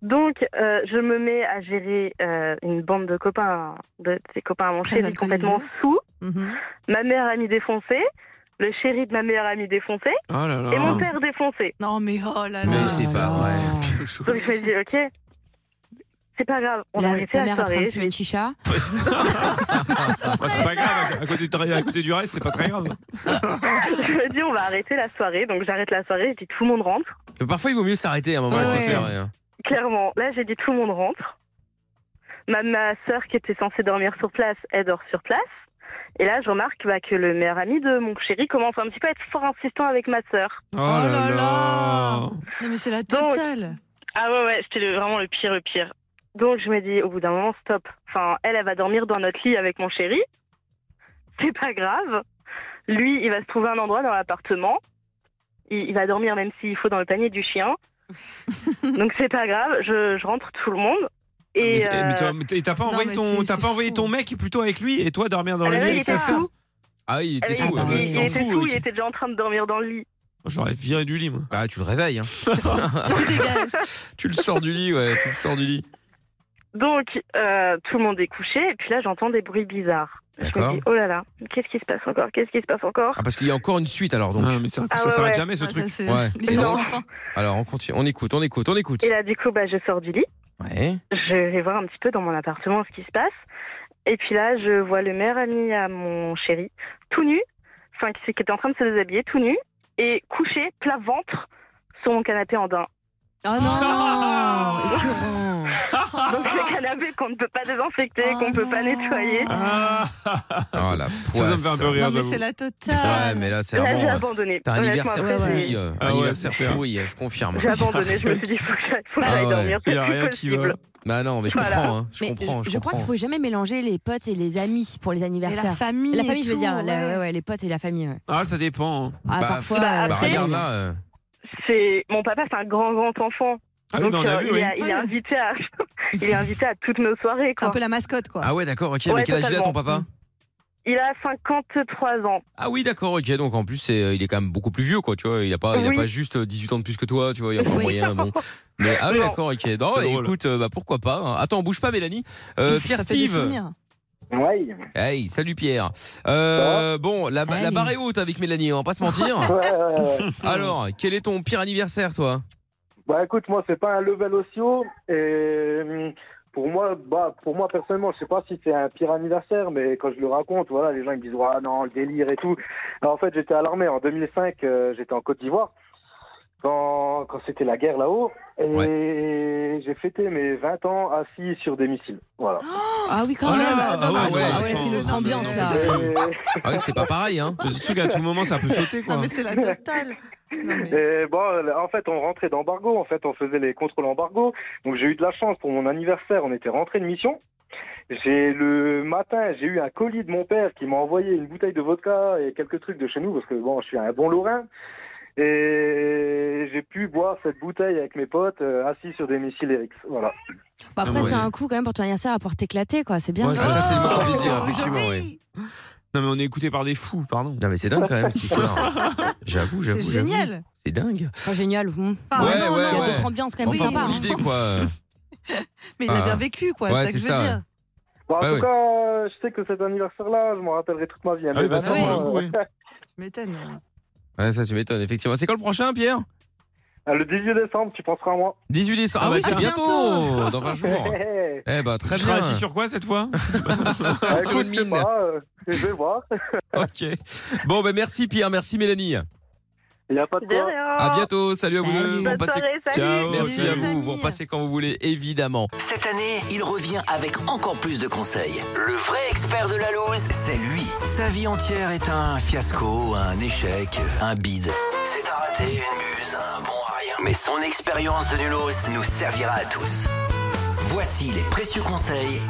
J: Donc euh, je me mets à gérer euh, une bande de copains, de ses copains à mon chéri complètement sous,
F: Mhm.
J: ma mère amie défoncée, le chéri de ma meilleure amie défoncé,
E: Oh là là.
J: et mon père défoncé.
D: Non mais oh là là.
C: Mais c'est pas vrai.
J: Donc je me dis ok, c'est pas grave, on
F: La-
J: va arrêter
F: ta
J: la
F: mère est en train de
J: soirée,
F: fumer une chicha.
E: Bah, c'est pas grave. À côté, de- à côté du reste, c'est pas très grave.
J: je me dis on va arrêter la soirée, donc j'arrête la soirée, je dis tout le monde rentre.
C: Mais Parfois, il vaut mieux s'arrêter à un moment.
J: Ouais,
C: c'est
J: ouais.
C: clair, ouais, hein.
J: Clairement, là j'ai dit tout le monde rentre. Ma, ma soeur qui était censée dormir sur place, elle dort sur place. Et là je remarque bah, que le meilleur ami de mon chéri commence un petit peu à être fort insistant avec ma soeur.
E: Oh, là là.
D: Non mais c'est la totale.
J: Ah ouais ouais, c'était le- vraiment le pire, le pire. Donc je me dis au bout d'un moment stop. Enfin, elle, elle va dormir dans notre lit avec mon chéri. C'est pas grave. Lui, il va se trouver un endroit dans l'appartement. Il, il va dormir même s'il faut dans le panier du chien. Donc c'est pas grave, je, je rentre tout le monde. Et,
E: Mais- eh, mais
J: euh,
E: toi- mais t'as pas
J: Non,
E: envoyé
J: mais
E: ton,
J: c'est-
E: t'as
J: c'est
E: pas envoyé ton mec plutôt avec lui et toi dormir dans le
J: Ah,
E: lit
J: mais il
E: avec ta
J: était
E: sœur.
J: sous.
C: Ah, il était
J: il,
C: sous.
J: il- il
C: ouais,
J: était
C: t'en fous,
J: fou, il était déjà en train de dormir dans le lit.
E: Je l'aurais viré du lit, moi.
C: Ah, tu le réveilles. Hein. tu le sors du lit, ouais. Tu le sors du lit.
J: Donc euh, tout le monde est couché et puis là j'entends des bruits bizarres. Je me
C: D'accord.
J: dis oh là là, qu'est-ce qui se passe encore Qu'est-ce qui se passe encore
C: Ah, parce qu'il y a encore une suite alors donc.
E: mais ça,
J: Ah ça ouais, s'arrête ouais. jamais, ce Ah, ça,
C: truc.
J: c'est-
C: ouais.
J: les
C: Donc,
J: enfants.
C: alors on continue, on écoute, on écoute, on écoute.
J: Et là du coup bah je sors du lit.
C: Ouais.
J: Je vais voir un petit peu dans mon appartement ce qui se passe. Et puis là, je vois le meilleur ami à mon chéri, tout nu, enfin, qui qui était en train de se déshabiller, tout nu, et couché, plat ventre, sur mon canapé en daim.
F: Oh non
J: Donc le canapé qu'on ne peut pas désinfecter, qu'on ne peut pas nettoyer.
C: Ah. Oh la
E: Ah.
C: poisse.
E: me fait un peu rire, Non, mais j'avoue. c'est
J: la
C: totale. Ouais, mais là c'est
J: Là,
C: vraiment.
J: j'ai
C: euh,
J: abandonné.
C: T'as un
J: Honnêtement,
C: anniversaire
J: après,
C: pourri,
J: j'ai-
C: euh,
E: Ah ouais,
C: anniversaire
E: c'est clair.
C: pourri, euh, je confirme. Ah
J: J'ai abandonné, je me suis dit, faut que j'aille faut que j'aille dormir.
E: Il y
J: c'est
E: a
J: plus
E: rien qui
J: possible.
E: va.
C: Bah non, mais je
J: Voilà.
C: comprends, hein, je
F: Mais
C: comprends, je,
F: je crois
C: comprends.
F: qu'il faut jamais mélanger les potes et les amis pour les anniversaires.
D: famille
F: La
D: et
F: famille, je veux
D: tout,
F: dire. la-
D: ouais.
F: ouais, ouais, les potes et la famille. ouais.
E: Ah, ça dépend. hein.
F: Ah, Bah, parfois,
J: bah, euh,
C: Bah
J: c'est-
C: regarde là. euh,
J: c'est mon papa, c'est un grand grand enfant.
C: Ah oui,
J: Donc, euh,
C: bah, on a vu,
J: il,
C: oui.
J: a- il est invité à, il est invité à toutes nos soirées.
D: C'est un peu la mascotte quoi.
C: Ah ouais, d'accord, ok.
J: Ouais,
C: mais quel âge il a
J: totalement.
C: ton papa
J: Il a 53 ans.
C: Ah oui, d'accord, ok. Donc en plus, c'est- euh, il est quand même beaucoup plus vieux, quoi. Tu vois, il a pas, il a
J: Oui.
C: pas juste 18 ans de plus que toi, tu vois. Il y a encore
J: Oui.
C: moyen. Bon. Mais ah oui,
J: Non.
C: d'accord, ok. Non,
E: C'est drôle.
C: écoute, euh, bah pourquoi pas. hein. Attends, bouge pas, Mélanie. Euh, Pierre Steve.
R: Ouais.
C: Hey, salut Pierre. Euh, bon, la, la barre est haute avec Mélanie, on va pas se mentir. Alors, quel est ton pire anniversaire, toi
K: Bah écoute, moi c'est pas un level ossio et hum, pour moi, bah pour moi personnellement, je sais pas si c'est un pire anniversaire, mais quand je le raconte, voilà, les gens ils me disent ah non le délire et tout. Alors, en fait, j'étais à l'armée en 2005, euh, j'étais en Côte d'Ivoire quand quand c'était la guerre là-haut et j'ai fêté mes 20 ans assis sur des missiles. Voilà.
F: Ah oui, quand
E: Oh
F: même.
E: là là, ah ouais,
F: Ah
E: ouais,
F: ah ouais, là, c'est une
E: attends,
F: autre ambiance, là.
C: Ouais, c'est pas pareil, hein.
E: Surtout qu'à tout moment, ça peut sauter, quoi.
D: c'est la totale.
K: Et bon, en fait, on rentrait d'embargo. En fait, on faisait les contrôles embargo. Donc, j'ai eu de la chance pour mon anniversaire. On était rentré de mission. J'ai le matin, j'ai eu un colis de mon père qui m'a envoyé une bouteille de vodka et quelques trucs de chez nous parce que bon, je suis un bon Lorrain. Et j'ai pu boire cette bouteille avec mes potes euh, assis sur des missiles Erix. Voilà.
F: Bon, après,
K: Ah ouais.
F: c'est un coup quand même pour ton anniversaire à pouvoir t'éclater, quoi. C'est bien.
E: Ouais, ça, ça, c'est le moment de le dire,
F: Oh,
E: effectivement, oui. Non, mais on est écouté par des fous, pardon.
C: Non, mais c'est dingue quand même cette histoire. J'avoue, j'avoue. j'avoue. C'est dingue.
F: Oh, génial. hum.
C: Enfin, Ouais, Ah non, ouais,
F: Il y a
C: ouais.
F: d'autres ambiances quand même
C: Enfin,
F: sympa. hein.
C: pour l'idée, quoi.
D: Mais
C: il a Ah. bien vécu, quoi, c'est Ouais, ça que c'est je veux ça. dire.
K: Bon, en
C: Bah
K: tout
C: oui.
K: cas, euh, je sais que cet anniversaire-là, je m'en rappellerai toute ma vie. hein,
C: Ah oui,
K: mes
C: bah ça,
K: 20 ans,
C: pour le coup,
K: euh,
C: Ouais, ça, tu m'étonnes, effectivement. C'est quand le prochain, Pierre
K: Ah, Le 18 décembre, tu penseras à moi.
C: 18 décembre. Ah, oui, c'est bientôt Oh, Dans 20 jours. Eh ben, très
E: Tu
C: bien. Ah,
E: seras assis sur quoi cette fois Ah,
C: Sur une mine.
K: euh, Je vais voir.
C: Ok. Bon, ben merci Pierre, merci Mélanie.
K: Il a pas de quoi.
C: À bientôt, salut à vous deux.
K: Bonne
C: Vous repassez-
K: soirée, salut.
C: Ciao, merci
K: Bisous,
C: à
K: les
C: vous. Vous repassez quand vous voulez, évidemment.
B: Cette année, il revient avec encore plus de conseils. Le vrai expert de la loose, c'est lui. Sa vie entière est un fiasco, un échec, un bide. C'est un raté, une muse, un bon à rien. Mais son expérience de nulos nous servira à tous. Voici les précieux conseils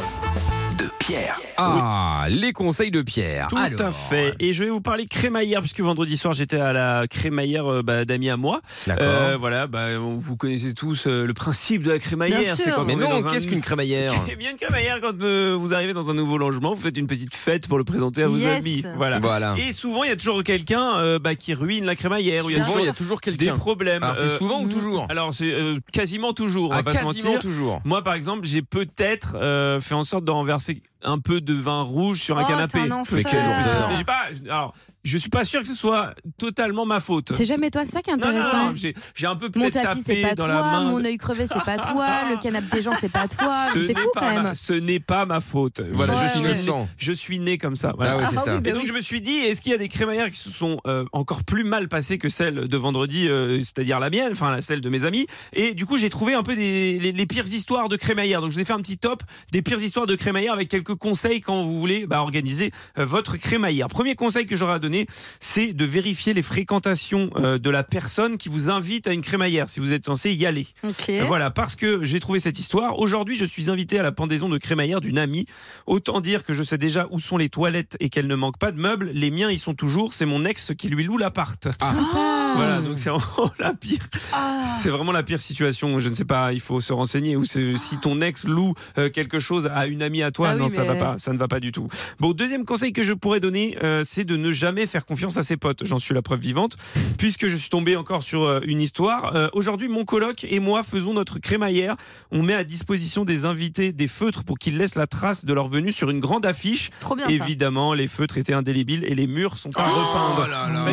B: de Pierre.
C: Ah, les conseils de Pierre.
E: Tout
C: Alors,
E: à fait. Et je vais vous parler crémaillère, puisque vendredi soir, j'étais à la crémaillère euh, bah, d'amis à moi.
C: D'accord.
E: Euh, voilà, bah, on- vous connaissez tous euh, le principe de la
C: Bien
E: crémaillère.
C: sûr. Mais non, qu'est-ce qu'une crémaillère
E: Eh bien, une crémaillère, quand euh, vous arrivez dans un nouveau logement, vous faites une petite fête pour le présenter à vos
C: Yes.
E: amis. Voilà.
C: Voilà.
E: Et souvent, il y a toujours quelqu'un euh, bah, qui ruine la crémaillère. ou
C: Souvent, il y a toujours quelqu'un.
E: Des problèmes.
C: Alors, c'est souvent ou
E: mm.
C: toujours
E: Alors, c'est euh, quasiment toujours. on
C: Ah,
E: va pas se
C: quasiment
E: mentir.
C: toujours.
E: Moi, par exemple, j'ai peut-être euh, fait en sorte de renverser un peu de vin rouge sur un
C: Oh,
E: canapé.
C: t'es un enfer. Mais quel lourdeur.
E: Mais j'ai pas. Alors, je suis pas sûr que ce soit totalement ma faute.
F: C'est jamais toi, c'est ça qui est
E: Non, non,
F: intéressant.
E: non, j'ai j'ai un peu
F: Mon
E: peut-être
F: tapis, c'est
E: tapé
F: pas
E: dans
F: toi.
E: la main.
F: Mon œil crevé, c'est pas toi. Le canapé des gens, c'est pas toi.
E: Ce
F: C'est
E: n'est
F: fou
E: pas
F: quand
E: ma-
F: même.
E: ce n'est pas ma faute. Voilà,
C: Ouais,
E: je suis
C: ouais.
E: né-
C: Innocent.
E: Je suis né comme ça. Voilà.
C: Ah ouais, c'est Ah ça. oui, bah
E: Et donc
C: oui.
E: je me suis dit, est-ce qu'il y a des crémaillères qui se sont euh, encore plus mal passées que celles de vendredi, euh, c'est-à-dire la mienne, enfin la- celle de mes amis. Et du coup, j'ai trouvé un peu des- les, les pires histoires de crémaillères. Donc je vous ai fait un petit top des pires histoires de crémaillères avec quelques conseils quand vous voulez bah, organiser euh, votre crémaillère. Premier conseil que j'aurais à donner, c'est de vérifier les fréquentations euh, de la personne qui vous invite à une crémaillère si vous êtes censé y aller.
D: Ok.
E: Euh, Voilà, parce que j'ai trouvé cette histoire. Aujourd'hui, je suis invité à la pendaison de crémaillère d'une amie. Autant dire que je sais déjà où sont les toilettes et qu'elle ne manque pas de meubles. Les miens, ils sont toujours. C'est mon ex qui lui loue l'appart. Voilà, donc c'est vraiment la pire.
C: Ah.
E: C'est vraiment la pire situation. Je ne sais pas, il faut se renseigner. Ou c'est- si ton ex loue euh, quelque chose à une amie à toi,
C: Ah oui,
E: non, ça
C: mais-
E: va pas, ça ne va pas du tout. Bon, deuxième conseil que je pourrais donner, euh, c'est de ne jamais faire confiance à ses potes. J'en suis la preuve vivante, puisque je suis tombé encore sur euh, une histoire. Euh, Aujourd'hui, mon coloc et moi faisons notre crémaillère. On met à disposition des invités des feutres pour qu'ils laissent la trace de leur venue sur une grande affiche.
D: Trop bien, ça. Oh
E: Évidemment, les feutres étaient indélébiles et les murs sont à repeindre. Mais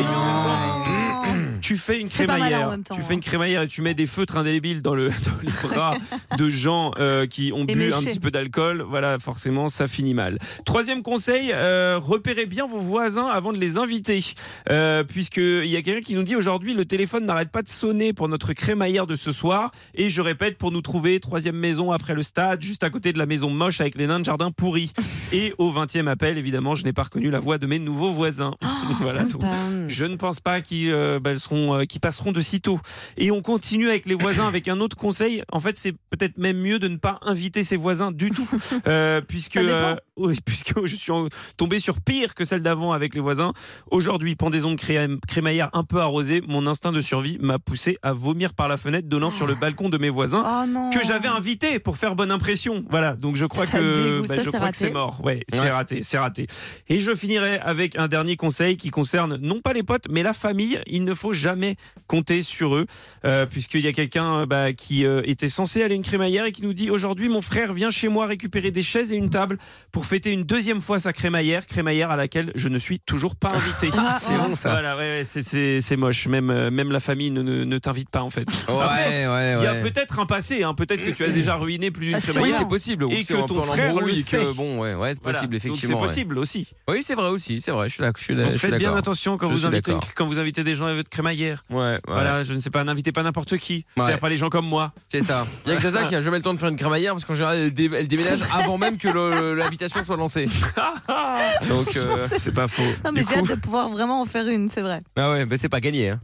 E: en même temps, tu fais une
D: C'est pas malin
E: crémaillère.
D: en même temps, hein.
E: tu fais une crémaillère et tu mets des feutres indélébiles dans, le, dans les bras de gens euh, qui ont
C: Et
E: bu un
C: méchés.
E: petit peu d'alcool. Voilà, forcément, ça finit mal. Troisième conseil, euh, repérez bien vos voisins avant de les inviter. Euh, Puisqu'il y a quelqu'un qui nous dit aujourd'hui, le téléphone n'arrête pas de sonner pour notre crémaillère de ce soir. Et je répète, pour nous trouver, troisième maison après le stade, juste à côté de la maison moche avec les nains de jardin pourris. Et au 20e appel, évidemment, je n'ai pas reconnu la voix de mes nouveaux voisins.
D: Ah,
E: voilà tout.
C: Mmh.
E: Je ne pense pas qu'ils euh, bah, elles seront, euh, qu'ils passeront de sitôt. Et on continue avec les voisins avec un autre conseil. En fait, c'est peut-être même mieux de ne pas inviter ses voisins du tout, Euh, puisque euh, oui, puisque je suis en- tombé sur pire que celle d'avant avec les voisins. Aujourd'hui, pendaison de crème- crémaillère un peu arrosée, mon instinct de survie m'a poussé à vomir par la fenêtre donnant sur le
C: Ah.
E: balcon de mes voisins
C: Oh
E: que j'avais invité pour faire bonne impression. Voilà, donc je crois
C: Ça
E: que
C: dégoûte,
E: bah,
C: ça,
E: je
C: c'est
E: crois que c'est
C: raté.
E: mort. Ouais, c'est
C: Ouais.
E: raté, c'est raté. Et je finirai avec un dernier conseil qui concerne non pas les potes, mais la famille. Il ne faut jamais compter sur eux, euh, puisqu'il y a quelqu'un euh, bah, qui euh, était censé aller à une crémaillère et qui nous dit aujourd'hui mon frère vient chez moi récupérer des chaises et une table pour fêter une deuxième fois sa crémaillère, crémaillère à laquelle je ne suis toujours pas invité.
C: Ah, c'est bon, ça.
E: Voilà, ouais, ouais, c'est- c'est c'est moche. Même euh, même la famille ne, ne- ne t'invite pas en fait.
C: Ouais,
E: Après, Il
C: ouais,
E: y a
C: ouais. Ah,
E: peut-être un passé, hein, peut-être que tu as déjà ruiné plus d'une
C: Oui,
E: crémaillère.
C: c'est possible.
E: Et que ton frère le sait.
C: bon, ouais, ouais, c'est
E: Voilà.
C: possible,
E: Donc, c'est
C: effectivement. ouais.
E: possible aussi.
C: Oui, c'est vrai aussi, c'est vrai. Je suis là, je suis là-
E: Donc
C: je suis
E: faites bien
C: d'accord.
E: attention quand
C: Je
E: vous,
C: suis
E: invitez,
C: d'accord.
E: quand vous invitez des gens à votre crémaillère.
C: Ouais,
E: Voilà, je ne sais pas, n'invitez pas n'importe qui. C'est-à-dire pas les gens comme moi.
C: C'est ça. Il y a que Zaza qui a jamais le temps de faire une crémaillère parce qu'en général, Ah, elle, dé- elle déménage avant même que le- l'habitation soit lancée. Donc, euh, c'est
E: pas faux.
D: Non, mais j'ai hâte de pouvoir vraiment en faire une, c'est vrai.
C: Ah ouais, mais c'est pas gagné. Hein.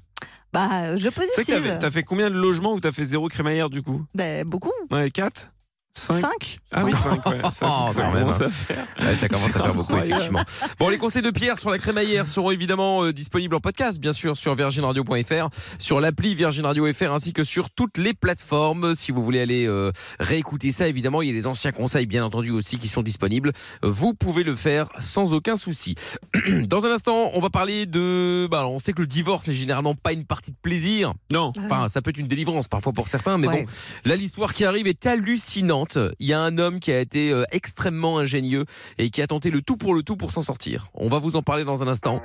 D: Bah, je
E: Tu sais que t'avais-
D: positive.
E: t'as fait combien de logements où t'as fait zéro crémaillère du coup
D: Bah, beaucoup.
E: Ouais, 4 Cinq.
D: Cinq
E: Ah oui, 5, ouais. Ça,
C: Oh,
E: ça
C: quand même,
E: commence
C: hein.
E: à faire.
C: Ouais, ça commence à
E: C'est
C: faire beaucoup,
E: incroyable.
C: effectivement. Bon, les conseils de Pierre sur la crémaillère seront évidemment euh, disponibles en podcast, bien sûr, sur virginradio.fr, sur l'appli Virgin Radio FR, ainsi que sur toutes les plateformes. Si vous voulez aller euh, réécouter ça, évidemment, il y a les anciens conseils, bien entendu, aussi, qui sont disponibles. Vous pouvez le faire sans aucun souci. Dans un instant, on va parler de... Bah, alors, on sait que le divorce n'est généralement pas une partie de plaisir. Non. Enfin, ça peut être une délivrance, parfois, pour certains, mais
E: Ouais.
C: bon. Là, l'histoire qui arrive est hallucinante. Il y a un homme qui a été euh, extrêmement ingénieux et qui a tenté le tout pour le tout pour s'en sortir. On va vous en parler dans un instant.